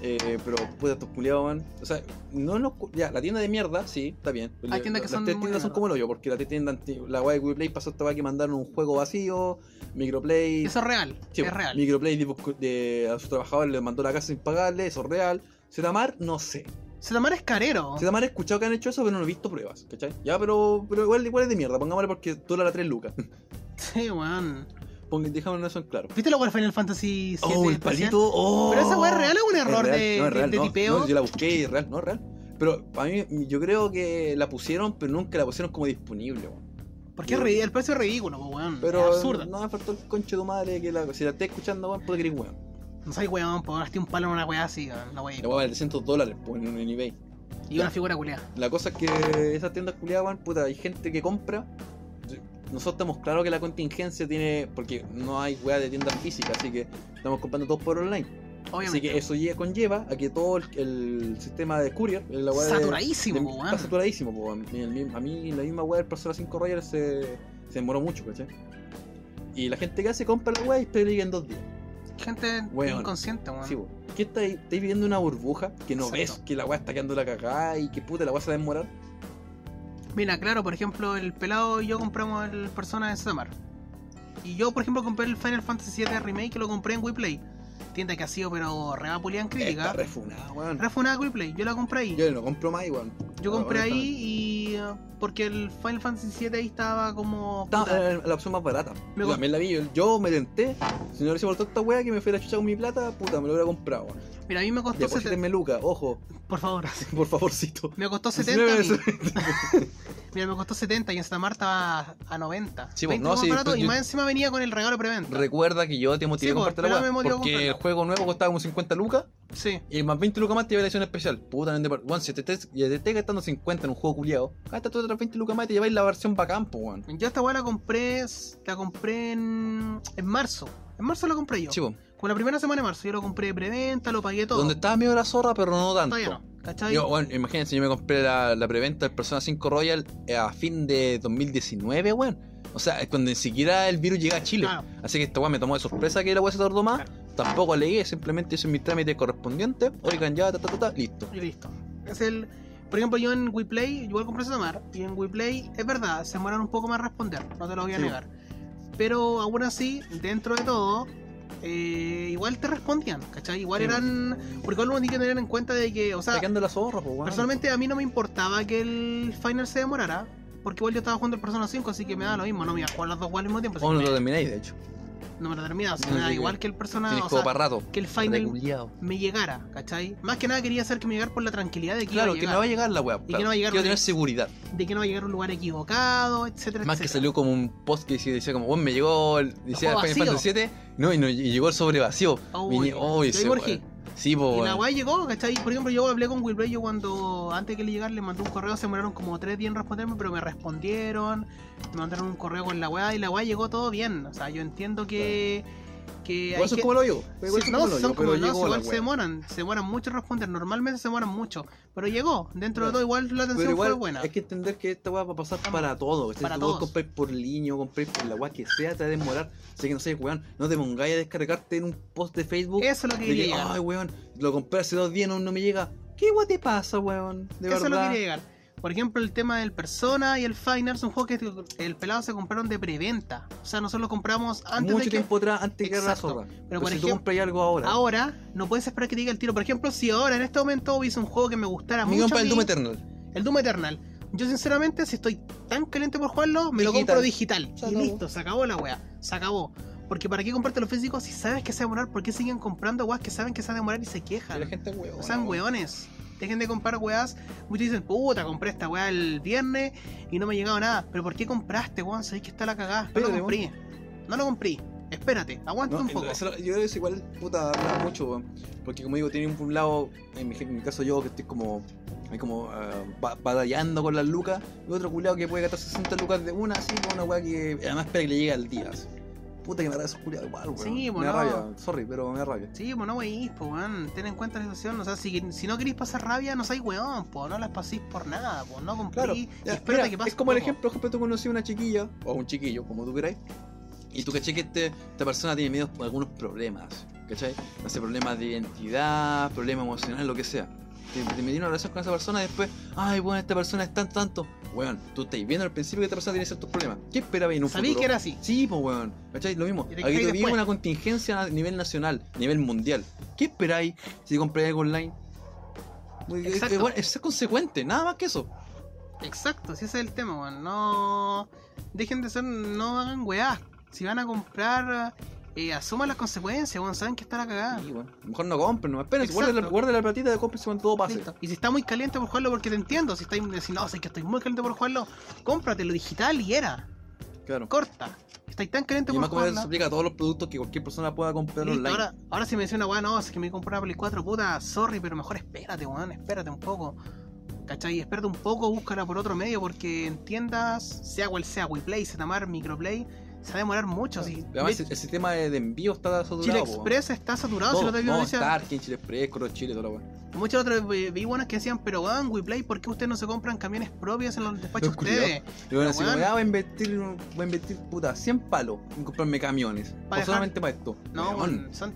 Speaker 1: Eh, pero puta, estos culiados, weón. O sea, no nos. cu- Ya, la tienda de mierda, sí, está bien. Pero
Speaker 2: Hay
Speaker 1: la-
Speaker 2: tiendas que
Speaker 1: las
Speaker 2: son
Speaker 1: tres
Speaker 2: muy
Speaker 1: tiendas son
Speaker 2: mierda.
Speaker 1: como el hoyo, porque la tienda, anti- la web de WePlay pasó esta weá que mandaron un juego vacío, MicroPlay,
Speaker 2: Eso es real,
Speaker 1: Sí,
Speaker 2: es real.
Speaker 1: Microplay tipo, de, a sus trabajadores les mandó la casa sin pagarle, eso es real. Zetamar, no sé.
Speaker 2: Setamar es carero.
Speaker 1: Se me han escuchado que han hecho eso, pero no he visto pruebas, ¿cachai? Ya, pero, pero igual, igual es de mierda, pongámosle porque dólar a 3 lucas.
Speaker 2: Sí, weón.
Speaker 1: Pongan- Dejémoslo eso en claro.
Speaker 2: ¿Viste la weá de Final Fantasy VII?
Speaker 1: Oh, el
Speaker 2: especial?
Speaker 1: palito, oh.
Speaker 2: ¿Pero esa weá es real o un
Speaker 1: Es real,
Speaker 2: error de,
Speaker 1: no, es
Speaker 2: de-
Speaker 1: real,
Speaker 2: de
Speaker 1: no,
Speaker 2: tipeo?
Speaker 1: no, yo la busqué y es real, no es real. Pero a mí, yo creo que la pusieron, pero nunca la pusieron como disponible, weón.
Speaker 2: Porque es ri- el precio es ridículo, pues, weón.
Speaker 1: Pero
Speaker 2: Mm, es absurdo. No,
Speaker 1: no me faltó el conche de tu madre que la, si la estés escuchando, weón, puede que eres weón.
Speaker 2: soy weón, pues gasté un palo en una weá así, weón, la
Speaker 1: La
Speaker 2: weá.
Speaker 1: weón vale 300 dólares, pues, en, en eBay.
Speaker 2: Y una figura culeada.
Speaker 1: La cosa es que esas tiendas culiadas, weón, puta, hay gente que compra. Nosotros estamos claros que la contingencia tiene. Porque no hay weá de tiendas físicas, así que estamos comprando todo por online. Así
Speaker 2: Obviamente.
Speaker 1: que eso ya conlleva a que todo el, el sistema de courier, la weá de-
Speaker 2: Saturadísimo,
Speaker 1: de-
Speaker 2: pues,
Speaker 1: Está
Speaker 2: weón.
Speaker 1: saturadísimo, po, weón. Y el mismo- a mí la misma weá del Persona 5 Royal se, se demoró mucho, ¿cachai? Y la gente que hace compra la weá y pelea en dos días.
Speaker 2: Gente
Speaker 1: Weón.
Speaker 2: inconsciente, weón.
Speaker 1: Sí, po. ¿Qué estáis, estáis viviendo una burbuja que no
Speaker 2: Ah.
Speaker 1: ves
Speaker 2: Exacto.
Speaker 1: que la weá está quedando la cagada y que puta la weá se va a demorar?
Speaker 2: Mira, claro, por ejemplo, el pelado y yo compramos el Persona de Setamar. Y yo, por ejemplo, compré el Final Fantasy VII Remake que lo compré en WePlay. Tienda que ha sido, pero revapuleada en
Speaker 1: Está
Speaker 2: crítica.
Speaker 1: refunada, weón.
Speaker 2: Refunada WePlay, yo la compré ahí.
Speaker 1: Yo no compro más, weón.
Speaker 2: Yo compré
Speaker 1: Ahora
Speaker 2: ahí y. eh, Porque el Final Fantasy VII ahí estaba como.
Speaker 1: Está,
Speaker 2: puta,
Speaker 1: era la opción más barata.
Speaker 2: Me
Speaker 1: Yo
Speaker 2: co-
Speaker 1: también la vi. Yo, yo me tenté. Si no hubiese vuelto esta weá que me fui a la chucha con mi plata, puta, me lo hubiera comprado. weón.
Speaker 2: Mira, a mí me costó. sete-
Speaker 1: Deposítenme lucas, ojo,
Speaker 2: Por favor,
Speaker 1: por favorcito.
Speaker 2: me costó 70.
Speaker 1: 19
Speaker 2: a mí. Mira, me costó 70 y en Santa Marta estaba a 90.
Speaker 1: Sí, pues,
Speaker 2: 20
Speaker 1: no,
Speaker 2: más
Speaker 1: sí,
Speaker 2: barato
Speaker 1: pues,
Speaker 2: y
Speaker 1: yo-
Speaker 2: más encima venía con el regalo de preventa.
Speaker 1: Recuerda que yo te motivé
Speaker 2: Sí,
Speaker 1: a
Speaker 2: po,
Speaker 1: comprarte la
Speaker 2: pero
Speaker 1: weá,
Speaker 2: me motivó a
Speaker 1: Porque
Speaker 2: comprarla.
Speaker 1: el juego nuevo costaba como 50 lucas
Speaker 2: Sí.
Speaker 1: y más 20 lucas más te iba a la edición especial. Puta, no te par- Weón, si te estés, ya te estés gastando 50 en un juego culiado, gasta tú otras 20 lucas más y te lleváis la versión bacán, po, weón.
Speaker 2: Yo esta weá la compré. La compré en. En marzo. En marzo la compré yo.
Speaker 1: Chivo,
Speaker 2: Con la primera semana de marzo. Yo lo compré de preventa, lo pagué todo.
Speaker 1: donde estaba medio la zorra, pero no tanto.
Speaker 2: Todavía no. ¿Cachai?
Speaker 1: Yo, bueno, imagínense, yo me compré la, la preventa del Persona 5 Royal eh, a fin de 2019, weón. O sea, cuando ni siquiera el virus llega a Chile.
Speaker 2: Claro.
Speaker 1: Así que esta weón me tomó de sorpresa que la weón se tardó más. Tampoco leí, simplemente hice mis trámites correspondientes. Oigan, ya, ta, ta, ta, ta, listo.
Speaker 2: Y listo. Es el. Por ejemplo, yo en WePlay, igual compré Sotomar, y en WePlay, es verdad, se demoraron un poco más a responder, no te lo voy a
Speaker 1: Sí.
Speaker 2: negar. Pero aún así, dentro de todo, eh, igual te respondían, ¿cachai? Igual
Speaker 1: Sí. pues.
Speaker 2: eran. Porque igual uno tiene que tener en cuenta de que, o sea,
Speaker 1: Está quedando la zorra, po, weón.
Speaker 2: personalmente a mí no me importaba que el final se demorara, porque igual yo estaba jugando el Persona 5, así que me da lo mismo, no me iba a jugar las dos jugadas al mismo tiempo, así
Speaker 1: O no
Speaker 2: que
Speaker 1: lo
Speaker 2: pues, me-
Speaker 1: termináis, de hecho.
Speaker 2: no me lo terminaba, así que
Speaker 1: No,
Speaker 2: me da
Speaker 1: sí,
Speaker 2: igual
Speaker 1: sí.
Speaker 2: que el Persona,
Speaker 1: Tienes
Speaker 2: o
Speaker 1: juego
Speaker 2: sea,
Speaker 1: para rato.
Speaker 2: que el final
Speaker 1: Reculeado.
Speaker 2: me llegara, ¿cachai? Más que nada quería hacer que me llegara por la tranquilidad de que iba a
Speaker 1: Claro, que me
Speaker 2: llegar.
Speaker 1: va a llegar la weá.
Speaker 2: que no va a llegar
Speaker 1: Quiero
Speaker 2: porque-
Speaker 1: tener seguridad.
Speaker 2: de que no va a llegar a un lugar equivocado, etcétera,
Speaker 1: Más que
Speaker 2: etcétera.
Speaker 1: salió como un post que decía decía como, bueno, me llegó el. Decía
Speaker 2: Ojo
Speaker 1: Final
Speaker 2: vacío.
Speaker 1: Fantasy 7. No, y, no- y llegó el sobre vacío.
Speaker 2: Oh,
Speaker 1: Vine-
Speaker 2: bueno.
Speaker 1: oh,
Speaker 2: Y
Speaker 1: ese
Speaker 2: ahí
Speaker 1: weón.
Speaker 2: Borgi.
Speaker 1: Sí, po,
Speaker 2: Y la
Speaker 1: weón.
Speaker 2: weá llegó, ¿cachai? Por ejemplo, yo hablé con Will Bray, yo cuando antes que le llegar le mandé un correo, se demoraron como tres días en responderme, pero me respondieron, me mandaron un correo con la weá y la weá llegó todo bien. O sea, yo entiendo que. que hay
Speaker 1: Igual son
Speaker 2: que-
Speaker 1: como lo yo.
Speaker 2: Sí,
Speaker 1: Igual son
Speaker 2: no,
Speaker 1: como lo
Speaker 2: son
Speaker 1: yo,
Speaker 2: como
Speaker 1: pero
Speaker 2: no,
Speaker 1: llegó la
Speaker 2: igual se
Speaker 1: weá.
Speaker 2: demoran, se demoran mucho en responder, normalmente se demoran mucho, pero llegó, dentro
Speaker 1: Claro.
Speaker 2: de todo igual la atención
Speaker 1: Pero igual
Speaker 2: fue buena.
Speaker 1: hay que entender que esta weá va a pasar para todo. Si
Speaker 2: Para
Speaker 1: tú vos
Speaker 2: todos.
Speaker 1: compráis por línea, o compráis por la weá que sea, te va a demorar. Así que no sé, weón, no te pongáis a descargarte en un post de Facebook.
Speaker 2: Eso es lo que
Speaker 1: uh, de
Speaker 2: quería
Speaker 1: que,
Speaker 2: llegar.
Speaker 1: ay, weón, lo compré hace dos días, no, no me llega. ¿Qué weá te pasa, weón? De
Speaker 2: Eso es lo que
Speaker 1: verdad.
Speaker 2: quería llegar. Por ejemplo, el tema del Persona y el Final son juegos que el pelado se compraron de preventa. O sea, nosotros los compramos antes
Speaker 1: Mucho
Speaker 2: de que...
Speaker 1: tiempo atrás, antes de que era la
Speaker 2: Exacto.
Speaker 1: zorra. Pero,
Speaker 2: por
Speaker 1: si
Speaker 2: ejem-
Speaker 1: tú compras algo ahora.
Speaker 2: Ahora no puedes esperar que te diga el tiro. Por ejemplo, si ahora en este momento hubiese un juego que me gustara
Speaker 1: Mi
Speaker 2: mucho.
Speaker 1: compa
Speaker 2: a
Speaker 1: el
Speaker 2: mí,
Speaker 1: Doom Eternal.
Speaker 2: el Doom Eternal. Yo sinceramente, si estoy tan caliente por jugarlo, me lo
Speaker 1: Digital.
Speaker 2: compro digital.
Speaker 1: Se
Speaker 2: y
Speaker 1: acabó.
Speaker 2: listo, se acabó la wea. Se acabó. Porque para qué comprarte los físicos si sabes que se va a demorar, ¿por qué siguen comprando weas que saben que se va a demorar y se
Speaker 1: Y
Speaker 2: quejan?
Speaker 1: La gente weón.
Speaker 2: No sean weones. Dejen de comprar weas. Muchos dicen, puta, compré esta wea el viernes y no me ha llegado nada. Pero ¿por qué compraste, weón? Sabéis que está la cagada. No lo
Speaker 1: Espérate,
Speaker 2: compré. No lo compré. Espérate, aguanta
Speaker 1: No,
Speaker 2: un poco.
Speaker 1: eso- yo creo que es igual, puta, habla mucho, weón. Porque como digo, tiene un, un lado, en mi, en mi caso yo, que estoy como, ahí como ah, ba- batallando con las lucas, y otro culiado que puede gastar 60 lucas de una, así, con una weá que además espera que le llegue al día. así. Puta que me da esos culiados igual, weón.
Speaker 2: Sí,
Speaker 1: me
Speaker 2: pues,
Speaker 1: da
Speaker 2: no.
Speaker 1: rabia, sorry, pero me da rabia.
Speaker 2: Sí, pues no weís, pues weón. Ten en cuenta la situación. O sea, si, si no queréis pasar rabia, no seáis weón, pues no las paséis por nada, pues no compré.
Speaker 1: Claro,
Speaker 2: y
Speaker 1: ya,
Speaker 2: espérate
Speaker 1: mira,
Speaker 2: que pase.
Speaker 1: es como el
Speaker 2: un poco.
Speaker 1: ejemplo, por ejemplo, tú conocí a una chiquilla, o un chiquillo, como tú queráis, y tú caché que este- esta persona tiene miedo por algunos problemas, ¿cachai? No sé, problemas de identidad, problemas emocionales, lo que sea. Te, te metí en una relación con esa persona y después, ay, bueno, esta persona es tan tanto. Weón, tú estás viendo al principio que esta persona tiene ciertos problemas. ¿Qué esperabas en un
Speaker 2: Sabí
Speaker 1: futuro?
Speaker 2: que era así.
Speaker 1: Sí, pues weón, ¿cachai? Lo mismo.
Speaker 2: Y
Speaker 1: Aquí
Speaker 2: te caí
Speaker 1: te
Speaker 2: después.
Speaker 1: vive una contingencia a nivel nacional, a nivel mundial. ¿Qué esperáis si compráis algo online? Muy- eh,
Speaker 2: Exacto.
Speaker 1: eh, bueno, es ser consecuente, nada más que eso.
Speaker 2: Exacto, si ese es el tema, weón. No. Dejen de ser. No hagan weá. Si van a comprar. Eh, asuman las consecuencias, weón. Saben que está la cagada.
Speaker 1: Y bueno, mejor no compren, no esperen,
Speaker 2: Ah. Exacto.
Speaker 1: guarden la, guarden la platita de compren cuando todo pase.
Speaker 2: Listo. Y si está muy caliente por jugarlo, porque te entiendo. Si estáis si no, sé que estoy muy caliente por jugarlo, cómpratelo digital y era.
Speaker 1: Claro.
Speaker 2: Corta. Estáis tan caliente
Speaker 1: Y
Speaker 2: por
Speaker 1: más como eso
Speaker 2: jugarlo.
Speaker 1: aplica a todos los productos que cualquier persona pueda comprar
Speaker 2: Listo,
Speaker 1: online.
Speaker 2: ahora, ahora si me dice una weá, no, es que me compré una Play 4, puta, sorry, pero mejor espérate, weón, espérate un poco. ¿Cachai? Espérate un poco, búscala por otro medio, porque en tiendas, sea cual sea, WePlay, Zetamar, Microplay, se va a demorar mucho. Si,
Speaker 1: Además,
Speaker 2: de-
Speaker 1: el, el sistema de, de envío está saturado.
Speaker 2: Chile
Speaker 1: po,
Speaker 2: Express está saturado,
Speaker 1: Todo,
Speaker 2: si no te vi
Speaker 1: no,
Speaker 2: noticias.
Speaker 1: Starkin, Chile Express, Coro Chile, todo lo bueno.
Speaker 2: Muchos otros vi, vi buenas que decían, pero weón, WePlay, ¿por qué ustedes no se compran camiones propios en los despachos
Speaker 1: Los
Speaker 2: de ustedes?
Speaker 1: Y bueno,
Speaker 2: Pero
Speaker 1: así como,
Speaker 2: bueno.
Speaker 1: ah, voy a invertir, voy a invertir, puta, 100 palos en comprarme camiones. o
Speaker 2: dejar-
Speaker 1: solamente para esto.
Speaker 2: No,
Speaker 1: Weón,
Speaker 2: weón, son-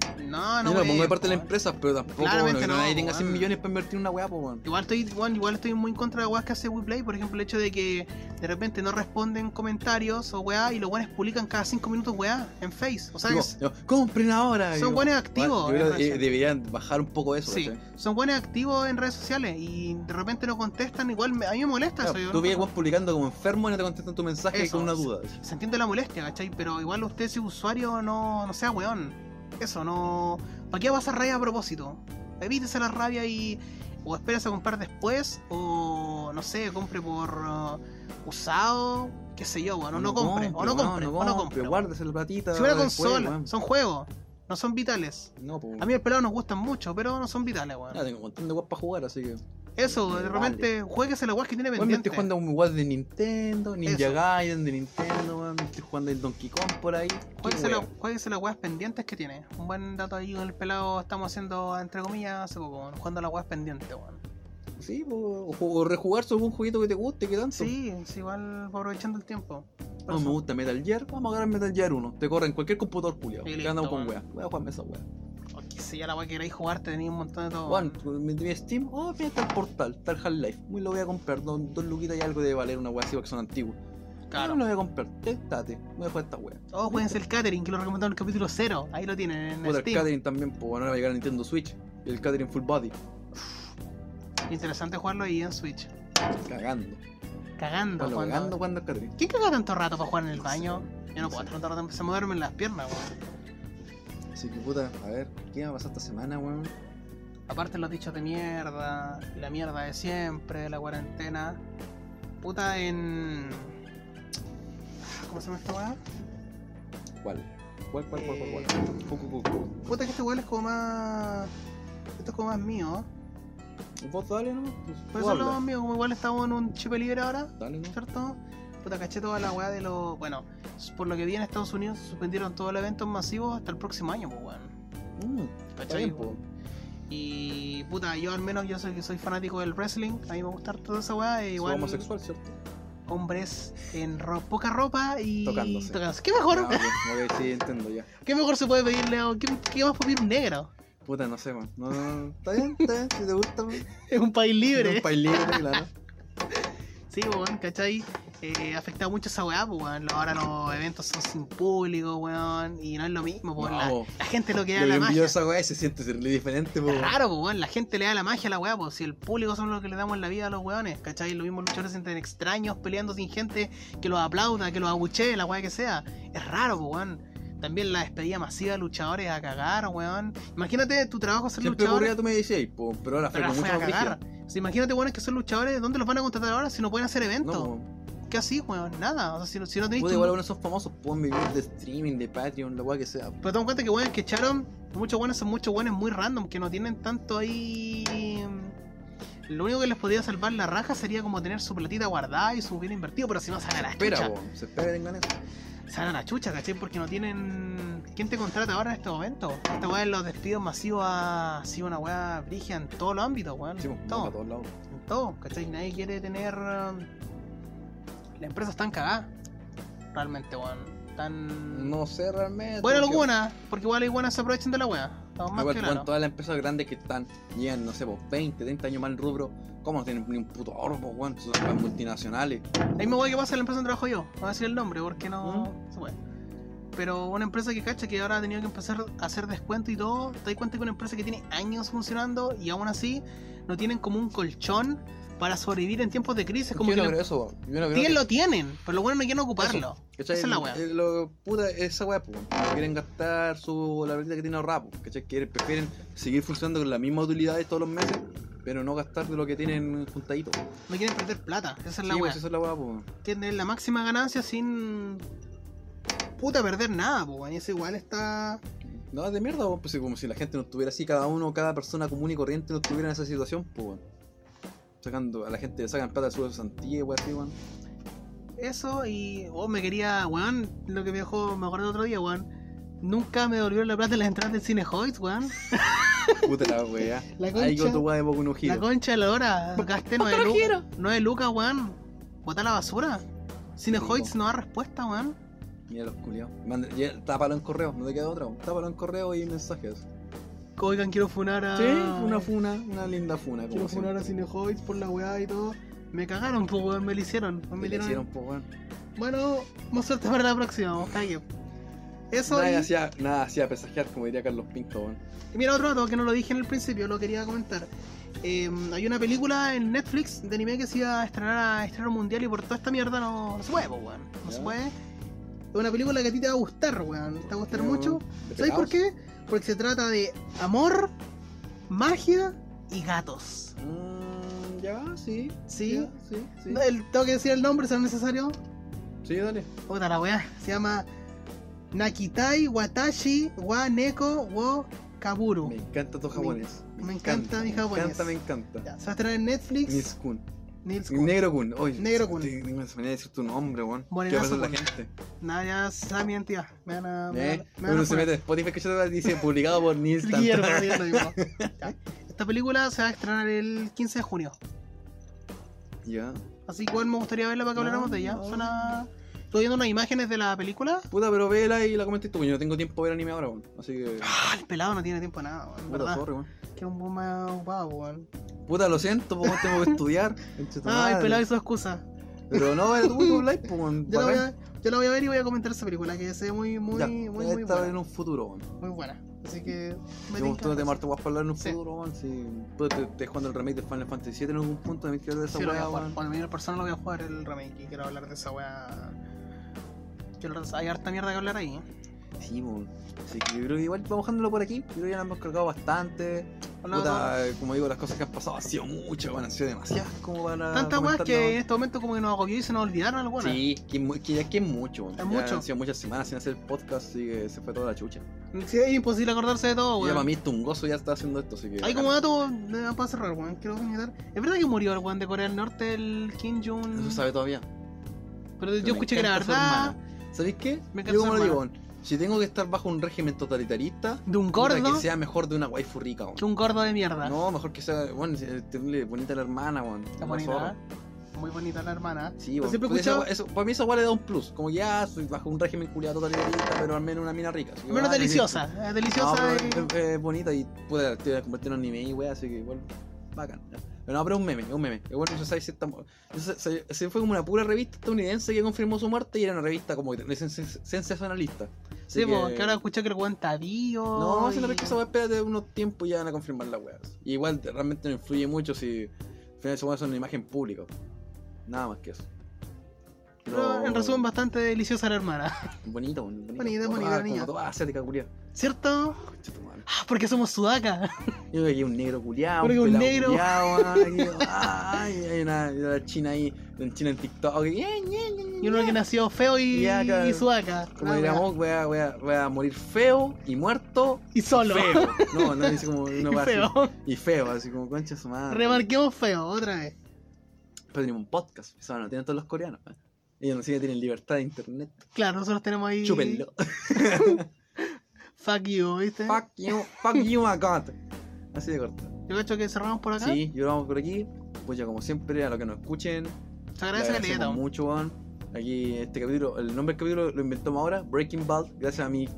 Speaker 1: Yo
Speaker 2: no, no,
Speaker 1: no me
Speaker 2: weón,
Speaker 1: pongo de parte de la
Speaker 2: weón.
Speaker 1: empresa, pero tampoco, bueno,
Speaker 2: Claramente
Speaker 1: que
Speaker 2: no,
Speaker 1: nadie tenga
Speaker 2: weón.
Speaker 1: 100 millones para invertir en una weá, pues, bueno.
Speaker 2: Igual estoy, bueno, igual estoy muy en contra de weas que hace WePlay, por ejemplo, el hecho de que de repente no responden comentarios o weá y los weones publican cada 5 minutos weá en Face. O sea, que s-
Speaker 1: compren ahora.
Speaker 2: son
Speaker 1: digo.
Speaker 2: buenos
Speaker 1: Bueno,
Speaker 2: activos.
Speaker 1: ah, yo creo
Speaker 2: en
Speaker 1: que, eh,
Speaker 2: redes
Speaker 1: deberían bajar un poco eso.
Speaker 2: sociales.
Speaker 1: ¿cachai?
Speaker 2: sí, son buenos activos en redes sociales y de repente no contestan. Igual me- a mí me molesta
Speaker 1: Claro,
Speaker 2: eso. yo
Speaker 1: tú
Speaker 2: no-
Speaker 1: vienes publicando como enfermo y no te contestan tu mensaje
Speaker 2: Eso,
Speaker 1: con una
Speaker 2: sí.
Speaker 1: duda.
Speaker 2: se entiende la molestia, ¿cachai? Pero igual usted, si usuario, no, no sea weón. Eso, no. ¿Para qué vas a rabia a propósito? Evítese la rabia y. O esperas a comprar después, o no sé, compre por uh, usado, qué sé yo, weón. o No, compre, o no compre, o no compre. weón.
Speaker 1: guárdese la platita.
Speaker 2: Si fuera
Speaker 1: después,
Speaker 2: consola,
Speaker 1: weón.
Speaker 2: son juegos, no son vitales.
Speaker 1: No, pues.
Speaker 2: A mí el pelado nos gustan mucho, pero no son vitales, weón.
Speaker 1: Ya, tengo un montón de guas para jugar, así que.
Speaker 2: Eso,
Speaker 1: vale.
Speaker 2: de repente, jueguese la weón que tiene
Speaker 1: Weón, me estoy
Speaker 2: pendiente.
Speaker 1: jugando un guas de Nintendo, Ninja
Speaker 2: Eso.
Speaker 1: Gaiden de Nintendo, weón. Me estoy jugando el Donkey Kong por ahí. Qué
Speaker 2: Jueguese la-
Speaker 1: weón.
Speaker 2: jueguese las weas pendientes que tiene. Un buen dato ahí con el pelado estamos haciendo, entre comillas, hace poco, weón, jugando a las weas pendientes, weón.
Speaker 1: Sí, pues, o, ju- o rejugar sobre algún juguito que te guste, que tanto.
Speaker 2: Sí, sí, igual aprovechando el tiempo. Por
Speaker 1: No me
Speaker 2: eso.
Speaker 1: gusta Metal Gear, vamos a agarrar Metal Gear 1. Te corre en cualquier computador, Julio.
Speaker 2: Y
Speaker 1: Que
Speaker 2: listo,
Speaker 1: andamos con weá.
Speaker 2: weón.
Speaker 1: Voy a jugarme esa weá.
Speaker 2: O que si ya la wea que queráis jugar, te tenéis un montón de todo.
Speaker 1: Juan,
Speaker 2: weón.
Speaker 1: mi, mi Steam, oh, mira, está el portal, está el Half-Life. Muy lo voy a comprar, dos, dos luquitas y algo de valer una weá así porque son antiguos.
Speaker 2: Claro.
Speaker 1: No lo voy a comprar, testate, voy a jugar esta weá.
Speaker 2: Oh, jueguense el catering, que lo recomendamos en el capítulo 0. Ahí lo tienen en
Speaker 1: Puta, el
Speaker 2: Steam.
Speaker 1: Catering también, pues bueno, ahora va a llegar a Nintendo Switch. Y el Catering Full Body,
Speaker 2: Interesante jugarlo ahí en Switch.
Speaker 1: cagando.
Speaker 2: Cagando,
Speaker 1: Bueno,
Speaker 2: jugando.
Speaker 1: cagando cuando es Catering.
Speaker 2: ¿Quién caga tanto rato para jugar en el
Speaker 1: No sé,
Speaker 2: baño?
Speaker 1: weón.
Speaker 2: Yo no puedo estar tanto rato, empecé a moverme en las piernas, weón.
Speaker 1: Así que puta, a ver, ¿qué va a pasar esta semana, weón?
Speaker 2: Aparte los dichos de mierda, la mierda de siempre, la cuarentena. Puta en. ¿Cómo se llama esta weá?
Speaker 1: ¿Cuál? ¿Cuál, cuál, cuál, cuál? cuál?
Speaker 2: Eh.
Speaker 1: Cu, cu, cu, cu.
Speaker 2: Puta que este weón es como más. Esto es como más mío.
Speaker 1: Vos dale, ¿no? Pues, tú
Speaker 2: Por eso
Speaker 1: habla.
Speaker 2: lo mío, como igual estamos en un chip libre ahora,
Speaker 1: Dale, ¿no?
Speaker 2: ¿cierto? Puta, caché toda la weá de los. Bueno, por lo que vi en Estados Unidos, suspendieron todos los eventos masivos hasta el próximo año, pues weón.
Speaker 1: Mm, está
Speaker 2: ¿Cachai?
Speaker 1: bien, po.
Speaker 2: Y puta, yo al menos yo soy, soy fanático del wrestling, a mí me gusta toda esa weá, e
Speaker 1: Es
Speaker 2: igual
Speaker 1: homosexual, ¿cierto?
Speaker 2: hombres en ro- poca ropa y
Speaker 1: Tocándose.
Speaker 2: ¿Qué mejor?
Speaker 1: Ah, ok, ok, sí, entiendo ya.
Speaker 2: ¿Qué mejor se puede pedirle a qué, qué más puede pedir un negro?
Speaker 1: Puta, no sé, weón. No, no, no. Está bien, está bien, si te gusta, weón.
Speaker 2: Es un país libre.
Speaker 1: Un país libre, claro.
Speaker 2: Sí, pues, weón, ¿cachai? Eh, afecta mucho esa weá, pues, weón. Lo- Ahora los eventos son sin público, weón. Y no es lo mismo, pues.
Speaker 1: No,
Speaker 2: la,
Speaker 1: po.
Speaker 2: la gente lo que
Speaker 1: Yo
Speaker 2: le da
Speaker 1: le
Speaker 2: la
Speaker 1: envío
Speaker 2: magia.
Speaker 1: esa weá y se siente ser diferente, po.
Speaker 2: Es Raro, pues, weón. La gente le da la magia a la weá, pues. Si el público son los que le damos la vida a los weones, ¿cachai? Los mismos luchadores se sienten extraños peleando sin gente que los aplauda, que los abuchee, la weá que sea. Es raro, pues, weón. También la despedida masiva de luchadores a cagar, weón. Imagínate tu trabajo ser
Speaker 1: Siempre
Speaker 2: luchador.
Speaker 1: ocurría, tú me decías, po, pero ahora fue
Speaker 2: Pero
Speaker 1: con
Speaker 2: fue
Speaker 1: mucha
Speaker 2: a
Speaker 1: más
Speaker 2: cagar.
Speaker 1: brígida.
Speaker 2: O sea, imagínate, weón, que son luchadores. ¿Dónde los van a contratar ahora si no pueden hacer eventos?
Speaker 1: No,
Speaker 2: ¿Qué así, weón? Nada. O sea, si no, si no
Speaker 1: po.
Speaker 2: tenéis
Speaker 1: Puta,
Speaker 2: tu-
Speaker 1: igual algunos son famosos, pueden vivir de streaming, de Patreon, la weá que sea.
Speaker 2: Pero ten cuenta que weones que echaron, muchos buenos son muchos buenos muy random, que no tienen tanto ahí. Lo único que les podría salvar la raja sería como tener su platita guardada y su bien invertido, pero si no se van a la
Speaker 1: Espera,
Speaker 2: chucha. Mm,
Speaker 1: po. Se espera que tengan eso.
Speaker 2: Se van a la chucha, ¿cachai? Porque no tienen. ¿Quién te contrata ahora en este momento? Esta weá de los despidos masivos ha sido una weá brigia en todos los ámbitos, weón.
Speaker 1: Sí, po,
Speaker 2: En
Speaker 1: no,
Speaker 2: todo.
Speaker 1: para todos lados.
Speaker 2: en todo, ¿cachai? Nadie quiere tener. um, Las empresas están cagadas. Realmente, weón. Están.
Speaker 1: No sé realmente.
Speaker 2: Bueno,
Speaker 1: porque-
Speaker 2: algunas, porque igual algunas se aprovechan de la wea. Estamos más
Speaker 1: Igual,
Speaker 2: que
Speaker 1: con
Speaker 2: claro.
Speaker 1: todas las empresas grandes que están, llegan, no sé, po, 20, 30 años más en rubro, ¿cómo no tienen ni un puto ahorro, po, weón? Son las multinacionales.
Speaker 2: La misma wea que pasa en la empresa donde trabajo yo. No voy a decir el nombre porque no
Speaker 1: ¿Mm?
Speaker 2: se puede. Pero una empresa que cacha que ahora ha tenido que empezar a hacer descuento y todo, te das cuenta que una empresa que tiene años funcionando y aún así no tienen como un colchón para sobrevivir en tiempos de crisis.
Speaker 1: Es como
Speaker 2: Como
Speaker 1: yo
Speaker 2: que
Speaker 1: no
Speaker 2: lo-
Speaker 1: creo eso, weón. Yo no creo
Speaker 2: tienen,
Speaker 1: que-
Speaker 2: lo tienen, pero los buenos no quieren ocuparlo.
Speaker 1: ¿cachai?
Speaker 2: Esa es la weá.
Speaker 1: Eh, lo- puta, esa weá, pues, weón. No quieren gastar su, la platita que tienen ahorrada, pues, ¿cachai? Quieren- prefieren seguir funcionando con las mismas utilidades todos los meses, pero no gastar de lo que tienen juntadito.
Speaker 2: No quieren perder plata. Esa es la
Speaker 1: Sí,
Speaker 2: weá.
Speaker 1: pues, esa es la weá, pues.
Speaker 2: Tienen la máxima ganancia sin. Puta, perder nada, po. weón. Y eso igual está.
Speaker 1: No, es de mierda, weón. Pues, como si la gente no estuviera así, cada uno, cada persona común y corriente no estuviera en esa situación, pues, weón. Sacando, a la gente le sacan plata de su santía, weón, así, weón.
Speaker 2: Eso y. Oh, me quería, weón. Lo que me dejó, me acordé el otro día, weón. Nunca me devolvieron la plata en las entradas del cine Hoyts, weón.
Speaker 1: Puta la weá.
Speaker 2: La
Speaker 1: Ahí con
Speaker 2: concha.
Speaker 1: tu weá de Boku no
Speaker 2: La
Speaker 1: Hero.
Speaker 2: concha de la hora. Gasté 9
Speaker 1: no
Speaker 2: lucas.
Speaker 1: quiero.
Speaker 2: 9 lucas, weón. Botá la basura. Cine
Speaker 1: Rico.
Speaker 2: Hoyts no da respuesta, weón.
Speaker 1: Mira los culiados. Manda- ya, Tápalo en correo, no te queda otra, weón. Tápalo en correo y mensajes.
Speaker 2: Oigan, quiero funar a.
Speaker 1: Sí, una funa, una linda funa.
Speaker 2: Ah, Quiero
Speaker 1: Como
Speaker 2: funar a
Speaker 1: siempre.
Speaker 2: Cine Hoyts por la weá y todo. Me cagaron, pues, weón. Me lo hicieron. Me
Speaker 1: Me le
Speaker 2: hicieron-
Speaker 1: hicieron, pues, weón.
Speaker 2: Bueno, más suerte para la próxima. vamos, cague. Eso.
Speaker 1: Nada
Speaker 2: y-
Speaker 1: hacía, nada hacía presagiar, como diría Carlos Pinto, weón.
Speaker 2: y mira, otro dato que no lo dije en el principio, lo quería comentar. Eh, hay una película en Netflix de anime que se iba a estrenar a estreno mundial y por toda esta mierda no, no se puede, po, weón. No se
Speaker 1: Ya.
Speaker 2: puede. Es una película que a ti te va a gustar, weón. Te va a gustar
Speaker 1: Pero,
Speaker 2: mucho.
Speaker 1: de
Speaker 2: ¿Sabes
Speaker 1: pegados.
Speaker 2: por qué? Porque se trata de amor, magia y gatos.
Speaker 1: Mm, ya, sí.
Speaker 2: ¿Sí?
Speaker 1: ya, sí, sí.
Speaker 2: No, eh, el- tengo que decir el nombre, si es necesario.
Speaker 1: Sí, dale.
Speaker 2: Puta la weá, se llama Nakitai Watashi wa Neko wo Kaburu.
Speaker 1: Me encantan tus
Speaker 2: Me-
Speaker 1: japones.
Speaker 2: me encanta mi japonés.
Speaker 1: Me encanta, me encanta.
Speaker 2: Ya, se va a estrenar en Netflix.
Speaker 1: Nils Kun.
Speaker 2: Nils Kun.
Speaker 1: Negro Kun. Oye,
Speaker 2: Negro Kun.
Speaker 1: te- Tengo esa manera de decir tu nombre, weón. ¿Qué va a
Speaker 2: Morenazo
Speaker 1: pensar la
Speaker 2: Kun.
Speaker 1: gente?
Speaker 2: Nada, ya sabe mi identidad. Me van a. me
Speaker 1: ¿Eh?
Speaker 2: van a- me van a
Speaker 1: Uno se
Speaker 2: funar.
Speaker 1: mete en Spotify que yo te dice publicado por Nils
Speaker 2: El Guillermo, ya lo digo. Ya. Esta película se va a estrenar el 15 de junio.
Speaker 1: Ya.
Speaker 2: Así que igual me gustaría verla para que
Speaker 1: No,
Speaker 2: habláramos de ella.
Speaker 1: no.
Speaker 2: Suena. Estoy viendo unas imágenes de la película.
Speaker 1: Puta, pero vela y la comenté tú. Yo no tengo tiempo de ver anime ahora, weón. Así que.
Speaker 2: Ah, el pelado no tiene tiempo de nada, weón,
Speaker 1: Puta,
Speaker 2: ¿verdad?
Speaker 1: sorry, weón.
Speaker 2: Que un buen más ocupado, weón.
Speaker 1: Puta, lo siento, porque tengo que estudiar. Concha tu
Speaker 2: Ah, el
Speaker 1: madre.
Speaker 2: pelado hizo excusa.
Speaker 1: Pero no, era tú, tú live, pues, weón.
Speaker 2: Yo la, voy
Speaker 1: bacán.
Speaker 2: a, yo la voy a ver y voy a comentar esa película que se ve muy, muy,
Speaker 1: Ya,
Speaker 2: muy,
Speaker 1: ya
Speaker 2: muy
Speaker 1: está
Speaker 2: buena.
Speaker 1: en un futuro, weón.
Speaker 2: Muy buena. Así que. me
Speaker 1: Yo
Speaker 2: tinca
Speaker 1: tú no te
Speaker 2: eso.
Speaker 1: martes, vas a hablar en un
Speaker 2: Sí.
Speaker 1: futuro, weón. Si puta, te estés jugando el remake de Final Fantasy VII en algún punto, también quiero ver esa
Speaker 2: Sí, lo voy a
Speaker 1: weá,
Speaker 2: jugar.
Speaker 1: weón.
Speaker 2: Cuando me viene el persona lo voy a jugar el remake y quiero hablar de esa weá. Quiero- Hay harta mierda que hablar ahí. ¿eh?
Speaker 1: Sí, weón. Así que yo creo que igual vamos dejándolo por aquí. Yo creo que ya la hemos cargado bastante.
Speaker 2: Hablamos de-
Speaker 1: Puta, eh, como digo, las cosas que han pasado han sido muchas, weón. Han sido demasiadas como para.
Speaker 2: Tantas weas
Speaker 1: comentarlas,
Speaker 2: que en
Speaker 1: weón.
Speaker 2: este momento como que nos agobió y se nos olvidaron algunas.
Speaker 1: Sí, que, mu- que ya que es mucho, weón.
Speaker 2: Es
Speaker 1: Ya
Speaker 2: mucho.
Speaker 1: Han sido muchas semanas sin hacer el podcast, así que se fue toda la chucha.
Speaker 2: Sí, es imposible acordarse de todo,
Speaker 1: Y ya para
Speaker 2: Oh, weón.
Speaker 1: mí, Tungoso ya está haciendo esto, así que.
Speaker 2: Hay como dato eh, para cerrar, weón. Quiero comentar. Es verdad que murió el weón de Corea del Norte, el Kim Jong.
Speaker 1: Eso sabe todavía.
Speaker 2: Pero yo
Speaker 1: Pero me
Speaker 2: escuché que era
Speaker 1: encanta su
Speaker 2: verdad.
Speaker 1: hermana. ¿Sabéis qué?
Speaker 2: Me encanta
Speaker 1: Yo
Speaker 2: su
Speaker 1: como lo digo,
Speaker 2: hermana.
Speaker 1: weón, si tengo que estar bajo un régimen totalitarista,
Speaker 2: De un
Speaker 1: puta,
Speaker 2: gordo.
Speaker 1: que sea mejor de una waifu rica, weón.
Speaker 2: Que un gordo de mierda.
Speaker 1: No, mejor que sea, bueno, tenerle bonita a la hermana, weón.
Speaker 2: Está
Speaker 1: La
Speaker 2: bonita.
Speaker 1: zorra.
Speaker 2: ¿eh? Muy bonita la hermana.
Speaker 1: Sí, weón.
Speaker 2: siempre he
Speaker 1: Pues esa
Speaker 2: escuchado-
Speaker 1: wea- eso- para mí esa weá le da un plus. Como que ya soy bajo un régimen culiado totalitarista, pero al menos una mina rica. así que,
Speaker 2: Menos
Speaker 1: ah, que sí.
Speaker 2: deliciosa. Es
Speaker 1: No,
Speaker 2: deliciosa.
Speaker 1: pero
Speaker 2: y-
Speaker 1: es, es- es bonita y puta, te voy a convertir en anime y weá, así que igual, bacán. ya. Pero no, pero es un meme, es un meme. Es bueno, se sabe si está mu- se- se- se fue como una pura revista estadounidense que confirmó su muerte y era una revista como que- sen- sen- sensacionalista. Así
Speaker 2: Sí, po, que ahora escuché que el weón está vivo.
Speaker 1: No, se la
Speaker 2: y-
Speaker 1: pesquisa, weá, espérate unos tiempos y ya van a confirmar las weas. Y igual te- realmente no influye mucho si al final se muestra una imagen pública. Nada más que eso.
Speaker 2: Pero en resumen, bastante deliciosa la hermana.
Speaker 1: Bonito, bonito. Ah,
Speaker 2: Bonita,
Speaker 1: Como
Speaker 2: bonita
Speaker 1: toda-
Speaker 2: la niña.
Speaker 1: como toda asiática, culiao.
Speaker 2: ¿Cierto?
Speaker 1: Concha tu madre.
Speaker 2: Ah, Porque somos sudaca.
Speaker 1: Yo veía un negro culiado,
Speaker 2: Porque un
Speaker 1: un
Speaker 2: negro.
Speaker 1: negro ay, hay una, una china ahí, una china en TikTok, y, eh, ñe, ñe, ñe,
Speaker 2: Y uno que nació feo y,
Speaker 1: Y acá-
Speaker 2: y sudaca.
Speaker 1: como
Speaker 2: Ah, wea.
Speaker 1: diríamos, voy a, voy, a, voy a morir feo y muerto
Speaker 2: Y solo.
Speaker 1: feo. No, no, dice como una
Speaker 2: Y
Speaker 1: wea así.
Speaker 2: feo.
Speaker 1: Y feo, así como concha su madre.
Speaker 2: Remarquemos feo, otra vez.
Speaker 1: Pero tenemos un podcast, eso no tienen todos los coreanos. ¿eh? Ellos no siguen, tienen libertad de internet.
Speaker 2: Claro, nosotros tenemos ahí.
Speaker 1: Chúpenlo.
Speaker 2: Fuck you, ¿viste?
Speaker 1: Fuck you, fuck you, my God. Así de corto.
Speaker 2: Yo cacho que cerramos por acá.
Speaker 1: Sí, lloramos por aquí. Pues ya, como siempre, a los que nos escuchen, Le
Speaker 2: Se agradece
Speaker 1: agradecemos
Speaker 2: caleta. weón.
Speaker 1: mucho, weón. Aquí este capítulo, el nombre del capítulo lo inventamos ahora, Breaking Bad, gracias a mi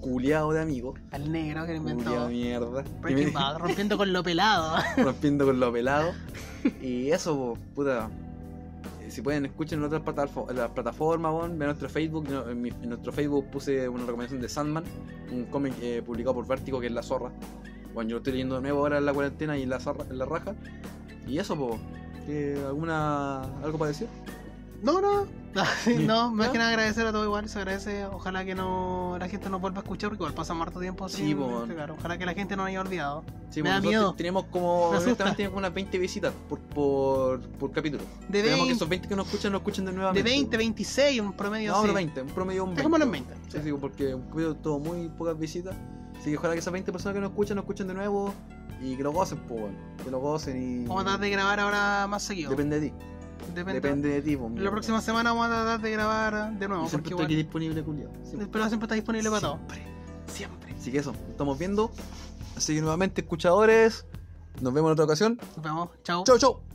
Speaker 1: culiado de amigo.
Speaker 2: Al negro que lo
Speaker 1: Culiao
Speaker 2: inventó.
Speaker 1: de mierda. que me-
Speaker 2: Breaking Bad, rompiendo con lo pelado.
Speaker 1: Rompiendo con lo pelado. Y eso, po, puta. Eh, Si pueden, escuchen en otras platafo- en las plataformas, weón. Vean nuestro Facebook. Yo En, mi- en nuestro Facebook puse una recomendación de Sandman, un cómic eh, publicado por Vértigo que es La Zorra. Bueno, yo lo estoy leyendo de nuevo ahora en la cuarentena y en la, zarra- en la raja. Y eso, po. ¿Qué- ¿Alguna. algo para decir?
Speaker 2: No, no. Ah, no, más
Speaker 1: ¿Ya?
Speaker 2: que nada agradecer a todo igual, se agradece. Ojalá que no la gente no vuelva a escuchar, porque igual pasamos harto tiempo
Speaker 1: Sí,
Speaker 2: sin
Speaker 1: po, man.
Speaker 2: entregar. Ojalá que la gente no haya olvidado.
Speaker 1: Sí,
Speaker 2: Me
Speaker 1: po,
Speaker 2: da
Speaker 1: nosotros
Speaker 2: miedo.
Speaker 1: Tenemos como.
Speaker 2: Me asusta.
Speaker 1: honestamente, tenemos unas 20 visitas por, por, por capítulo.
Speaker 2: De
Speaker 1: Esperamos que
Speaker 2: 20,
Speaker 1: esos 20 que nos escuchan nos escuchen de nuevo.
Speaker 2: de 20 26, un promedio
Speaker 1: No,
Speaker 2: así.
Speaker 1: pero 20, un promedio de un 20.
Speaker 2: Dejémoslo en 20.
Speaker 1: Sí, sí, porque un capítulo tuvo muy pocas visitas. Así que ojalá que esas 20 personas que nos escuchan nos escuchen de nuevo y que lo gocen, po, weón. Que lo gocen y.
Speaker 2: Vamos a tratar de grabar ahora más seguido.
Speaker 1: Depende de ti.
Speaker 2: Depende.
Speaker 1: Depende de ti, po,
Speaker 2: La
Speaker 1: mierda.
Speaker 2: próxima semana vamos a tratar de grabar de
Speaker 1: Y
Speaker 2: nuevo,
Speaker 1: siempre
Speaker 2: porque
Speaker 1: estoy aquí
Speaker 2: igual,
Speaker 1: disponible, culiao. Siempre.
Speaker 2: el programa siempre está disponible para todo.
Speaker 1: Siempre.
Speaker 2: Siempre.
Speaker 1: Así que eso, estamos viendo. Así que nuevamente, escuchadores, nos vemos en otra ocasión.
Speaker 2: Nos vemos. Chao.
Speaker 1: Chau, chau.